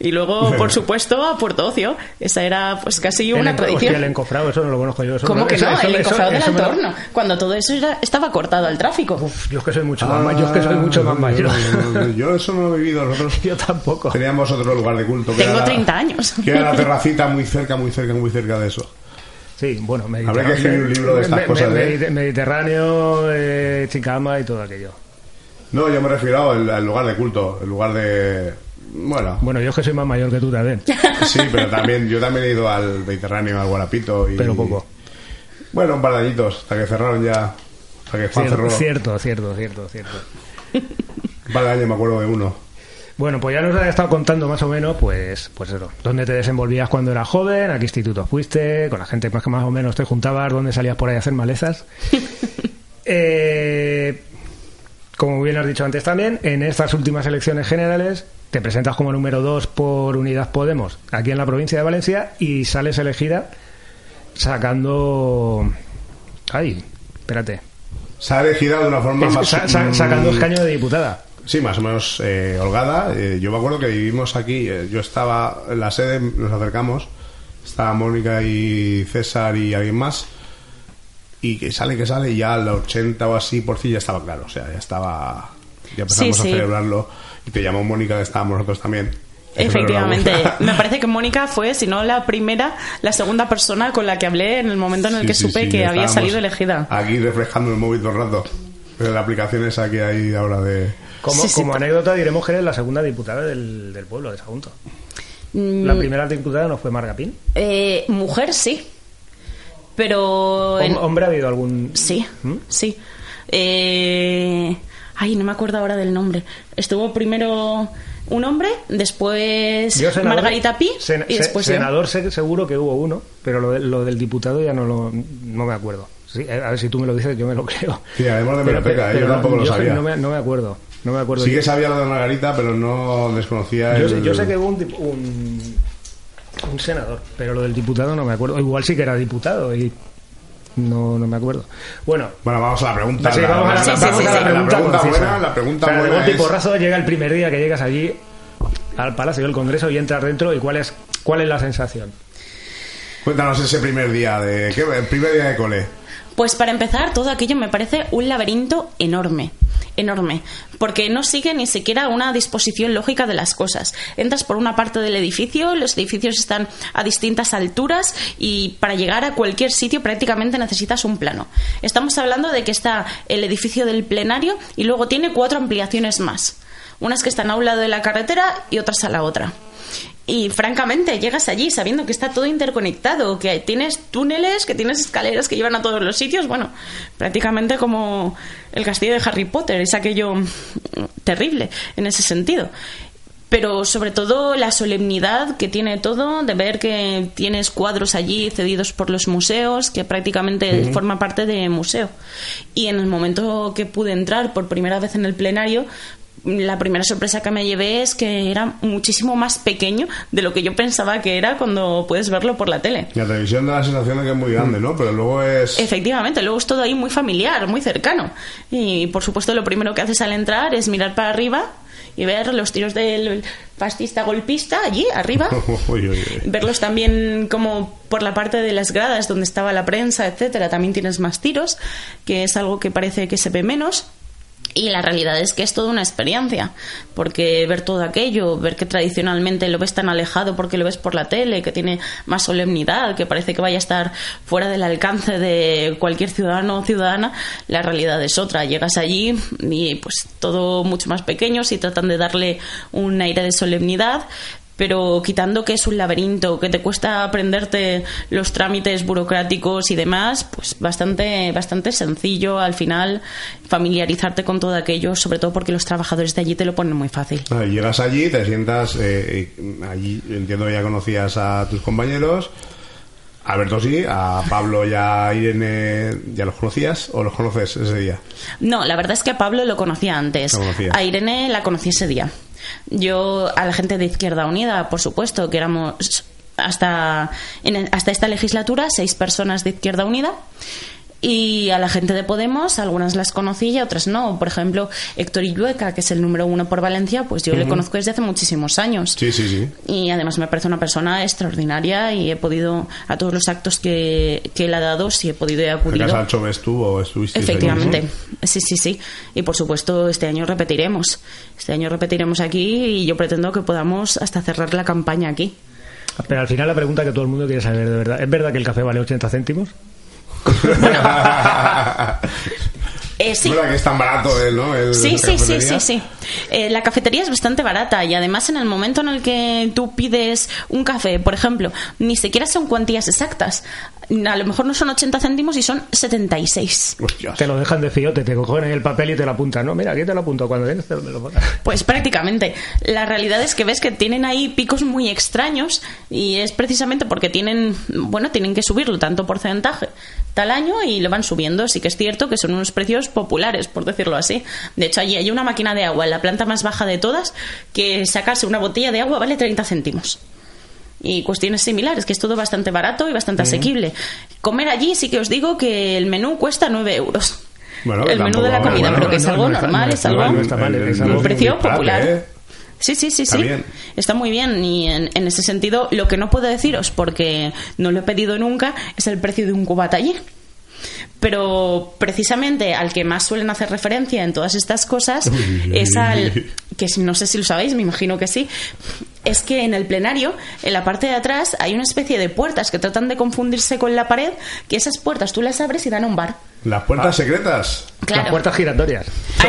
Speaker 9: y luego, por supuesto, a Puerto Ocio. Esa era pues casi
Speaker 1: El
Speaker 9: una
Speaker 1: enco-
Speaker 9: tradición.
Speaker 1: hostia, el encofrado, eso no lo conozco yo. Eso
Speaker 9: ¿Cómo
Speaker 1: no-
Speaker 9: que
Speaker 1: eso-
Speaker 9: no?
Speaker 1: eso-
Speaker 9: el
Speaker 1: eso-
Speaker 9: encofrado del
Speaker 1: eso me lo-
Speaker 9: entorno, cuando todo eso era- estaba cortado al tráfico.
Speaker 1: Yo es que soy mucho
Speaker 2: Ah,
Speaker 1: más Ah, ma- yo es que soy mucho más mayor.
Speaker 2: no, no, no, yo eso no lo he vivido. Nosotros
Speaker 1: yo tampoco.
Speaker 2: Teníamos otro lugar de culto. Que era
Speaker 9: Tengo
Speaker 2: la-
Speaker 9: 30 años.
Speaker 2: Que era la terracita muy cerca, muy cerca, muy cerca de eso.
Speaker 1: Sí, bueno, me
Speaker 2: Habrá que escribir un libro de estas
Speaker 1: Me-
Speaker 2: cosas,
Speaker 1: me-
Speaker 2: ¿eh?
Speaker 1: Mediter- Mediterráneo, eh, Chicama y todo aquello.
Speaker 2: No, yo me refiero al, al lugar de culto, el lugar de, Bueno.
Speaker 1: Bueno, yo es que soy más mayor que tú también.
Speaker 2: Sí, pero también yo también he ido al Mediterráneo, al Guarapito. Y,
Speaker 1: Pero poco.
Speaker 2: Bueno, un par de añitos, hasta que cerraron ya. Hasta que Juan cerró.
Speaker 1: Cierto, cierto, cierto, cierto, cierto.
Speaker 2: Un par de años me acuerdo de uno.
Speaker 1: Bueno, pues ya nos has estado contando más o menos, pues, pues eso, dónde te desenvolvías cuando eras joven, a qué institutos fuiste, con la gente más que más o menos te juntabas, dónde salías por ahí a hacer malezas. Eh, como bien has dicho antes también, en estas últimas elecciones generales te presentas como número 2 por Unidad Podemos, aquí en la provincia de Valencia, y sales elegida sacando... Ay, espérate.
Speaker 2: Se ha elegido de una forma
Speaker 1: Es-
Speaker 2: más.
Speaker 1: sa- sa- sacando
Speaker 2: mm,
Speaker 1: escaño de diputada.
Speaker 2: Sí, más o menos eh, holgada. Eh, yo me acuerdo que vivimos aquí. eh, yo estaba en la sede, nos acercamos. Estaba Mónica y César y alguien más. Y que sale, que sale, y ya al 80 o así por sí ya estaba claro. O sea, ya estaba. Ya empezamos
Speaker 9: Sí, sí.
Speaker 2: a celebrarlo. Y te llamó Mónica, que estábamos nosotros también.
Speaker 9: Efectivamente.
Speaker 2: Celebramos.
Speaker 9: Me parece que Mónica fue, si no la primera, la segunda persona con la que hablé en el momento en el
Speaker 2: Sí,
Speaker 9: que
Speaker 2: sí,
Speaker 9: supe
Speaker 2: sí,
Speaker 9: que había
Speaker 2: estábamos
Speaker 9: salido elegida.
Speaker 2: Aquí reflejando el móvil todo el rato. De la aplicación esa que hay ahora de.
Speaker 1: Como, como anécdota diremos que eres la segunda diputada del, del pueblo de Sagunto. La
Speaker 9: Mm,
Speaker 1: primera diputada no fue Margapín.
Speaker 9: eh, mujer sí, pero... en-
Speaker 1: Hom- ¿Mm? ¿Hombre ha habido algún...?
Speaker 9: Sí, sí. Eh, Ay, no me acuerdo ahora del nombre. Estuvo primero un hombre, después
Speaker 1: Yo, senador-
Speaker 9: Margarita Pi
Speaker 1: sen-
Speaker 9: y
Speaker 1: se-
Speaker 9: después yo.
Speaker 1: senador se- seguro que hubo uno, pero lo, de- lo del diputado ya no lo no me acuerdo. Sí, eh, a ver si tú me lo dices, yo me lo creo.
Speaker 2: Sí, además de
Speaker 1: Pero-
Speaker 2: Meroteca,
Speaker 1: pero-
Speaker 2: yo tampoco lo
Speaker 1: yo sé-
Speaker 2: sabía.
Speaker 1: No me, no me acuerdo. No me acuerdo.
Speaker 2: Sí
Speaker 1: Yo-
Speaker 2: que sabía lo de Margarita, pero no desconocía
Speaker 1: yo,
Speaker 2: el...
Speaker 1: sé- yo sé que hubo un, dip- un, un senador, pero lo del diputado no me acuerdo. Igual sí que era diputado y no, no me acuerdo. Bueno,
Speaker 2: Bueno, vamos a la pregunta.
Speaker 1: Sí,
Speaker 2: la-
Speaker 1: vamos a la,
Speaker 2: la-
Speaker 1: vamos a la
Speaker 2: la- la
Speaker 1: pregunta, concisa.
Speaker 2: buena, la pregunta
Speaker 1: O sea, de
Speaker 2: buena
Speaker 1: golpe y
Speaker 2: es...
Speaker 1: porrazo llega el primer día que llegas allí al Palacio del Congreso y entras dentro y cuál es cuál es la sensación.
Speaker 2: Cuéntanos ese primer día de... ¿qué, el primer día de cole.
Speaker 9: Pues para empezar, todo aquello me parece un laberinto enorme, enorme, porque no sigue ni siquiera una disposición lógica de las cosas. Entras por una parte del edificio, los edificios están a distintas alturas y para llegar a cualquier sitio prácticamente necesitas un plano. Estamos hablando de que está el edificio del plenario y luego tiene cuatro ampliaciones más, unas que están a un lado de la carretera y otras a la otra. Y francamente, llegas allí sabiendo que está todo interconectado, que tienes túneles, que tienes escaleras que llevan a todos los sitios. Bueno, prácticamente como el castillo de Harry Potter, es aquello mm, terrible en ese sentido. Pero sobre todo la solemnidad que tiene todo, de ver que tienes cuadros allí cedidos por los museos, que prácticamente
Speaker 12: Ujú.
Speaker 9: forma parte de museo. Y en el momento que pude entrar por primera vez en el plenario, la primera sorpresa que me llevé es que era muchísimo más pequeño de lo que yo pensaba que era cuando puedes verlo por la tele.
Speaker 2: La televisión da la sensación de que es muy grande, ¿no? Pero luego es...
Speaker 9: Efectivamente, luego es todo ahí muy familiar, muy cercano. Y por supuesto, lo primero que haces al entrar es mirar para arriba y ver los tiros del fascista golpista allí arriba.
Speaker 2: Uy, uy, uy.
Speaker 9: Verlos también como por la parte de las gradas donde estaba la prensa, etcétera, también tienes más tiros, que es algo que parece que se ve menos. Y la realidad es que es toda una experiencia, porque ver todo aquello, ver que tradicionalmente lo ves tan alejado porque lo ves por la tele, que tiene más solemnidad, que parece que vaya a estar fuera del alcance de cualquier ciudadano o ciudadana, la realidad es otra. Llegas allí y pues todo mucho más pequeño, si tratan de darle un aire de solemnidad, pero quitando que es un laberinto, que te cuesta aprenderte los trámites burocráticos y demás, pues bastante, bastante sencillo al final familiarizarte con todo aquello, sobre todo porque los trabajadores de allí te lo ponen muy fácil.
Speaker 2: Ah, Llegas allí, te sientas eh, eh, allí, entiendo que ya conocías a tus compañeros, a Alberto sí, a Pablo y a Irene ya los conocías o los conoces ese día.
Speaker 9: No, la verdad es que a Pablo lo conocía antes.
Speaker 2: Lo conocía.
Speaker 9: A Irene la conocí ese día. Yo a la gente de Izquierda Unida, por supuesto, que éramos hasta, en- hasta esta legislatura seis personas de Izquierda Unida. Y a la gente de Podemos, algunas las conocí y a otras no. Por ejemplo, Héctor Illueca, que es el número uno por Valencia, pues yo le
Speaker 2: Ujú.
Speaker 9: conozco desde hace muchísimos años.
Speaker 2: Sí, sí, sí.
Speaker 9: Y además me parece una persona extraordinaria y he podido, a todos los actos que, que él ha dado, sí he podido y he
Speaker 2: ¿En
Speaker 9: acudido.
Speaker 2: casa del Choves tú o estuviste? ahí,
Speaker 9: Efectivamente,
Speaker 2: ¿no?
Speaker 9: sí, sí, sí. Y por supuesto, este año repetiremos. Este año repetiremos aquí y yo pretendo que podamos hasta cerrar la campaña aquí.
Speaker 1: Pero al final la pregunta que todo el mundo quiere saber de verdad, ¿es verdad que el café vale 80 céntimos?
Speaker 9: Eh, sí.
Speaker 2: ¿Verdad que es tan barato él, no? El-
Speaker 9: Sí,
Speaker 2: la
Speaker 9: sí, sí,
Speaker 2: cafetería.
Speaker 9: sí, sí. Eh, la cafetería es bastante barata y además en el momento en el que tú pides un café, por ejemplo, ni siquiera son cuantías exactas. A lo mejor no son 80 céntimos y son 76.
Speaker 2: Pues
Speaker 1: Te lo dejan de fiote, te cogen el papel y te lo apuntan. No, mira, aquí te lo apunto. Cuando vienes te lo- me lo pones.
Speaker 9: Pues prácticamente. La realidad es que ves que tienen ahí picos muy extraños y es precisamente porque tienen, bueno, tienen que subirlo tanto porcentaje tal año y lo van subiendo. Sí que es cierto que son unos precios populares, por decirlo así. De hecho, allí hay una máquina de agua en la planta más baja de todas que sacarse una botella de agua vale 30 céntimos. Y cuestiones similares, que es todo bastante barato y bastante
Speaker 2: Ujú.
Speaker 9: asequible. Comer allí sí que os digo que el menú cuesta 9 euros.
Speaker 2: Bueno,
Speaker 9: el menú de la comida, pero que es algo normal, es algo un precio
Speaker 2: ¿eh?
Speaker 9: popular. Sí, sí, sí,
Speaker 2: Está
Speaker 9: sí.
Speaker 2: bien.
Speaker 9: Está muy bien y en, en ese sentido lo que no puedo deciros porque no lo he pedido nunca es el precio de un cubata allí. Pero precisamente al que más suelen hacer referencia en todas estas cosas es al que si- no sé si lo sabéis, me imagino que sí, es que en el plenario, en la parte de atrás hay una especie de puertas que tratan de confundirse con la pared, que esas puertas tú las abres y dan a un bar.
Speaker 2: Las puertas secretas.
Speaker 9: Claro.
Speaker 1: Las puertas giratorias.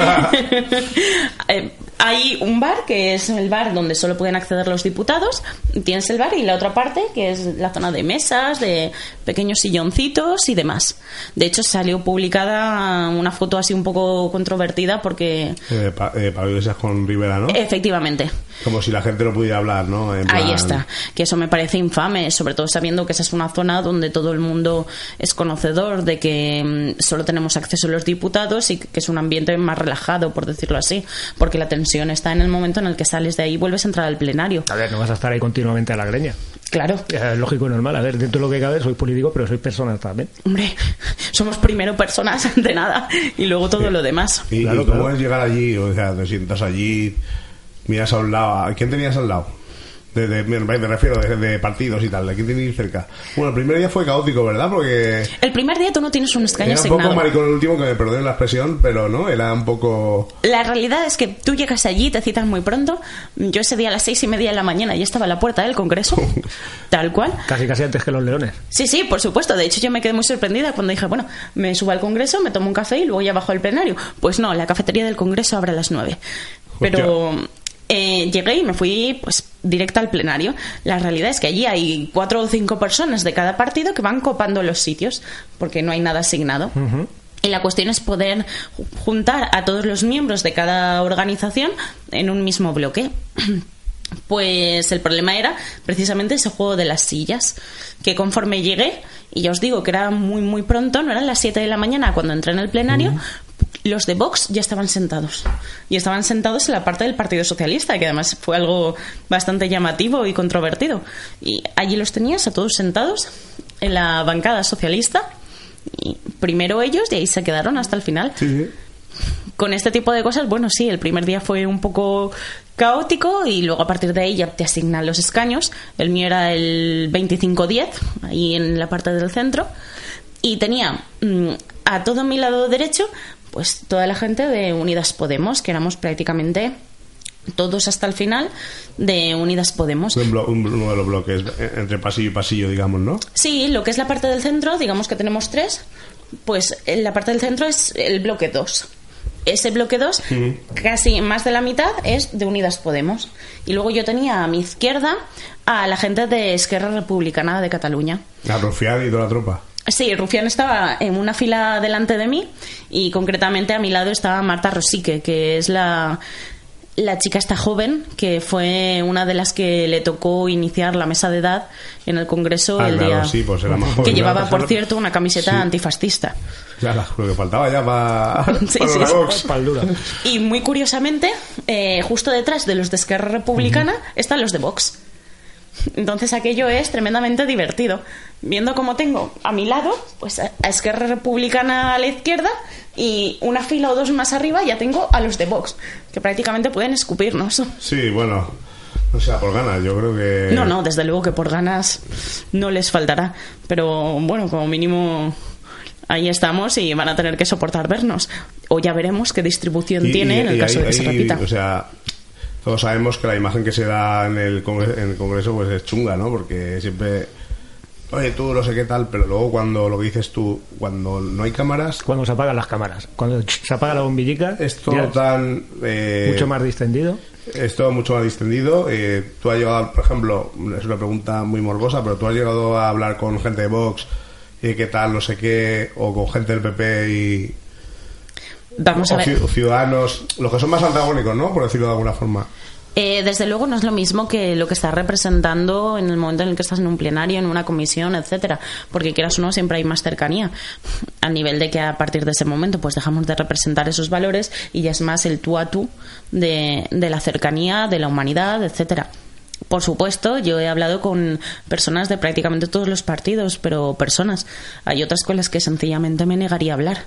Speaker 9: Eh, hay un bar que es el bar donde solo pueden acceder los diputados. Tienes el bar y la otra parte que es la zona de mesas, de pequeños silloncitos y demás. De hecho, salió publicada una foto así un poco controvertida porque.
Speaker 2: Eh, pa- eh, Pablo Iglesias con Rivera, ¿no?
Speaker 9: Efectivamente,
Speaker 2: Como si la gente no pudiera hablar, ¿no? En
Speaker 9: Eh. ahí
Speaker 2: plan-
Speaker 9: está. Que eso me parece infame, sobre todo sabiendo que esa es una zona donde todo el mundo es conocedor de que mm, solo tenemos acceso los diputados y que es un ambiente más relajado, por decirlo así, porque la tensión está en el momento en el que sales de ahí y vuelves a entrar al plenario.
Speaker 1: A ver, no vas a estar ahí continuamente a la greña.
Speaker 9: Claro.
Speaker 1: Es lógico y normal. A ver, dentro de lo que cabe, soy político, pero soy persona también.
Speaker 9: Hombre, somos primero personas ante nada y luego todo lo demás.
Speaker 2: Y, y cómo es llegar allí, o sea, te sientas allí, miras a un lado. ¿A quién tenías al lado? De, de- me me refiero de, de partidos y tal. ¿A quién tenías cerca? Bueno, el primer día fue caótico, ¿verdad? Porque
Speaker 9: El primer día tú no tienes un escaño
Speaker 2: era un poco
Speaker 9: asignado.
Speaker 2: maricón el último, que me perdonen la expresión, pero no, era un poco...
Speaker 9: La realidad es que tú llegas allí, te citan muy pronto. Yo ese día a las seis y media de la mañana ya estaba a la puerta del Congreso, tal cual.
Speaker 1: Casi, casi antes que los leones.
Speaker 9: Sí, sí, por supuesto. De hecho, yo me quedé muy sorprendida cuando dije, bueno, me subo al Congreso, me tomo un café y luego ya bajo al plenario. Pues no, la cafetería del Congreso abre a las nueve. Pero eh, llegué y me fui pues directa al plenario. La realidad es que allí hay cuatro o cinco personas de cada partido que van copando los sitios porque no hay nada asignado.
Speaker 1: Mm.
Speaker 9: Y la cuestión es poder ju- juntar a todos los miembros de cada organización en un mismo bloque. Pues el problema era precisamente ese juego de las sillas, que conforme llegué, y ya os digo que era muy muy pronto, no eran las 7 de la mañana cuando entré en el plenario, los de Vox ya estaban sentados. Y estaban sentados en la parte del Partido Socialista, que además fue algo bastante llamativo y controvertido. Y allí los tenías a todos sentados en la bancada socialista. Y primero ellos y ahí se quedaron hasta el final. Con este tipo de cosas, bueno, sí, el primer día fue un poco caótico y luego a partir de ahí ya te asignan los escaños. El mío era el 25-10, ahí en la parte del centro. Y tenía mm, a todo mi lado derecho, pues toda la gente de Unidas Podemos, que éramos prácticamente todos hasta el final de Unidas Podemos.
Speaker 2: Un blo- un- uno de los bloques, eh, entre pasillo y pasillo, digamos, ¿no?
Speaker 9: Sí, lo que es la parte del centro, digamos que tenemos tres, pues en la parte del centro es el bloque 2. Ese bloque 2, casi más de la mitad es de Unidas Podemos. Y luego yo tenía a mi izquierda a la gente de Esquerra Republicana de Cataluña.
Speaker 2: La Rufián y toda la tropa.
Speaker 9: Sí, Rufián estaba en una fila delante de mí y concretamente a mi lado estaba Marta Rosique, que es la, la chica esta joven que fue una de las que le tocó iniciar la mesa de edad en el Congreso
Speaker 2: Ah,
Speaker 9: el
Speaker 2: claro,
Speaker 9: día
Speaker 2: sí, pues era más
Speaker 9: que
Speaker 2: joven,
Speaker 9: llevaba,
Speaker 2: claro,
Speaker 9: por
Speaker 2: claro.
Speaker 9: cierto, una camiseta
Speaker 2: Sí.
Speaker 9: antifascista.
Speaker 2: Ya, la- lo que faltaba ya para...
Speaker 9: Sí,
Speaker 2: para
Speaker 9: sí,
Speaker 2: la
Speaker 9: sí.
Speaker 2: Vox.
Speaker 9: Y muy curiosamente, eh, justo detrás de los de Esquerra Republicana están los de Vox. Entonces aquello es tremendamente divertido. Viendo cómo tengo a mi lado, pues a a Esquerra Republicana a la izquierda y una fila o dos más arriba ya tengo a los de Vox, que prácticamente pueden escupirnos.
Speaker 2: Sí, bueno, no sea por ganas, yo creo que...
Speaker 9: No, no, desde luego que por ganas no les faltará. Pero bueno, como mínimo ahí estamos y van a tener que soportar vernos. O ya veremos qué distribución
Speaker 2: Y-
Speaker 9: tiene
Speaker 2: y-
Speaker 9: en el
Speaker 2: y
Speaker 9: caso de
Speaker 2: ahí-
Speaker 9: que se
Speaker 2: ahí,
Speaker 9: repita.
Speaker 2: O sea, todos sabemos que la imagen que se da en el, congre- en el Congreso pues es chunga, ¿no? Porque siempre... oye, tú no sé qué tal, pero luego cuando lo que dices tú, cuando no hay cámaras...
Speaker 1: Cuando se apagan las cámaras, cuando se apaga la bombillica...
Speaker 2: Es todo
Speaker 1: ya es
Speaker 2: tan... eh,
Speaker 1: Mucho más distendido.
Speaker 2: es todo mucho más distendido. eh, tú has llegado, por ejemplo, es una pregunta muy morbosa, pero tú has llegado a hablar con gente de Vox y qué tal, no sé qué, o con gente del PP y...
Speaker 9: Vamos a
Speaker 2: o
Speaker 9: ver.
Speaker 2: ciu- ciudadanos, los que son más antagónicos, ¿no? Por decirlo de alguna forma.
Speaker 9: Eh, desde luego no es lo mismo que lo que estás representando en el momento en el que estás en un plenario, en una comisión, etcétera, porque quieras o no siempre hay más cercanía a nivel de que a partir de ese momento pues dejamos de representar esos valores y ya es más el tú a tú de, de la cercanía, de la humanidad, etcétera. Por supuesto, yo he hablado con personas de prácticamente todos los partidos, pero personas. Hay otras con las que sencillamente me negaría a hablar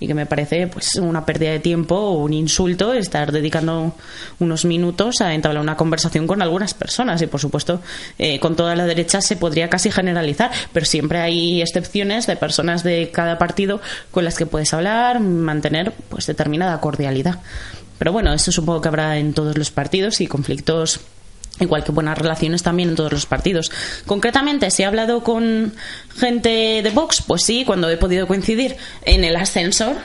Speaker 9: y que me parece pues una pérdida de tiempo o un insulto estar dedicando unos minutos a entablar una conversación con algunas personas y por supuesto eh, con toda la derecha se podría casi generalizar pero siempre hay excepciones de personas de cada partido con las que puedes hablar mantener pues determinada cordialidad pero bueno eso supongo que habrá en todos los partidos y conflictos igual que buenas relaciones también en todos los partidos. Concretamente, si he hablado con gente de Vox, pues sí, cuando he podido coincidir en el ascensor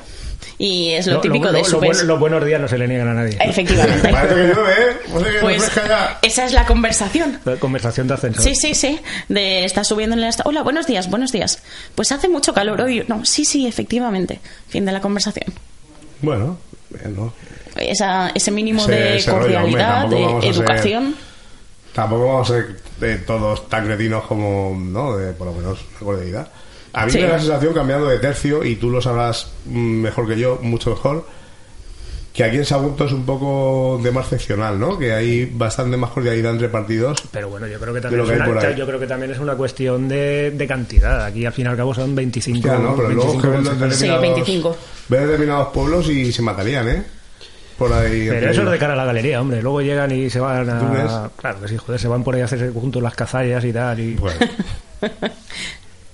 Speaker 9: y es lo, típico de eso.
Speaker 1: lo
Speaker 9: pues,
Speaker 1: bueno- Los buenos días no se le niegan a nadie.
Speaker 9: Efectivamente.
Speaker 2: Parece que llueve, ¿eh? Pues, eh,
Speaker 9: Pues,
Speaker 2: refresca ya.
Speaker 9: esa es la conversación.
Speaker 1: Eh, Conversación de ascensor.
Speaker 9: Sí, sí, sí. De estar subiendo en el ascensor. Hola, buenos días, buenos días. Pues hace mucho calor hoy. No, sí, sí, efectivamente. Fin de la conversación.
Speaker 2: Bueno, eh, no.
Speaker 9: Esa- ese mínimo
Speaker 2: Ese-
Speaker 9: de
Speaker 2: ese rollo, hombre,
Speaker 9: cordialidad,
Speaker 2: tampoco vamos
Speaker 9: de
Speaker 2: a ser-
Speaker 9: educación.
Speaker 2: Tampoco vamos a ser eh, todos tan cretinos como, ¿no? De, por lo menos, una cordialidad. A mí
Speaker 9: Sí.
Speaker 2: me da la sensación, cambiando de tercio, y tú lo sabrás mm, mejor que yo, mucho mejor, que aquí en Sagunto es un poco de más seccional, ¿no? Que hay bastante más cordialidad entre partidos.
Speaker 1: Pero bueno, yo creo que
Speaker 2: De
Speaker 1: también,
Speaker 2: lo que
Speaker 1: es
Speaker 2: hay por
Speaker 1: una,
Speaker 2: ahí.
Speaker 1: yo creo que también es una cuestión de, de cantidad. Aquí al fin y al cabo son 25.
Speaker 2: Ya, ¿no? Pero luego que ven los
Speaker 1: 25
Speaker 2: determinados, ven determinados pueblos y se matarían, ¿eh? Por ahí.
Speaker 1: Pero
Speaker 2: entre
Speaker 1: eso es de
Speaker 2: ellos.
Speaker 1: cara a la galería, hombre. Luego llegan y se van
Speaker 2: ¿Tú
Speaker 1: a.
Speaker 2: crees?
Speaker 1: Claro que sí, joder, se van por ahí a hacerse juntos las cazallas y tal. Y...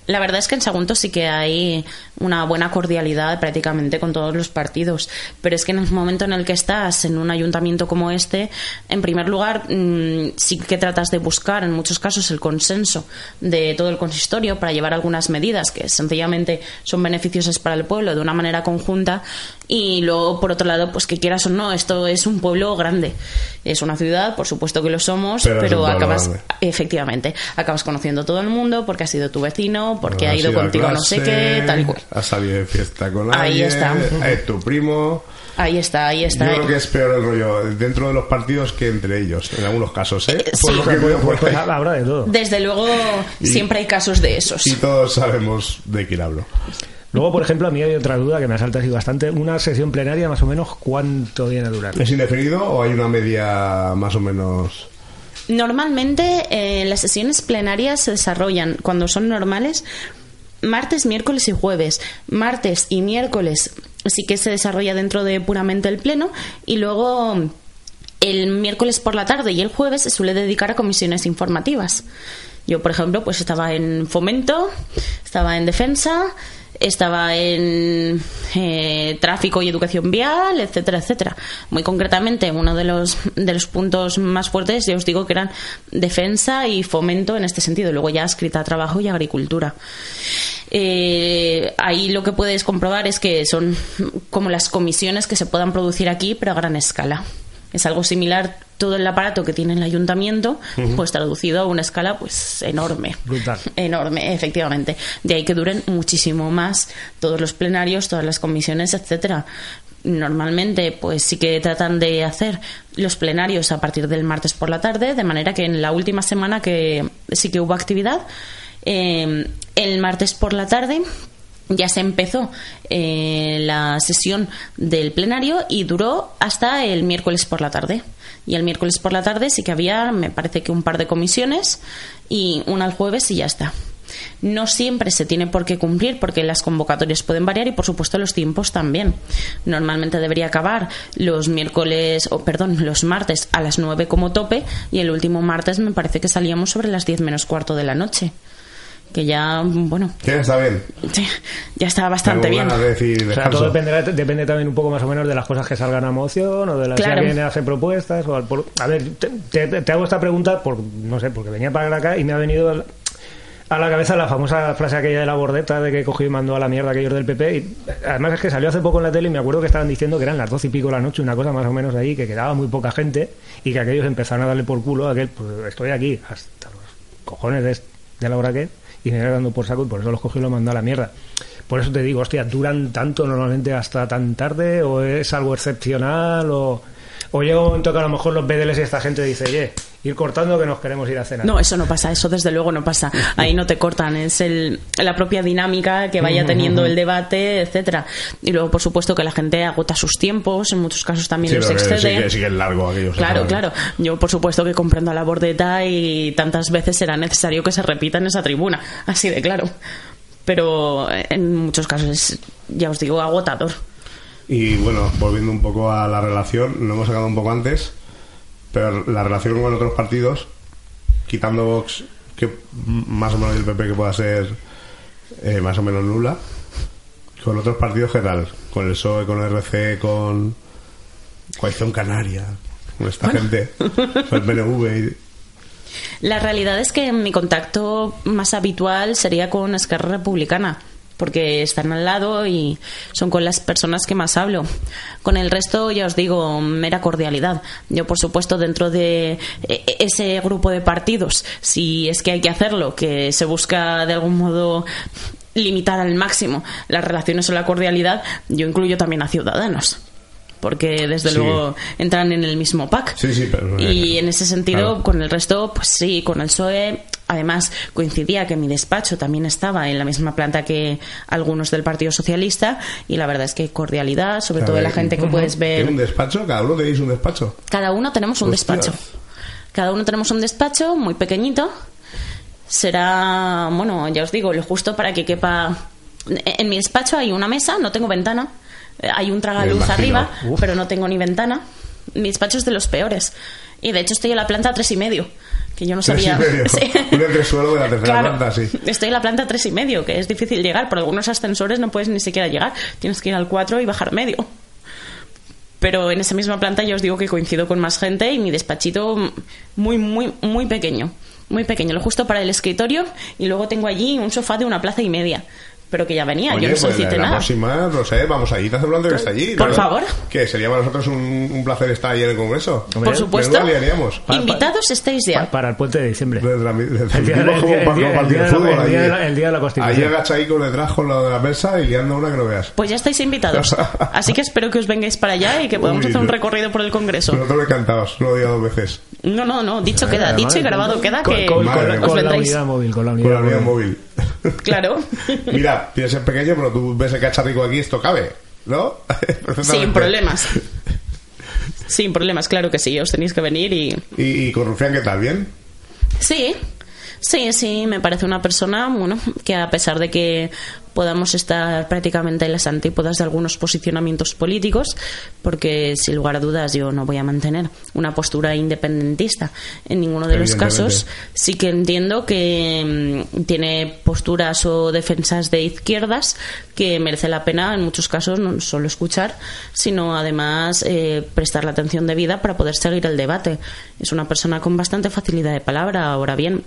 Speaker 9: La verdad es que en Sagunto sí que hay una buena cordialidad prácticamente con todos los partidos, pero es que en el momento en el que estás en un ayuntamiento como este, en primer lugar, mm, sí que tratas de buscar en muchos casos el consenso de todo el consistorio para llevar algunas medidas que sencillamente son beneficiosas para el pueblo de una manera conjunta y luego, por otro lado, pues que quieras o no, esto es un pueblo grande. Es una ciudad, por supuesto que lo somos,
Speaker 2: Pero
Speaker 9: pero,
Speaker 2: es un pueblo
Speaker 9: acabas...
Speaker 2: grande.
Speaker 9: Efectivamente, acabas conociendo a todo el mundo porque ha sido tu vecino, porque ha
Speaker 2: Has
Speaker 9: ido
Speaker 2: a
Speaker 9: contigo a no sé
Speaker 2: clase,
Speaker 9: qué, tal y cual.
Speaker 2: Has salido de fiesta con
Speaker 9: Ahí
Speaker 2: alguien.
Speaker 9: está.
Speaker 2: Es tu primo.
Speaker 9: Ahí está, ahí
Speaker 2: Yo
Speaker 9: está.
Speaker 2: creo que es peor el rollo dentro de los partidos que entre ellos, en algunos casos, ¿eh? Por lo que veo
Speaker 1: Pues
Speaker 2: por ahí.
Speaker 1: Habrá de todo.
Speaker 9: Desde luego, siempre hay casos de esos.
Speaker 2: Y todos sabemos de quién hablo.
Speaker 1: Luego, por ejemplo, a mí hay otra duda que me asalta así bastante. Una sesión plenaria, más o menos, ¿cuánto viene a durar?
Speaker 2: ¿Es indefinido o hay una media más o menos?
Speaker 9: Normalmente eh, las sesiones plenarias se desarrollan cuando son normales martes, miércoles y jueves. Martes y miércoles sí que se desarrolla dentro de puramente el pleno y luego el miércoles por la tarde y el jueves se suele dedicar a comisiones informativas. Yo, por ejemplo, pues estaba en fomento, estaba en defensa, estaba en eh, tráfico y educación vial, etcétera, etcétera. Muy concretamente, uno de los, de los puntos más fuertes, ya os digo que eran defensa y fomento en este sentido. Luego ya escrita trabajo y agricultura. Eh, ahí lo que puedes comprobar es que son como las comisiones que se puedan producir aquí, pero a gran escala. Es algo similar todo el aparato que tiene el ayuntamiento,
Speaker 1: Ujú.
Speaker 9: pues traducido a una escala pues enorme.
Speaker 1: Brutal.
Speaker 9: Enorme, efectivamente. De ahí que duren muchísimo más todos los plenarios, todas las comisiones, etcétera. Normalmente, pues sí que tratan de hacer los plenarios a partir del martes por la tarde, de manera que en la última semana que sí que hubo actividad, eh, el martes por la tarde ya se empezó eh, la sesión del plenario y duró hasta el miércoles por la tarde. Y el miércoles por la tarde sí que había, me parece que un par de comisiones y una al jueves y ya está. No siempre se tiene por qué cumplir porque las convocatorias pueden variar y por supuesto los tiempos también. Normalmente debería acabar los miércoles o perdón, los martes a las 9 como tope y el último martes me parece que salíamos sobre las 10 menos cuarto de la noche. Que ya, bueno,
Speaker 2: ¿Quién está bien?
Speaker 9: ya está bastante
Speaker 2: Tengo
Speaker 9: bien.
Speaker 2: ganas de decir
Speaker 1: O sea, todo
Speaker 2: descanso.
Speaker 1: dependerá- depende también un poco más o menos de las cosas que salgan a moción o de las
Speaker 9: Claro.
Speaker 1: que viene a hacer propuestas. O al por- A ver, te, te- te hago esta pregunta por, no sé, porque venía para acá y me ha venido al- a la cabeza la famosa frase aquella de la bordeta de que cogió y mandó a la mierda aquellos del PP. Y además es que salió hace poco en la tele y me acuerdo que estaban diciendo que eran las doce y pico de la noche, una cosa más o menos ahí, que quedaba muy poca gente y que aquellos empezaron a darle por culo a aquel, pues estoy aquí, hasta los cojones de, de la hora que es, y me iban dando por saco y por eso los cogió y los mandó a la mierda. Por eso te digo, hostia, ¿duran tanto normalmente hasta tan tarde o es algo excepcional o...? O llega un momento que a lo mejor los BDLs y esta gente dice, oye, ir cortando que nos queremos ir a cenar.
Speaker 9: No, eso no pasa, eso desde luego no pasa. Ahí no te cortan, es el, la propia dinámica que vaya teniendo el debate, etcétera. Y luego, por supuesto, que la gente agota sus tiempos, en muchos casos también
Speaker 2: Sí,
Speaker 9: los
Speaker 2: pero que
Speaker 9: excede.
Speaker 2: sí que- sí que es largo aquello, se
Speaker 9: Claro,
Speaker 2: acaba.
Speaker 9: claro. Yo, por supuesto, que comprendo a la bordeta y tantas veces será necesario que se repita en esa tribuna, así de claro. Pero eh, en muchos casos es, ya os digo, agotador.
Speaker 2: Y bueno, volviendo un poco a la relación, lo hemos sacado un poco antes, pero la relación con otros partidos, quitando Vox, que m- más o menos el PP que pueda ser eh, más o menos nula, con otros partidos, ¿qué tal? Con el PSOE, E, con el RC, con Coalición Canaria, con esta gente, con el PNV.
Speaker 9: La realidad es que mi contacto más habitual sería con Esquerra Republicana, porque están al lado y son con las personas que más hablo. Con el resto, ya os digo, mera cordialidad. Yo, por supuesto, dentro de eh, ese grupo de partidos, si es que hay que hacerlo, que se busca de algún modo limitar al máximo las relaciones o la cordialidad, yo incluyo también a Ciudadanos. Porque desde
Speaker 2: Sí.
Speaker 9: luego entran en el mismo pack.
Speaker 2: Sí, sí, pero.
Speaker 9: Y en ese sentido,
Speaker 2: Claro.
Speaker 9: con el resto, pues sí, con el PSOE. Además, coincidía que mi despacho también estaba en la misma planta que algunos del Partido Socialista y la verdad es que cordialidad, sobre todo de la gente que puedes
Speaker 2: ¿Tiene un
Speaker 9: ver.
Speaker 2: despacho? Cada uno tenéis un despacho.
Speaker 9: Cada uno tenemos un
Speaker 2: Hostias.
Speaker 9: despacho. Cada uno tenemos un despacho muy pequeñito. Será, bueno, ya os digo, lo justo para que quepa... En mi despacho hay una mesa, no tengo ventana. Eh, Hay un
Speaker 12: Me
Speaker 9: tragaluz
Speaker 12: imagino.
Speaker 9: arriba,
Speaker 12: Uf.
Speaker 9: pero no tengo ni ventana. Mi despacho es de los peores. Y de hecho estoy en la planta tres y medio, que yo no
Speaker 2: Tres y
Speaker 9: sabía...
Speaker 2: medio.
Speaker 9: Sí.
Speaker 2: Un entresuelo de la tercera
Speaker 9: Claro.
Speaker 2: planta, sí.
Speaker 9: Estoy en la planta tres y medio, que es difícil llegar. Por algunos ascensores no puedes ni siquiera llegar. Tienes que ir al 4 y bajar medio. Pero en esa misma planta ya os digo que coincido con más gente y mi despachito mm, muy, muy, muy pequeño. Muy pequeño, lo justo para el escritorio y luego tengo allí un sofá de una plaza y media. Pero que ya venía,
Speaker 2: Oye,
Speaker 9: yo no
Speaker 2: pues,
Speaker 9: solicité
Speaker 2: la, la
Speaker 9: nada.
Speaker 2: próxima, no sé, vamos allí, te hace un que está allí.
Speaker 9: Por
Speaker 2: ¿no?
Speaker 9: favor.
Speaker 2: Que sería para nosotros un, un placer estar allí en el Congreso.
Speaker 9: Por supuesto,
Speaker 2: Menuda liaríamos.
Speaker 9: invitados estáis ya.
Speaker 1: Para el puente de diciembre.
Speaker 2: El día,
Speaker 1: el día- el día- el día de la- el día de la- el día de la
Speaker 2: Allí
Speaker 1: Constitución.
Speaker 2: agachas ahí con detrás con lo de la mesa y liando una que no veas.
Speaker 9: Pues ya estáis invitados. Así que espero que os vengáis para allá y que podamos
Speaker 2: Uy,
Speaker 9: hacer un
Speaker 2: yo-
Speaker 9: recorrido por el Congreso.
Speaker 2: Nosotros encantados, no lo digo dos veces.
Speaker 9: No, no, no, dicho
Speaker 2: Ah,
Speaker 9: queda, dicho
Speaker 2: madre,
Speaker 9: y grabado
Speaker 2: con-
Speaker 9: queda
Speaker 2: con-
Speaker 9: que
Speaker 2: con- con-
Speaker 9: os
Speaker 2: con la
Speaker 9: vendréis.
Speaker 2: unidad
Speaker 1: móvil, con la
Speaker 2: Con la unidad móvil.
Speaker 9: Claro.
Speaker 2: Mira, tienes el pequeño, pero tú ves el cacharrico aquí, esto cabe, ¿no?
Speaker 9: Sin
Speaker 2: Perfectamente.
Speaker 9: problemas. Sin problemas, claro que sí, os tenéis que venir y...
Speaker 2: ¿Y, y con Rufián qué tal? ¿Bien?
Speaker 9: Sí, sí, sí, me parece una persona, bueno, que a pesar de que podamos estar prácticamente en las antípodas de algunos posicionamientos políticos, porque sin lugar a dudas yo no voy a mantener una postura independentista en ninguno de los
Speaker 12: Evidentemente.
Speaker 9: casos, sí que entiendo que mm, tiene posturas o defensas de izquierdas que merece la pena en muchos casos no solo escuchar, sino además eh, prestar la atención debida para poder seguir el debate. Es una persona con bastante facilidad de palabra. Ahora bien,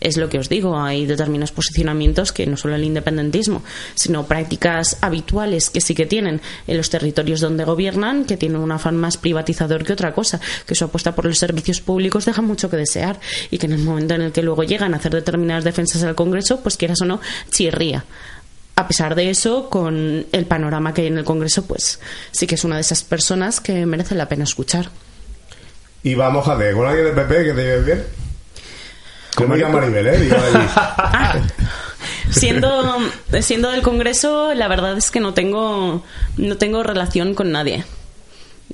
Speaker 9: es lo que os digo, hay determinados posicionamientos que no solo el independentismo, sino prácticas habituales que sí que tienen en los territorios donde gobiernan, que tienen un afán más privatizador que otra cosa, que su apuesta por los servicios públicos deja mucho que desear y que en el momento en el que luego llegan a hacer determinadas defensas al Congreso, pues quieras o no, chirría. A pesar de eso, con el panorama que hay en el Congreso, pues sí que es una de esas personas que merece la pena escuchar.
Speaker 2: Y va, mójate, con alguien del PP que te lleve bien. Como ya Maribel, ¿eh? Digo allí.
Speaker 9: siendo siendo del Congreso la verdad es que no tengo no tengo relación con nadie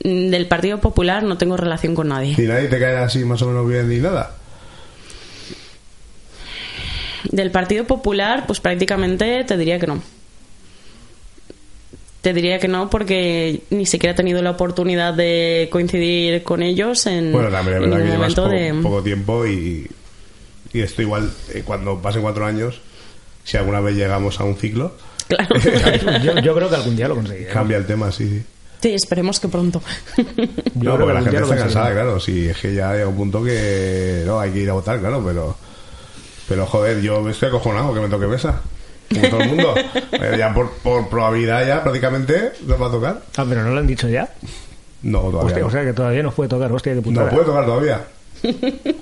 Speaker 9: Mm, del Partido Popular no tengo relación con nadie
Speaker 2: Y nadie te cae así más o menos bien ni nada.
Speaker 9: del Partido Popular pues prácticamente te diría que no te diría que no porque ni siquiera he tenido la oportunidad de coincidir con ellos en,
Speaker 2: Bueno, también es
Speaker 9: en
Speaker 2: verdad que
Speaker 9: ningún
Speaker 2: llevas
Speaker 9: momento
Speaker 2: poco,
Speaker 9: Mm. de
Speaker 2: poco tiempo y, y esto igual, eh, cuando pasen cuatro años, si alguna vez llegamos a un ciclo,
Speaker 1: yo, yo creo que algún día lo conseguiré.
Speaker 2: cambia el tema, sí, sí.
Speaker 9: sí esperemos que pronto
Speaker 1: Yo
Speaker 2: no,
Speaker 1: creo que
Speaker 2: porque la
Speaker 1: algún
Speaker 2: gente
Speaker 1: día lo
Speaker 2: está cansada,
Speaker 1: conseguiremos.
Speaker 2: claro. Si es que ya llega un punto que no, hay que ir a votar, claro, pero Pero joder, yo me estoy acojonado que me toque mesa. Como todo el mundo. Eh, ya por, por probabilidad ya prácticamente nos va a tocar.
Speaker 1: Ah, pero no lo han dicho ya.
Speaker 2: No, todavía.
Speaker 1: Hostia,
Speaker 2: no.
Speaker 1: o sea que todavía nos puede tocar, hostia, qué putada.
Speaker 2: No puede tocar todavía.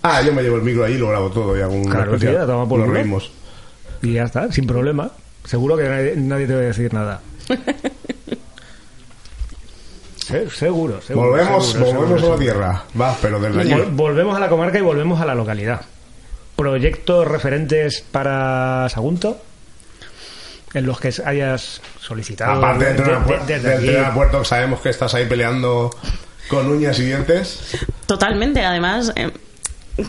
Speaker 2: Ah, yo me llevo el micro ahí y lo grabo todo ya con una
Speaker 1: Claro,
Speaker 2: especial.
Speaker 1: tío, toma por
Speaker 2: Nos
Speaker 1: culo.
Speaker 2: reímos.
Speaker 1: Y ya está, sin problema. Seguro que nadie, nadie te va a decir nada. Se- seguro, seguro.
Speaker 2: volvemos
Speaker 1: seguro, seguro,
Speaker 2: volvemos a la
Speaker 1: seguro.
Speaker 2: tierra. Va, pero desde allí.
Speaker 1: Vol- volvemos a la comarca y volvemos a la localidad. ¿Proyectos referentes para Sagunto? En los que hayas solicitado.
Speaker 2: Aparte del tren a
Speaker 1: de-
Speaker 2: puer-
Speaker 1: de- desde
Speaker 2: del tren
Speaker 1: aquí.
Speaker 2: a puerto, sabemos que estás ahí peleando con uñas y dientes.
Speaker 9: Totalmente, además, eh,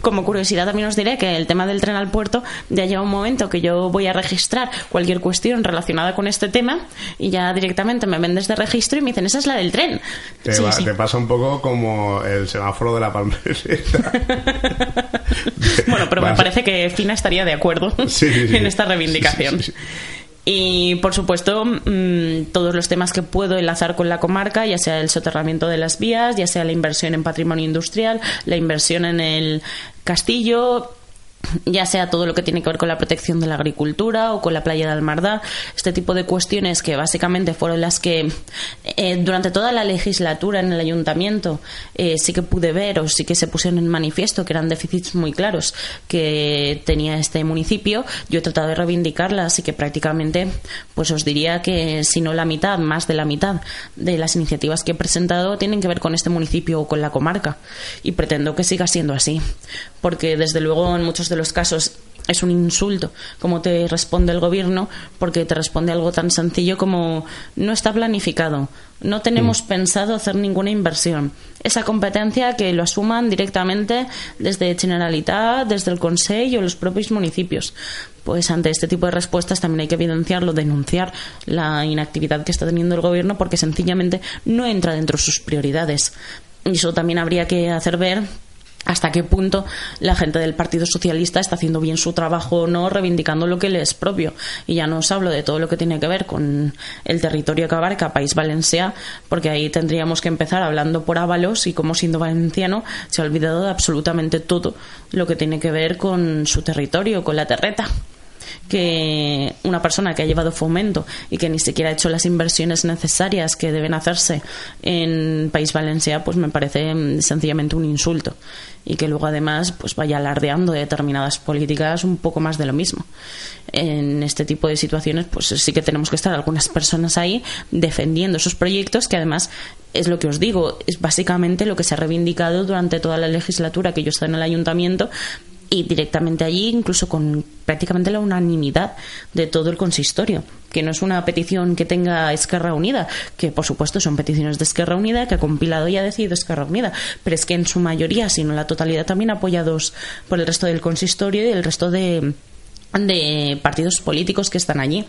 Speaker 9: como curiosidad también os diré que el tema del tren al puerto ya lleva un momento que yo voy a registrar cualquier cuestión relacionada con este tema y ya directamente me vendes de registro y me dicen, esa es la del tren.
Speaker 2: Te,
Speaker 9: Sí,
Speaker 2: Eh, va-
Speaker 9: sí.
Speaker 2: te pasa un poco como el semáforo de la
Speaker 1: Ah,
Speaker 2: palmereta.
Speaker 9: Bueno, pero me
Speaker 2: Vas-
Speaker 9: parece que Fina estaría de acuerdo
Speaker 2: Sí, sí, sí.
Speaker 9: en esta reivindicación.
Speaker 2: Sí, sí,
Speaker 9: Y por supuesto, mm, todos los temas que puedo enlazar con la comarca, ya sea el soterramiento de las vías, ya sea la inversión en patrimonio industrial, la inversión en el castillo, ya sea todo lo que tiene que ver con la protección de la agricultura o con la playa de Almardá, este tipo de cuestiones que básicamente fueron las que eh, durante toda la legislatura en el ayuntamiento eh, sí que pude ver o sí que se pusieron en manifiesto que eran déficits muy claros que tenía este municipio, yo he tratado de reivindicarlas y que prácticamente pues os diría que si no la mitad, más de la mitad de las iniciativas que he presentado tienen que ver con este municipio o con la comarca y pretendo que siga siendo así porque desde luego en muchos de los casos es un insulto cómo te responde el gobierno porque te responde algo tan sencillo como no está planificado, no tenemos pensado hacer ninguna inversión. Esa competencia que lo asuman directamente desde Generalitat, desde el Consejo o los propios municipios. Pues ante este tipo de respuestas también hay que evidenciarlo, denunciar la inactividad que está teniendo el gobierno porque sencillamente no entra dentro de sus prioridades. Y eso también habría que hacer ver hasta qué punto la gente del Partido Socialista está haciendo bien su trabajo o no, reivindicando lo que le es propio. Y ya no os hablo de todo lo que tiene que ver con el territorio que abarca País Valencia, porque ahí tendríamos que empezar hablando por Ábalos y como siendo valenciano se ha olvidado de absolutamente todo lo que tiene que ver con su territorio, con la terreta que una persona que ha llevado fomento y que ni siquiera ha hecho las inversiones necesarias que deben hacerse en País Valencia, pues me parece mm, sencillamente un insulto. Y que luego además pues vaya alardeando de determinadas políticas un poco más de lo mismo. En este tipo de situaciones, pues sí que tenemos que estar algunas personas ahí defendiendo esos proyectos que además es lo que os digo, es básicamente lo que se ha reivindicado durante toda la legislatura que yo estoy en el ayuntamiento y directamente allí, incluso con prácticamente la unanimidad de todo el consistorio, que no es una petición que tenga Esquerra Unida, que por supuesto son peticiones de Esquerra Unida que ha compilado y ha decidido Esquerra Unida, pero es que en su mayoría, si no la totalidad, también apoyados por el resto del consistorio y el resto de de partidos políticos que están allí,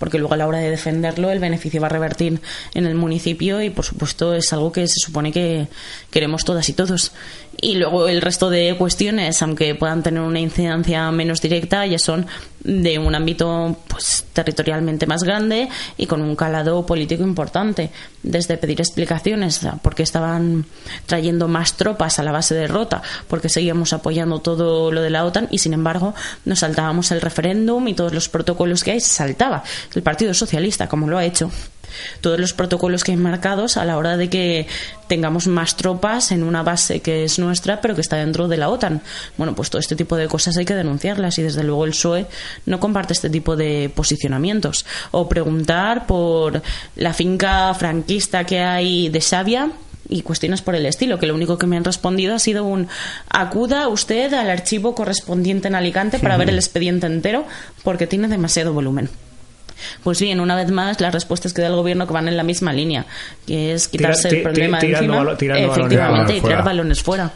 Speaker 9: porque luego a la hora de defenderlo el beneficio va a revertir en el municipio y por supuesto es algo que se supone que queremos todas y todos. Y luego el resto de cuestiones, aunque puedan tener una incidencia menos directa, ya son de un ámbito pues territorialmente más grande y con un calado político importante, desde pedir explicaciones a por qué estaban trayendo más tropas a la base de Rota, porque seguíamos apoyando todo lo de la OTAN y sin embargo nos saltábamos el referéndum y todos los protocolos que hay se saltaba el Partido Socialista, como lo ha hecho. Todos los protocolos que hay marcados a la hora de que tengamos más tropas en una base que es nuestra, pero que está dentro de la OTAN. Bueno, pues todo este tipo de cosas hay que denunciarlas y desde luego el PSOE E no comparte este tipo de posicionamientos. O preguntar por la finca franquista que hay de Xavia y cuestiones por el estilo, que lo único que me han respondido ha sido un acuda usted al archivo correspondiente en Alicante para ver el expediente entero porque tiene demasiado volumen. Pues bien, una vez más, las respuestas que da el gobierno que van en la misma línea, que es
Speaker 1: Tira-
Speaker 9: quitarse
Speaker 1: ti-
Speaker 9: el problema
Speaker 1: ti-
Speaker 9: de
Speaker 1: tirando
Speaker 9: encima,
Speaker 1: balo- tirando balones
Speaker 9: efectivamente,
Speaker 2: fuera.
Speaker 9: y tirar balones fuera,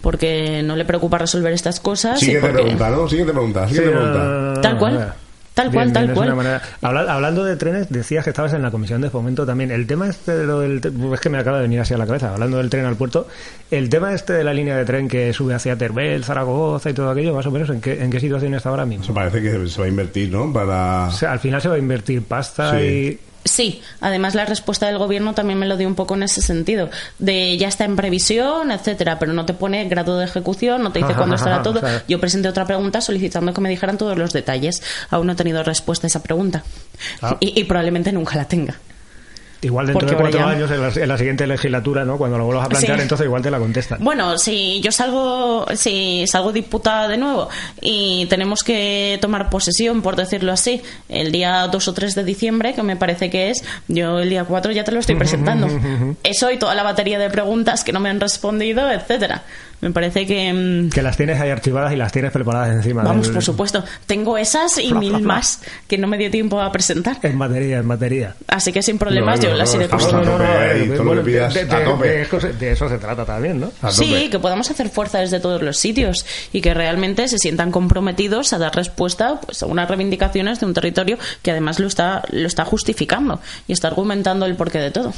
Speaker 9: porque no le preocupa resolver estas cosas. y
Speaker 2: Siguiente
Speaker 9: porque-
Speaker 2: pregunta, ¿no? Siguiente pregunta, siguiente
Speaker 1: Sí, no,
Speaker 2: pregunta.
Speaker 1: no, no, no,
Speaker 9: Tal
Speaker 1: no,
Speaker 9: cual,
Speaker 1: no, no.
Speaker 9: tal
Speaker 1: Bien,
Speaker 9: cual, tal
Speaker 1: bien, es
Speaker 9: cual.
Speaker 1: una manera- Habla- hablando de trenes, decías que estabas en la comisión de fomento también. El tema este de lo del... te- Es que me acaba de venir hacia la cabeza, hablando del tren al puerto. El tema este de la línea de tren que sube hacia Teruel, Zaragoza y todo aquello, más o menos, ¿en qué, en qué situación está ahora mismo?
Speaker 2: Eso parece que se va a invertir, ¿no? Para...
Speaker 1: O sea, al final se va a invertir pasta
Speaker 2: Sí.
Speaker 1: y...
Speaker 9: Sí, además la respuesta del gobierno también me lo dio un poco en ese sentido, de ya está en previsión, etcétera, pero no te pone grado de ejecución, no te dice
Speaker 12: Ajá,
Speaker 9: cuándo estará
Speaker 12: ajá,
Speaker 9: todo.
Speaker 12: claro.
Speaker 9: Yo presenté otra pregunta solicitando que me dijeran todos los detalles. Aún no he tenido respuesta a esa pregunta
Speaker 1: Ah.
Speaker 9: y, y probablemente nunca la tenga.
Speaker 1: Igual dentro de
Speaker 9: Porque
Speaker 1: cuatro
Speaker 9: ahora ya-
Speaker 1: años, en la, en la siguiente legislatura, ¿no? Cuando lo vuelvas a plantear,
Speaker 9: Sí.
Speaker 1: entonces igual te la contestan.
Speaker 9: Bueno, si yo salgo, si salgo diputada de nuevo y tenemos que tomar posesión, por decirlo así, el día 2 o 3 de diciembre, que me parece que es, yo el día 4 ya te lo estoy presentando. Eso y toda la batería de preguntas que no me han respondido, etcétera. Me parece que mm,
Speaker 1: Que las tienes ahí archivadas y las tienes preparadas encima.
Speaker 9: vamos,
Speaker 1: del-
Speaker 9: por supuesto, tengo esas y
Speaker 1: Fla,
Speaker 9: mil
Speaker 1: fla, fla.
Speaker 9: más que no me dio tiempo a presentar.
Speaker 1: En batería, en batería.
Speaker 9: Así que sin problemas yo las iré
Speaker 2: Pues
Speaker 1: No, no, no,
Speaker 9: presentando.
Speaker 1: no, eh,
Speaker 2: ahí, eh, todo lo
Speaker 1: bueno,
Speaker 2: que pidas,
Speaker 1: de- de-
Speaker 2: a tope.
Speaker 1: de- de- de eso se trata también, ¿no?
Speaker 9: Sí, que podamos hacer fuerza desde todos los sitios y que realmente se sientan comprometidos a dar respuesta pues, a unas reivindicaciones de un territorio que además lo está, lo está justificando y está argumentando el porqué de todo.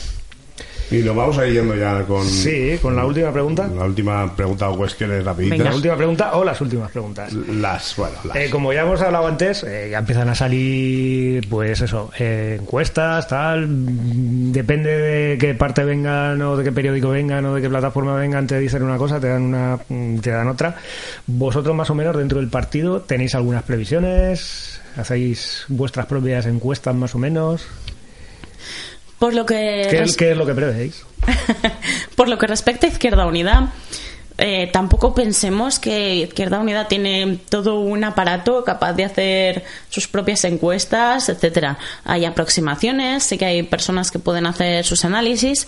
Speaker 2: Y nos vamos a ir yendo ya con.
Speaker 1: Sí, con la última pregunta.
Speaker 2: La última pregunta o cuestiones rapiditas.
Speaker 1: La última pregunta o las últimas preguntas.
Speaker 2: Las, bueno, las. Ah,
Speaker 1: Eh, como ya hemos hablado antes, eh, ya empiezan a salir, pues eso, eh, encuestas, tal. mm, Depende de qué parte vengan o de qué periódico vengan o de qué plataforma vengan, te dicen una cosa, te dan una, mm, te dan otra. Vosotros más o menos dentro del partido tenéis algunas previsiones, hacéis vuestras propias encuestas más o menos.
Speaker 9: Por lo que,
Speaker 1: ¿Qué,
Speaker 9: res-
Speaker 1: qué es lo que prevéis?
Speaker 9: por lo que respecta a Izquierda Unida, eh, tampoco pensemos que Izquierda Unida tiene todo un aparato capaz de hacer sus propias encuestas, etcétera. Hay aproximaciones, sí que hay personas que pueden hacer sus análisis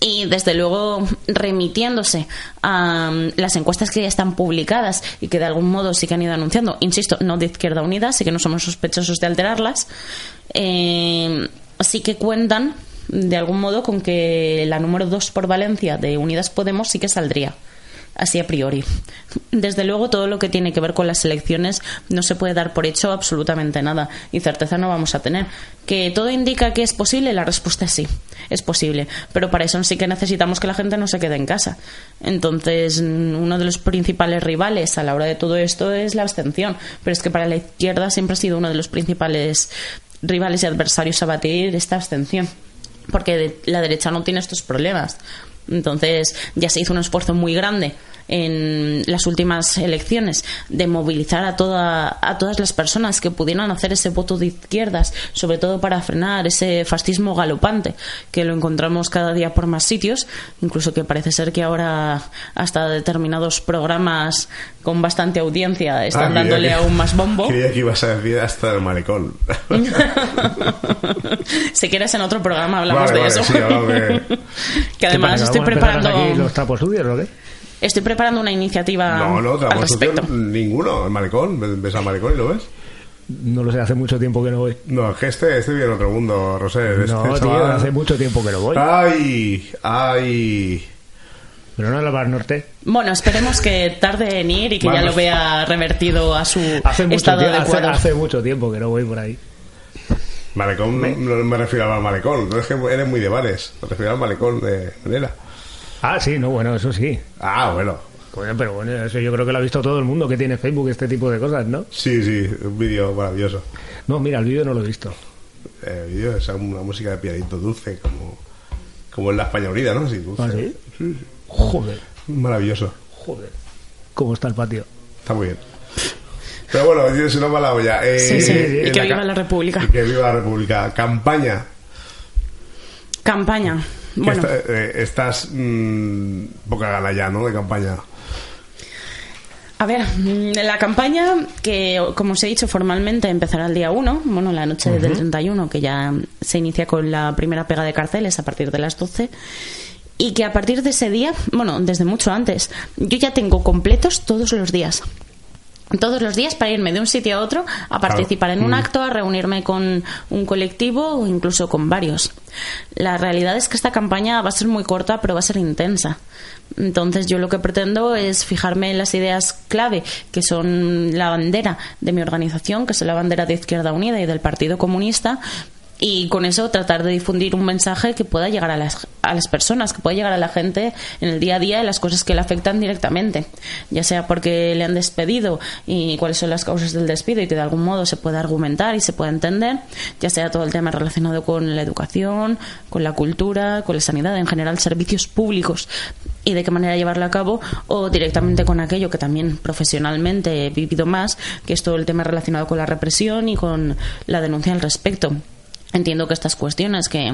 Speaker 9: y desde luego remitiéndose a mm, las encuestas que ya están publicadas y que de algún modo sí que han ido anunciando, insisto, no de Izquierda Unida, sí que no somos sospechosos de alterarlas, eh, sí que cuentan de algún modo con que la número 2 por Valencia de Unidas Podemos sí que saldría. Así a priori. Desde luego, todo lo que tiene que ver con las elecciones no se puede dar por hecho absolutamente nada y certeza no vamos a tener. ¿Que todo indica que es posible? La respuesta es sí, es posible. Pero para eso sí que necesitamos que la gente no se quede en casa. Entonces, mm, uno de los principales rivales a la hora de todo esto es la abstención. Pero es que para la izquierda siempre ha sido uno de los principales rivales y adversarios a batir esta abstención, porque de- la derecha no tiene estos problemas. Entonces ya se hizo un esfuerzo muy grande en las últimas elecciones de movilizar a, toda, a todas las personas que pudieran hacer ese voto de izquierdas, sobre todo para frenar ese fascismo galopante que lo encontramos cada día por más sitios, incluso que parece ser que ahora hasta determinados programas con bastante audiencia están
Speaker 2: Ah,
Speaker 9: dándole
Speaker 2: creía que-
Speaker 9: aún más bombo.
Speaker 2: Creía que ibas a decir hasta el malecón.
Speaker 9: Si quieres, en otro programa hablamos
Speaker 2: Vale,
Speaker 9: de
Speaker 2: vale,
Speaker 9: eso.
Speaker 2: sí, hablamos de-
Speaker 1: ¿Qué
Speaker 9: que además
Speaker 1: pasa, que
Speaker 9: estoy
Speaker 1: vamos a empezar aquí
Speaker 9: preparando,
Speaker 1: los tapos sucios, ¿o qué?
Speaker 9: estoy preparando una iniciativa
Speaker 2: No, no,
Speaker 9: al
Speaker 2: tampoco
Speaker 9: respecto.
Speaker 2: ninguno. El malecón, ¿ves- ves al malecón y lo ves?
Speaker 1: No lo sé, hace mucho tiempo que no voy.
Speaker 2: No, es que este, este vive en otro mundo, Rosé. Este
Speaker 1: No, tío,
Speaker 2: chaval- Ah.
Speaker 1: hace mucho tiempo que no voy.
Speaker 2: Ay, ay.
Speaker 1: Pero no en la Bar Norte.
Speaker 9: Bueno, esperemos que tarde en ir y que ya
Speaker 1: Vamos.
Speaker 9: lo vea revertido a su
Speaker 1: Hace mucho,
Speaker 9: estado
Speaker 1: tiempo, hace,
Speaker 9: adecuado.
Speaker 1: hace mucho tiempo que no voy por ahí.
Speaker 2: Malecón, no me refiero al malecón. No es que eres muy de bares. Me refiero al malecón de Manera.
Speaker 1: Ah, sí, no, bueno, eso sí.
Speaker 2: Ah, bueno.
Speaker 1: Coño, pero bueno, eso yo creo que lo ha visto todo el mundo que tiene Facebook, este tipo de cosas, ¿no?
Speaker 2: Sí, sí, un vídeo maravilloso. Eh,
Speaker 1: No, mira, el vídeo no lo he visto.
Speaker 2: El vídeo es una música de pianito dulce, como, como en la España Unida, ¿no? Sí, dulce.
Speaker 1: ¿Ah, sí?
Speaker 2: Sí, sí.
Speaker 1: Joder,
Speaker 2: Maravilloso.
Speaker 1: joder. ¿Cómo está el patio?
Speaker 2: Está muy bien. Pero bueno, yo se nos va la olla. Eh,
Speaker 9: Sí, sí,
Speaker 2: en
Speaker 9: y que viva
Speaker 2: ca-
Speaker 9: la República.
Speaker 2: y Que viva la República. Campaña.
Speaker 9: Campaña.
Speaker 2: Que
Speaker 9: Bueno,
Speaker 2: esta- eh, estás mm, poca gala ya, ¿no? De campaña.
Speaker 9: a ver, mm, la campaña que, como os he dicho, formalmente empezará el día 1, bueno, la noche del 31, que ya se inicia con la primera pega de cárceles a partir de las 12. y que a partir de ese día, bueno, desde mucho antes, yo ya tengo completos todos los días. Todos los días para irme de un sitio a otro, a participar en un acto, a reunirme con un colectivo o incluso con varios. La realidad es que esta campaña va a ser muy corta, pero va a ser intensa. Entonces yo lo que pretendo es fijarme en las ideas clave, que son la bandera de mi organización, que es la bandera de Izquierda Unida y del Partido Comunista, y con eso tratar de difundir un mensaje que pueda llegar a las, a las personas, que pueda llegar a la gente en el día a día, en las cosas que le afectan directamente, ya sea porque le han despedido y cuáles son las causas del despido y que de algún modo se pueda argumentar y se pueda entender, ya sea todo el tema relacionado con la educación, con la cultura, con la sanidad, en general servicios públicos y de qué manera llevarlo a cabo o directamente con aquello que también profesionalmente he vivido más, que es todo el tema relacionado con la represión y con la denuncia al respecto entiendo que estas cuestiones que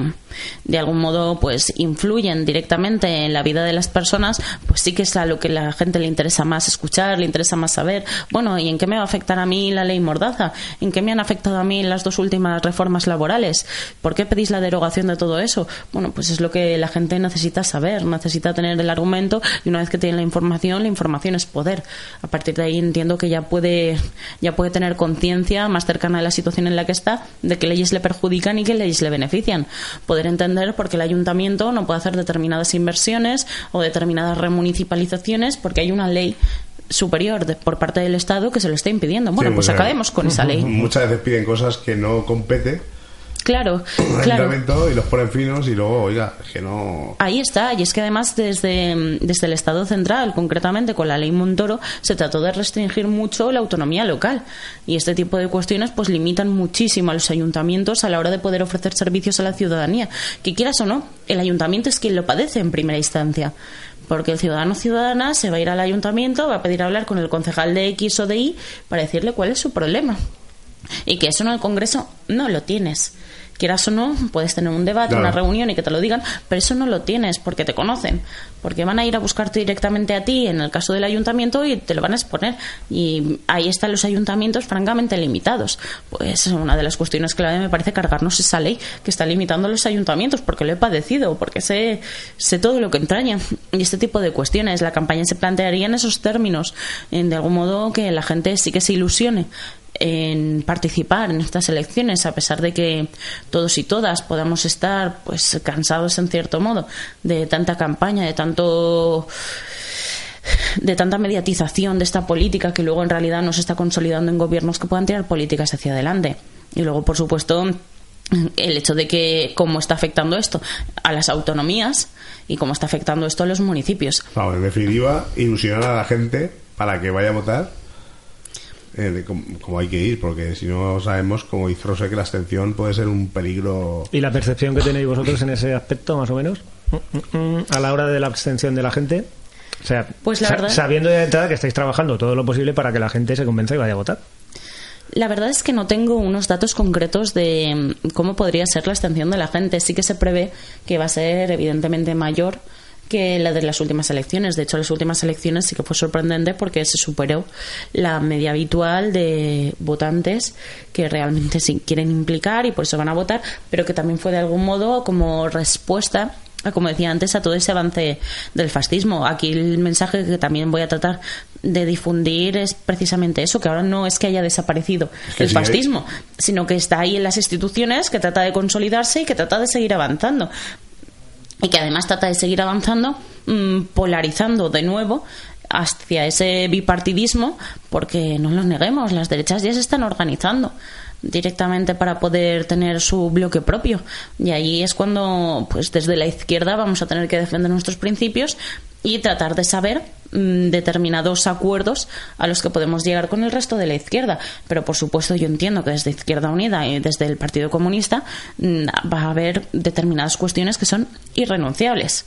Speaker 9: de algún modo pues influyen directamente en la vida de las personas pues sí que es a lo que la gente le interesa más escuchar le interesa más saber bueno y en qué me va a afectar a mí la ley mordaza en qué me han afectado a mí las dos últimas reformas laborales por qué pedís la derogación de todo eso bueno pues es lo que la gente necesita saber necesita tener el argumento y una vez que tiene la información la información es poder a partir de ahí entiendo que ya puede ya puede tener conciencia más cercana a la situación en la que está de qué leyes le perjudican y que les le benefician. Poder entender por qué el ayuntamiento no puede hacer determinadas inversiones o determinadas remunicipalizaciones porque hay una ley superior de- por parte del Estado que se lo está impidiendo. Bueno,
Speaker 2: Sí,
Speaker 9: pues
Speaker 2: muchas-
Speaker 9: acabemos con esa ley.
Speaker 2: Muchas veces piden cosas que no compete
Speaker 9: Claro,
Speaker 2: al
Speaker 9: claro.
Speaker 2: ayuntamiento y los ponen finos y luego, oiga, es que no...
Speaker 9: Ahí está, y es que además desde, desde el Estado central, concretamente con la ley Montoro, se trató de restringir mucho la autonomía local. Y este tipo de cuestiones pues limitan muchísimo a los ayuntamientos a la hora de poder ofrecer servicios a la ciudadanía. Que quieras o no, el ayuntamiento es quien lo padece en primera instancia. Porque el ciudadano o ciudadana se va a ir al ayuntamiento, va a pedir hablar con el concejal de X o de Y para decirle cuál es su problema. Y que eso en el Congreso no lo tienes. Quieras o no, puedes tener un debate,
Speaker 12: Claro.
Speaker 9: una reunión y que te lo digan, pero eso no lo tienes porque te conocen. Porque van a ir a buscarte directamente a ti, en el caso del ayuntamiento, y te lo van a exponer. Y ahí están los ayuntamientos francamente limitados. Pues una de las cuestiones clave me parece cargarnos esa ley que está limitando a los ayuntamientos porque lo he padecido, porque sé, sé todo lo que entraña. Y este tipo de cuestiones, la campaña se plantearía en esos términos, en de algún modo que la gente sí que se ilusione en participar en estas elecciones, a pesar de que todos y todas podamos estar pues cansados en cierto modo de tanta campaña, de tanto de tanta mediatización de esta política que luego en realidad no se está consolidando en gobiernos que puedan tirar políticas hacia adelante. Y luego, por supuesto, el hecho de que cómo está afectando esto a las autonomías y cómo está afectando esto a los municipios.
Speaker 2: Vamos, en definitiva, ilusionar a la gente para que vaya a votar eh, de com- como, hay que ir, porque si no sabemos, como dice Rosé, que la abstención puede ser un peligro...
Speaker 1: ¿Y la percepción que tenéis vosotros en ese aspecto, más o menos? Mm, mm, mm, A la hora de la abstención de la gente. O sea,
Speaker 9: Pues la
Speaker 1: sa-
Speaker 9: verdad-
Speaker 1: sabiendo de entrada que estáis trabajando todo lo posible para que la gente se convenza y vaya a votar.
Speaker 9: La verdad es que no tengo unos datos concretos de mm, cómo podría ser la extensión de la gente. Sí que se prevé que va a ser evidentemente mayor que la de las últimas elecciones. De hecho, las últimas elecciones sí que fue sorprendente porque se superó la media habitual de votantes que realmente sí quieren implicar y por eso van a votar, pero que también fue de algún modo como respuesta a, como decía antes, a todo ese avance del fascismo. Aquí el mensaje que también voy a tratar de difundir es precisamente eso, que ahora no es que haya desaparecido
Speaker 12: que
Speaker 9: el
Speaker 12: sigue ahí.
Speaker 9: fascismo, sino que está ahí en las instituciones, que trata de consolidarse y que trata de seguir avanzando. Y que además trata de seguir avanzando, mm, polarizando de nuevo hacia ese bipartidismo, porque no nos neguemos, las derechas ya se están organizando directamente para poder tener su bloque propio. Y ahí es cuando, pues desde la izquierda vamos a tener que defender nuestros principios y tratar de saber mm, determinados acuerdos a los que podemos llegar con el resto de la izquierda. Pero, por supuesto, yo entiendo que desde Izquierda Unida y desde el Partido Comunista mm, va a haber determinadas cuestiones que son irrenunciables.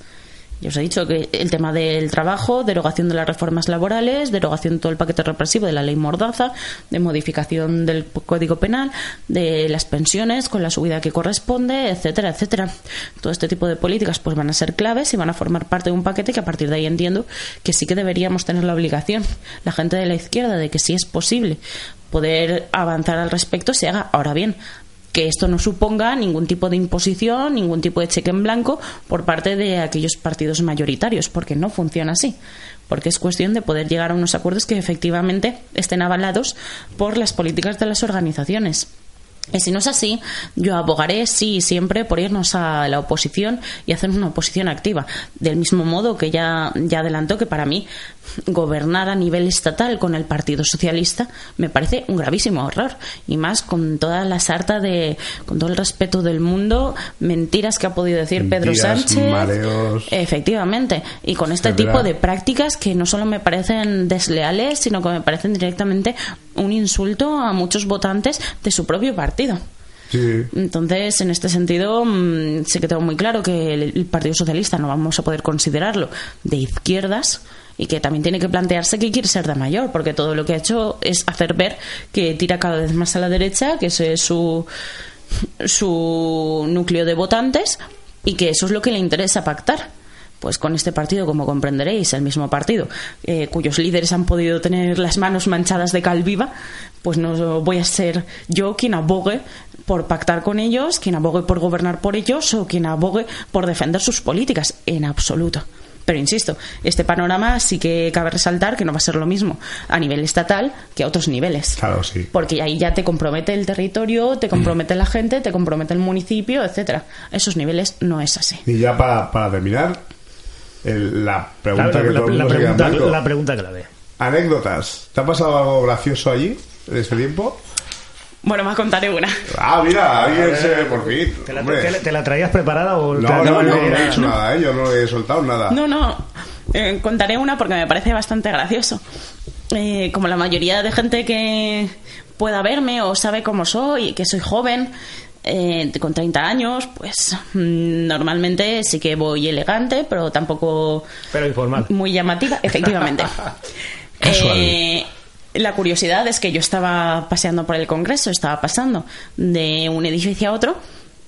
Speaker 9: Yo os he dicho que el tema del trabajo, derogación de las reformas laborales, derogación de todo el paquete represivo de la ley Mordaza, de modificación del Código Penal, de las pensiones con la subida que corresponde, etcétera, etcétera. Todo este tipo de políticas pues van a ser claves y van a formar parte de un paquete que a partir de ahí entiendo que sí que deberíamos tener la obligación, la gente de la izquierda, de que si es posible poder avanzar al respecto se haga. Ahora bien, que esto no suponga ningún tipo de imposición, ningún tipo de cheque en blanco por parte de aquellos partidos mayoritarios, porque no funciona así. Porque es cuestión de poder llegar a unos acuerdos que efectivamente estén avalados por las políticas de las organizaciones. Y si no es así, yo abogaré sí y siempre por irnos a la oposición y hacer una oposición activa. Del mismo modo que ya, ya adelantó que para mí gobernar a nivel estatal con el Partido Socialista me parece un gravísimo error. Y más con toda la sarta de, con todo el respeto del mundo, mentiras que ha podido decir Pedro
Speaker 2: Mentiras,
Speaker 9: Sánchez.
Speaker 2: mareos.
Speaker 9: Efectivamente. Y con este
Speaker 2: Etcétera.
Speaker 9: tipo de prácticas que no solo me parecen desleales, sino que me parecen directamente un insulto a muchos votantes de su propio partido.
Speaker 2: Sí.
Speaker 9: Entonces, en este sentido, mm, sí que tengo muy claro que el, el Partido Socialista no vamos a poder considerarlo de izquierdas y que también tiene que plantearse que quiere ser de mayor, porque todo lo que ha hecho es hacer ver que tira cada vez más a la derecha, que ese es su, su núcleo de votantes y que eso es lo que le interesa pactar. Pues con este partido, como comprenderéis, el mismo partido eh, cuyos líderes han podido tener las manos manchadas de cal viva, pues no voy a ser yo quien abogue por pactar con ellos, quien abogue por gobernar por ellos o quien abogue por defender sus políticas, en absoluto. Pero insisto, este panorama sí que cabe resaltar que no va a ser lo mismo a nivel estatal que a otros niveles.
Speaker 2: Claro, sí.
Speaker 9: Porque ahí ya te compromete el territorio, te compromete la gente, te compromete el municipio, etcétera. A Esos niveles no es así.
Speaker 2: Y ya para, para terminar, el- la pregunta
Speaker 1: Claro,
Speaker 2: que
Speaker 1: la-
Speaker 2: todo el
Speaker 1: la
Speaker 2: mundo se queda en
Speaker 1: pregunta-
Speaker 2: blanco.
Speaker 1: la pregunta clave.
Speaker 2: Anécdotas. ¿Te ha pasado algo gracioso allí en este tiempo?
Speaker 9: Bueno, más contaré una.
Speaker 2: Ah, mira, alguien
Speaker 1: Eh,
Speaker 2: se... Por fin.
Speaker 1: ¿Te la,
Speaker 2: hombre.
Speaker 1: te la- te la traías preparada o te
Speaker 2: No,
Speaker 1: la
Speaker 2: no, no,
Speaker 1: acabas
Speaker 2: no,
Speaker 1: de-
Speaker 2: he hecho nada, ¿eh? Yo no he soltado nada.
Speaker 9: No, no. Eh, contaré una porque me parece bastante gracioso. Eh, como la mayoría de gente que pueda verme o sabe cómo soy, que soy joven, eh, con 30 años, pues mm, normalmente sí que voy elegante, pero tampoco
Speaker 1: Pero informal.
Speaker 9: muy llamativa, efectivamente.
Speaker 1: Casual.
Speaker 9: Eh, la curiosidad es que yo estaba paseando por el Congreso, estaba pasando de un edificio a otro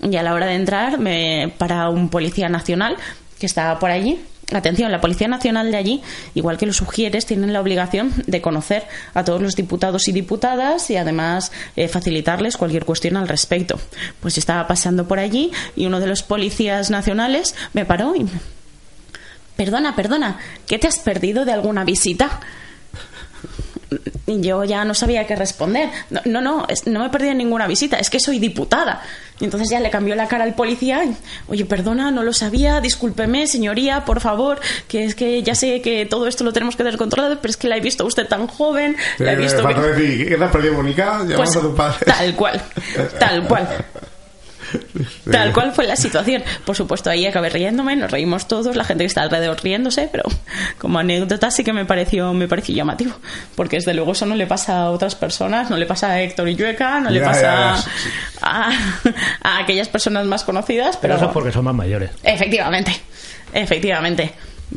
Speaker 9: y a la hora de entrar me para un policía nacional que estaba por allí. Atención, la Policía Nacional de allí, igual que los sugieres, tienen la obligación de conocer a todos los diputados y diputadas y además eh, facilitarles cualquier cuestión al respecto. Pues yo estaba pasando por allí y uno de los policías nacionales me paró y Perdona, perdona, ¿qué te has perdido de alguna visita? Y yo ya no sabía qué responder. No, no, no, es- no me he perdido ninguna visita, es que soy diputada. Y entonces ya le cambió la cara al policía. y, Oye, perdona, no lo sabía, discúlpeme, señoría, por favor, que es que ya sé que todo esto lo tenemos que tener controlado, pero es que la he visto a usted tan joven, la he
Speaker 2: Eh,
Speaker 9: visto...
Speaker 2: faltó
Speaker 9: que-
Speaker 2: decir, ¿qué te has perdido, Mónica? Llamamos
Speaker 9: Pues,
Speaker 2: a tu padre.
Speaker 9: Tal cual, tal cual. Tal cual fue la situación. Por supuesto, ahí acabé riéndome, nos reímos todos, la gente que está alrededor riéndose, pero como anécdota sí que me pareció, me pareció llamativo. Porque desde luego eso no le pasa a otras personas, no le pasa a Héctor Illueca, no le
Speaker 1: Ya,
Speaker 9: pasa
Speaker 1: ya, ya.
Speaker 9: A, a aquellas personas más conocidas,
Speaker 1: Pero
Speaker 9: pero.
Speaker 1: eso es porque son más mayores.
Speaker 9: Efectivamente, efectivamente.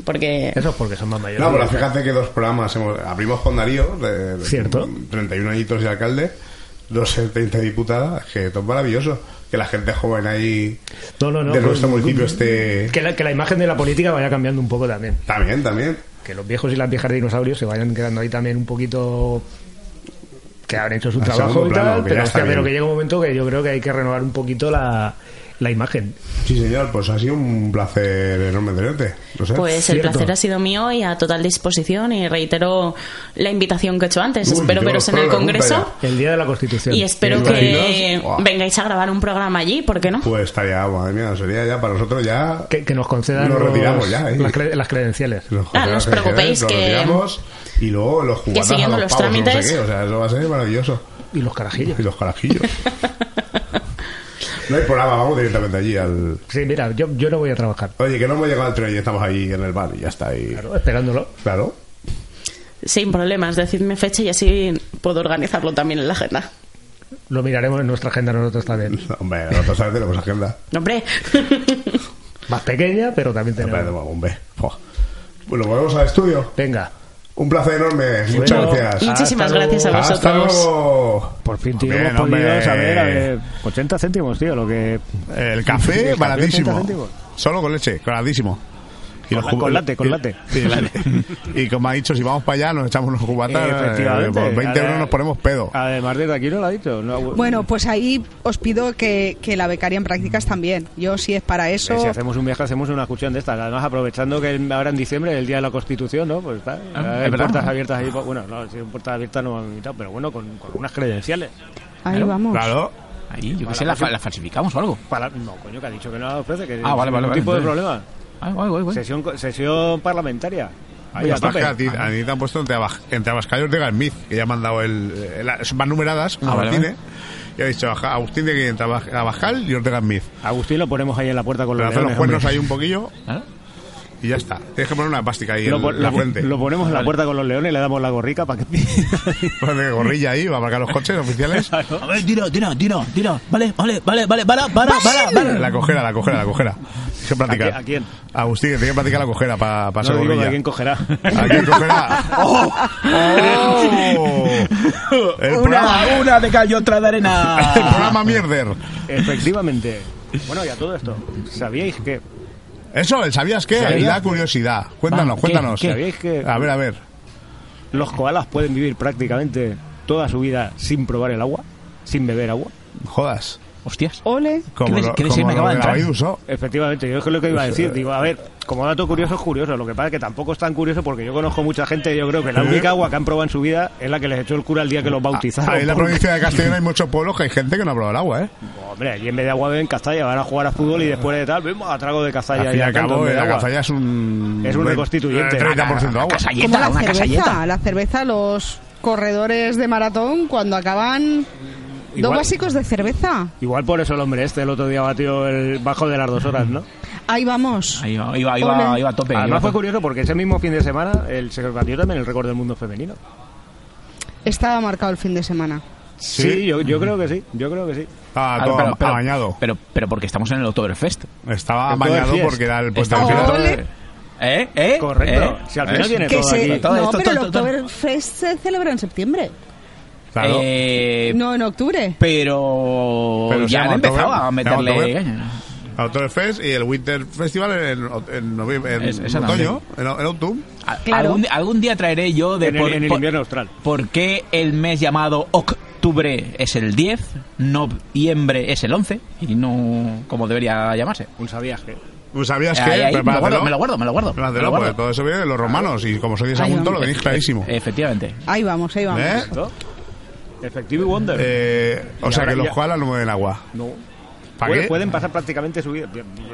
Speaker 9: Porque.
Speaker 1: Eso es porque son más mayores.
Speaker 2: No, pero fíjate que dos programas hemos- abrimos con Darío, de, de-
Speaker 1: Cierto.
Speaker 2: 31 añitos de alcalde, dos 30 diputadas, que esto es maravilloso, que la gente joven ahí
Speaker 1: No, no, no,
Speaker 2: de
Speaker 1: con-
Speaker 2: nuestro municipio este- esté...
Speaker 1: Que la, que la imagen de la política vaya cambiando un poco también.
Speaker 2: También, también.
Speaker 1: Que los viejos y las viejas dinosaurios se vayan quedando ahí también un poquito... Que habrán hecho su
Speaker 2: Al
Speaker 1: trabajo
Speaker 2: segundo
Speaker 1: y
Speaker 2: plano,
Speaker 1: tal,
Speaker 2: que ya
Speaker 1: pero,
Speaker 2: está
Speaker 1: hostia, pero
Speaker 2: bien.
Speaker 1: que llega un momento que yo creo que hay que renovar un poquito la, la imagen.
Speaker 2: Sí, señor, pues ha sido un placer enorme tenerte. No sé.
Speaker 9: Pues el placer ha sido mío y a total disposición y reitero la invitación que he hecho antes.
Speaker 2: Uy,
Speaker 9: Espero
Speaker 2: yo
Speaker 9: veros en
Speaker 2: espero
Speaker 9: el
Speaker 2: la punta
Speaker 9: Congreso.
Speaker 1: El día de la Constitución.
Speaker 9: Y espero
Speaker 2: ¿Te
Speaker 9: que
Speaker 2: imaginas? Buah.
Speaker 9: vengáis a grabar un programa allí, ¿por qué no?
Speaker 2: Pues estaría, madre mía, sería ya para nosotros ya...
Speaker 1: Que, que nos concedan
Speaker 2: Nos
Speaker 1: los-
Speaker 2: retiramos ya, ¿eh?
Speaker 1: las, cre- las credenciales.
Speaker 9: Ah, no os preocupéis
Speaker 2: E, Lo
Speaker 9: que-
Speaker 2: retiramos y luego los
Speaker 9: que
Speaker 2: jugadores
Speaker 9: siguiendo los trámites-
Speaker 2: o sea, eso va a ser maravilloso.
Speaker 1: Y los carajillos.
Speaker 2: Y los carajillos. no hay programa, vamos directamente allí al...
Speaker 1: Sí, mira, yo, yo no voy a trabajar.
Speaker 2: Oye, que no hemos llegado al tren y estamos ahí en el bar y ya está ahí.
Speaker 1: Claro, esperándolo.
Speaker 2: Claro.
Speaker 9: Sin problemas, decidme fecha y así puedo organizarlo también en la agenda.
Speaker 1: Lo miraremos en nuestra agenda nosotros también.
Speaker 2: Hombre, nosotros también tenemos agenda.
Speaker 9: Hombre,
Speaker 1: Más pequeña, pero también
Speaker 2: Hombre,
Speaker 1: tenemos.
Speaker 2: hombre. Jo. Bueno, volvemos al estudio.
Speaker 1: Venga.
Speaker 2: Un placer enorme. Muchas
Speaker 1: Bueno,
Speaker 2: gracias.
Speaker 9: muchísimas
Speaker 1: Hasta luego.
Speaker 9: gracias a
Speaker 2: Hasta
Speaker 9: vosotros.
Speaker 2: luego.
Speaker 1: Por fin, tío,
Speaker 2: Bien,
Speaker 1: hemos podido
Speaker 2: hombre.
Speaker 1: saber, a ver, 80 céntimos, tío, lo que...
Speaker 2: El
Speaker 1: El
Speaker 2: café
Speaker 1: café,
Speaker 2: baratísimo.
Speaker 1: 30 céntimos.
Speaker 2: Solo con leche, baratísimo. Y
Speaker 1: Con la-
Speaker 2: ju-
Speaker 1: con latte, con
Speaker 2: y-
Speaker 1: latte.
Speaker 2: sí, latte. Y como ha dicho, si vamos para allá, nos echamos unos cubatas. eh, Por 20 euros nos ponemos pedo.
Speaker 1: Además, desde aquí no lo ha dicho. no ha-
Speaker 4: Bueno, pues ahí os pido que, que la becaria en prácticas también. Yo si es para eso...
Speaker 1: eh, Si hacemos un viaje, hacemos una excursión de estas. Además, aprovechando que el- ahora en diciembre es el Día de la Constitución, ¿no? Pues está.
Speaker 3: Ah,
Speaker 1: hay
Speaker 3: es verdad.
Speaker 1: puertas abiertas ahí. Bueno, no, si hay puertas abiertas no me han invitado, pero bueno, con, con unas credenciales.
Speaker 4: Ahí vamos.
Speaker 2: Claro.
Speaker 3: Ahí, yo qué sé, la, fa- la falsificamos o algo.
Speaker 1: Para- no, coño, que ha dicho que no la ofrece, que
Speaker 3: Ah, vale,
Speaker 1: no hay
Speaker 3: vale,
Speaker 1: ningún
Speaker 3: vale,
Speaker 1: tipo de
Speaker 3: entonces.
Speaker 1: problema. Sesión, co- sesión parlamentaria. Ahí
Speaker 2: Ahí
Speaker 1: a
Speaker 2: está,
Speaker 1: tope.
Speaker 2: que a ti, a ti te han puesto entre, Abaj- entre Abascayos de Gasmiz, que ya me han dado el, el- las- van numeradas
Speaker 1: Ah,
Speaker 2: a
Speaker 1: vale,
Speaker 2: Martínez. Y ha dicho, "Aja, Agustín de que entre Abaj- Abascal y Ortega Smith.
Speaker 1: Agustín lo ponemos ahí en la puerta con
Speaker 2: Le
Speaker 1: los
Speaker 2: hacen los
Speaker 1: leones,
Speaker 2: cuernos
Speaker 1: hombre. ¿Eh?
Speaker 2: ahí un poquillo y ya está. Tienes que poner una plástica ahí
Speaker 1: Lo,
Speaker 2: en
Speaker 1: pon-
Speaker 2: la
Speaker 1: lo-
Speaker 2: frente.
Speaker 1: lo ponemos en la puerta con los leones y le damos la gorrica para que...
Speaker 2: Ponle gorrilla ahí, va a marcar los coches oficiales.
Speaker 12: A ver, tira, tira, tira, tira. Vale, vale, vale, vale, para, para, para, para.
Speaker 2: La cojera, la cojera, la cojera. Hay que practicar.
Speaker 1: ¿A quién?
Speaker 2: Agustín, que tiene que practicar la cojera para
Speaker 1: No
Speaker 2: ser
Speaker 1: digo,
Speaker 2: gorrilla.
Speaker 1: ¿a quién cogerá?
Speaker 2: ¿A quién cogerá? ¡Oh!
Speaker 1: Oh.
Speaker 2: El
Speaker 12: Una,
Speaker 2: programa-
Speaker 12: una de cal y otra de arena.
Speaker 2: El programa Mierder.
Speaker 1: Efectivamente. Bueno, y a todo esto, ¿sabíais que...?
Speaker 2: Eso, el ¿sabías qué?
Speaker 1: ¿Sabías?
Speaker 2: Me da curiosidad.
Speaker 1: Va,
Speaker 2: Cuéntanos,
Speaker 1: ¿qué?
Speaker 2: cuéntanos.
Speaker 1: ¿Qué? ¿Sabíais que-
Speaker 2: A ver, a ver.
Speaker 1: Los koalas pueden vivir prácticamente toda su vida sin probar el agua, sin beber agua.
Speaker 2: Jodas.
Speaker 3: Hostias.
Speaker 1: Ole.
Speaker 2: Como ¿Qué de- lo- qué de como ser me lo acaba de de la entrar. Baiduso.
Speaker 1: Efectivamente, yo es que lo que iba a decir.
Speaker 2: eh.
Speaker 1: Digo, a ver, como dato curioso es curioso. Lo que pasa es que tampoco es tan curioso porque yo conozco mucha gente. Yo creo que la
Speaker 2: ¿Eh?
Speaker 1: única agua que han probado en su vida es la que les echó el cura el día que los bautizaron.
Speaker 2: Ahí en la
Speaker 1: porque-
Speaker 2: provincia de Castellón hay muchos pueblos que hay gente que no ha probado el agua, ¿eh?
Speaker 1: Hombre, allí en vez de agua beben castalla, van a jugar a fútbol y después de tal, vemos a trago de castalla.
Speaker 2: Al fin y
Speaker 1: ya
Speaker 2: al
Speaker 1: tanto, en
Speaker 2: cabo, eh,
Speaker 1: vez de
Speaker 2: la
Speaker 1: agua.
Speaker 2: cazalla es un... eh,
Speaker 1: Es un reconstituyente.
Speaker 2: 30% agua.
Speaker 4: Como la cerveza, la cerveza, los corredores de maratón cuando acaban dos
Speaker 1: Igual.
Speaker 4: básicos de cerveza.
Speaker 1: Igual por eso el hombre este el otro día batió el bajo de las dos horas, ¿no?
Speaker 4: Ahí vamos.
Speaker 3: Ahí va, ahí va, ahí va,
Speaker 4: Ole.
Speaker 3: ahí va a tope. ahí va a
Speaker 1: Además fue
Speaker 3: tope.
Speaker 2: pues.
Speaker 1: curioso porque ese mismo fin de semana el se batió también el récord del mundo femenino.
Speaker 4: Estaba marcado el fin de semana.
Speaker 1: Sí, yo, yo creo que sí, yo creo que sí.
Speaker 2: Ah, todo
Speaker 3: pero, pero-
Speaker 2: amañado.
Speaker 3: Pero, pero porque estamos en el Oktoberfest.
Speaker 2: Estaba
Speaker 1: El todo amañado el fiest.
Speaker 2: porque era el puente
Speaker 3: Estamos
Speaker 2: del
Speaker 3: en el
Speaker 2: fiest.
Speaker 3: Oktoberfest. ¿Eh? ¿Eh?
Speaker 1: Correcto.
Speaker 3: ¿Eh?
Speaker 1: Si al final
Speaker 3: ¿Ves?
Speaker 1: viene
Speaker 4: Que se-
Speaker 3: Todo
Speaker 4: no,
Speaker 3: esto,
Speaker 4: pero
Speaker 3: todo,
Speaker 4: el
Speaker 3: todo.
Speaker 4: Oktoberfest se celebra en septiembre.
Speaker 3: Eh,
Speaker 4: No, en octubre.
Speaker 3: pero,
Speaker 2: Pero se
Speaker 3: ya han
Speaker 2: llama
Speaker 3: empezado
Speaker 2: Oktober-
Speaker 3: a
Speaker 2: se llama
Speaker 3: meterle... eh.
Speaker 2: Oktober. Oktoberfest y el Winter Festival en, en novie- en
Speaker 3: Es- exactamente.
Speaker 2: otoño, en, en autumn.
Speaker 3: Algún, di- algún día traeré yo de
Speaker 1: En el- en el invierno austral.
Speaker 3: por qué el mes llamado octubre es el 10, noviembre es el 11 y no como debería llamarse.
Speaker 1: Un sabiaje.
Speaker 2: Pues sabías que...
Speaker 3: Ahí, Eh, ahí, me lo
Speaker 2: prepáratelo.
Speaker 3: guardo, me lo guardo, me lo guardo,
Speaker 2: Prepáratelo,
Speaker 3: me lo guardo. Eh,
Speaker 2: porque todo eso viene de los romanos y como soy de Sagunto lo tenéis clarísimo.
Speaker 3: Efectivamente.
Speaker 4: Ahí vamos, ahí vamos.
Speaker 2: ¿Eh?
Speaker 1: Efectivo y Wonder.
Speaker 2: Eh, o
Speaker 1: Y
Speaker 2: sea
Speaker 1: ahora
Speaker 2: que los
Speaker 1: ya-
Speaker 2: koalas no mueven agua.
Speaker 1: No.
Speaker 2: ¿Pa'
Speaker 1: Pueden,
Speaker 2: qué?
Speaker 1: pueden pasar prácticamente su vida.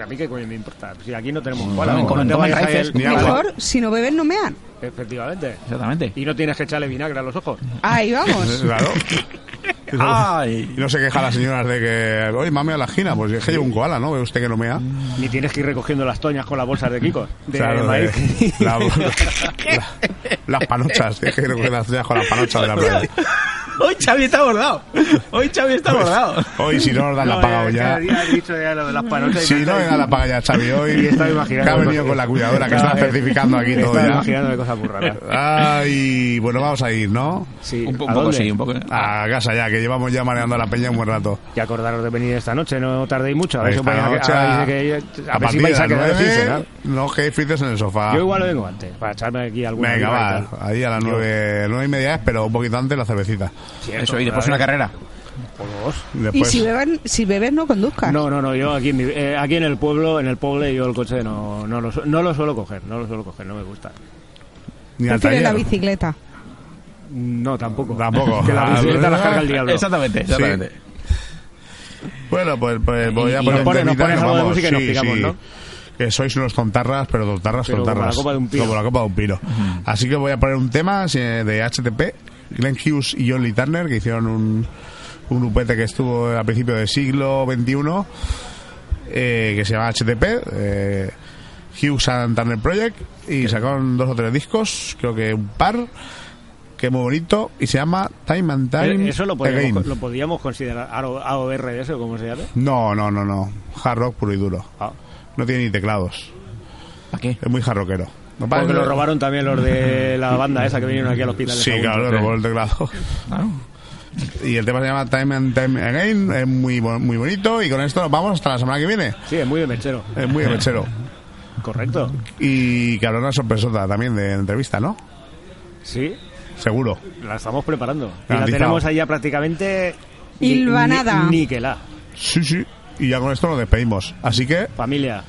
Speaker 1: A mí qué coño me importa. Si aquí no tenemos koala,
Speaker 3: comen-
Speaker 1: no
Speaker 3: comen-
Speaker 1: te
Speaker 3: comen
Speaker 1: vayas a
Speaker 3: raíces,
Speaker 1: el-
Speaker 2: ni agua.
Speaker 4: Mejor, si no beben, no mean.
Speaker 1: Efectivamente.
Speaker 3: Exactamente.
Speaker 1: Y no tienes que echarle vinagre a los ojos.
Speaker 4: Ahí vamos.
Speaker 2: Claro. Y no-
Speaker 3: Ay.
Speaker 2: Y no se queja las señoras de que, oye, mame a la gina, pues es que llevo un koala, ¿no? Ve usted que no mea.
Speaker 1: Ni tienes que ir recogiendo las toñas con las bolsas de Kiko. De
Speaker 2: Claro, de-
Speaker 1: maíz.
Speaker 2: la- la- las panochas, es que creo que las dejas con las panochas de la playa.
Speaker 3: Hoy Xavi está bordado. Hoy Xavi está
Speaker 2: Pues,
Speaker 3: bordado.
Speaker 2: Hoy si no nos dan la
Speaker 1: No,
Speaker 2: paga
Speaker 1: eh,
Speaker 2: hoy ya.
Speaker 1: cada día he dicho ya lo de las panochas y
Speaker 2: Si no
Speaker 1: tal.
Speaker 2: me da la paga ya, Xavi,
Speaker 1: Y
Speaker 2: hoy
Speaker 1: estaba imaginando
Speaker 2: que ha venido
Speaker 1: cosas.
Speaker 2: con la cuidadora que
Speaker 1: Estaba-
Speaker 2: está certificando aquí todo
Speaker 1: Estaba
Speaker 2: ya.
Speaker 1: imaginando de cosas muy raras.
Speaker 2: Ay, bueno, vamos a ir, ¿no?
Speaker 1: Sí,
Speaker 3: Un, po-
Speaker 1: ¿a
Speaker 3: un poco
Speaker 1: dónde?
Speaker 3: sí, un poco.
Speaker 2: A casa ya, que llevamos ya mareando a la peña un buen rato.
Speaker 1: Y acordaros de venir esta noche, no tardéis mucho. A ver si os
Speaker 2: Esta
Speaker 1: vais a,
Speaker 2: noche,
Speaker 1: a- a- que- a ver si
Speaker 2: partir
Speaker 1: vais
Speaker 2: de
Speaker 1: a quedar
Speaker 2: las
Speaker 1: sin
Speaker 2: nueve,
Speaker 1: cenar.
Speaker 2: No Eh. que frites en el sofá.
Speaker 1: Yo igual vengo antes, para echarme aquí alguna.
Speaker 2: Venga,
Speaker 1: birra y
Speaker 2: va,
Speaker 1: tal.
Speaker 2: ahí a las
Speaker 1: Yo-
Speaker 2: nueve, nueve y media, pero un poquito antes la cervecita.
Speaker 1: Cierto,
Speaker 3: Eso, y después
Speaker 1: a
Speaker 3: una
Speaker 1: ver,
Speaker 3: carrera.
Speaker 1: por dos.
Speaker 4: Y
Speaker 2: Después,
Speaker 4: si beben, si bebes, no conduzcas.
Speaker 1: No, no, no, yo aquí en, mi- eh, aquí en el pueblo, en el pueblo yo el coche no, no, lo, su- no lo suelo coger, no lo suelo coger, no me gusta.
Speaker 2: ni al
Speaker 4: Prefiero la
Speaker 2: taller.
Speaker 4: bicicleta.
Speaker 1: No, tampoco.
Speaker 2: Tampoco.
Speaker 1: Que la bicicleta la carga el diablo.
Speaker 3: Exactamente, exactamente.
Speaker 2: Bueno, pues, pues voy a
Speaker 3: Y- y
Speaker 2: poner
Speaker 1: nos pones-
Speaker 2: un
Speaker 1: nos
Speaker 2: temita
Speaker 1: pones
Speaker 2: y nos
Speaker 1: algo de
Speaker 2: vamos.
Speaker 1: música y nos
Speaker 2: Sí,
Speaker 1: picamos,
Speaker 2: sí.
Speaker 1: ¿no?
Speaker 2: Que sois unos tontarras, pero tontarras,
Speaker 1: Pero como
Speaker 2: tontarras.
Speaker 1: la copa de un pino.
Speaker 2: Como la copa de un pino. Así que voy a poner un tema eh, de HTP, Glenn Hughes y John Lee Turner, que hicieron un, un upete que estuvo a principios del siglo XXI, eh, que se llama HTP, eh, Hughes and Turner Project, y sacaron dos o tres discos, creo que un par, que es muy bonito, y se llama Time and Time
Speaker 1: Eh, Eso lo
Speaker 2: Again.
Speaker 1: podríamos, lo podríamos considerar AO- AOR de eso, ¿cómo se llama?
Speaker 2: No, no, no, no. Hard rock puro y duro.
Speaker 1: Ah.
Speaker 2: No tiene ni teclados.
Speaker 3: ¿Para qué?
Speaker 2: Es muy hard rockero. No pasa
Speaker 1: Porque
Speaker 2: nada.
Speaker 1: lo robaron también los de la banda esa que vinieron aquí al hospital. de
Speaker 2: Sí,
Speaker 1: Sagunto.
Speaker 2: claro, lo robó el teclado. Y el tema se llama Time and Time Again. Es muy, bo- muy bonito. Y con esto nos vamos hasta la semana que viene.
Speaker 1: Sí, es muy de mechero.
Speaker 2: Es muy de mechero.
Speaker 1: Correcto.
Speaker 2: Y que habrá una sorpresota también de entrevista, ¿no?
Speaker 1: Sí,
Speaker 2: Seguro.
Speaker 1: La estamos preparando. Y la
Speaker 2: Garantizado.
Speaker 1: tenemos ahí ya prácticamente...
Speaker 4: Hilvanada.
Speaker 1: ni- Níquela.
Speaker 2: Sí, sí. Y ya con esto nos despedimos. Así que,
Speaker 1: Familia,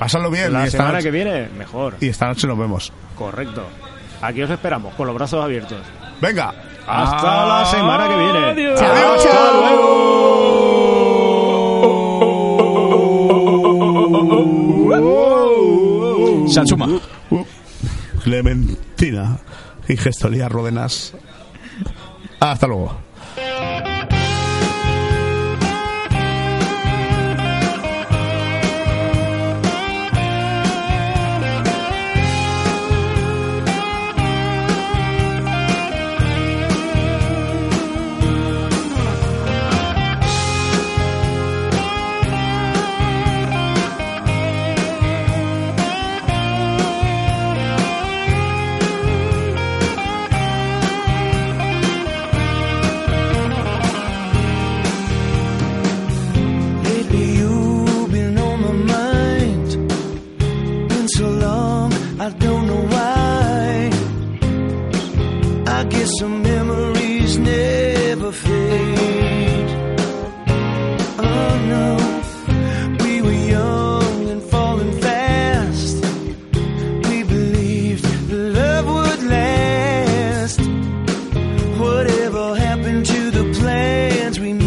Speaker 2: pasadlo bien.
Speaker 1: la
Speaker 2: y, esta
Speaker 1: semana
Speaker 2: noche,
Speaker 1: que viene, mejor.
Speaker 2: y esta noche nos vemos.
Speaker 1: Correcto. Aquí os esperamos, con los brazos abiertos.
Speaker 2: Venga.
Speaker 1: Hasta la semana que viene.
Speaker 4: Chao, chao.
Speaker 1: ¡Hasta luego!
Speaker 3: Satsuma.
Speaker 2: Clementina. Y gestoría Rodenas. Hasta luego.
Speaker 8: Lately you've been on my mind. Been so long, I don't know why. I guess some memories never fade. Oh no, we were young and falling fast. We believed that love would last. Whatever happened to the plans we made?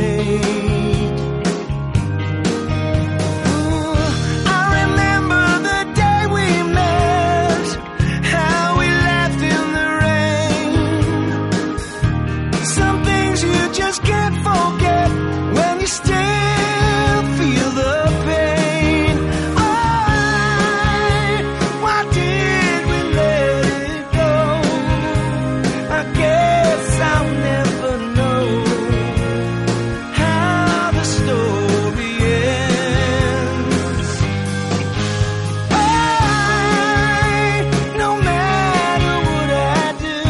Speaker 8: I remember the day we met, how we laughed in the rain. Some things you just can't forget when you still feel the pain. Why, why did we let it go? I guess I'll never know how the story ends. I, no matter what I do,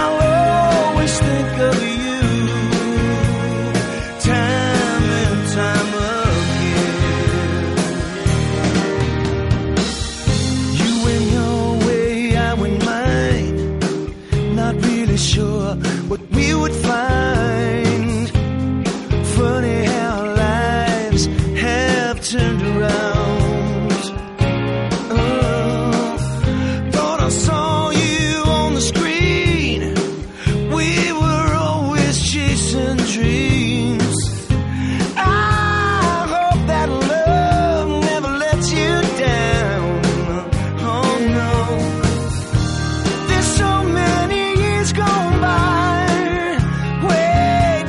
Speaker 8: I'll always think of you, time and time again. You went your way, I went mine. Not really sure what we would find. Funny how our lives have turned around. Oh, thought I saw you on the screen. We were always chasing dreams. I hope that love never lets you down. Oh no, there's so many years gone by. Way Oh,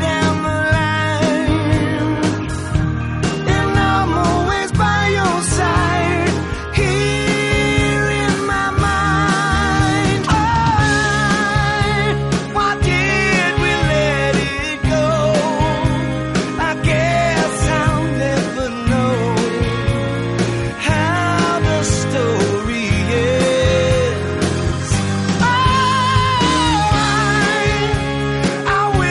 Speaker 8: Oh,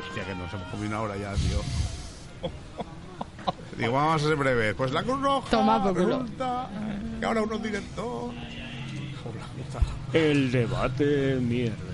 Speaker 2: Hostia, que nos hemos comido una hora ya, tío. Digo, vamos a ser breves. Pues la Cruz Roja.
Speaker 8: Toma por culo.
Speaker 2: resulta Que ahora unos directos. Joder, la puta.
Speaker 1: El debate, mierda.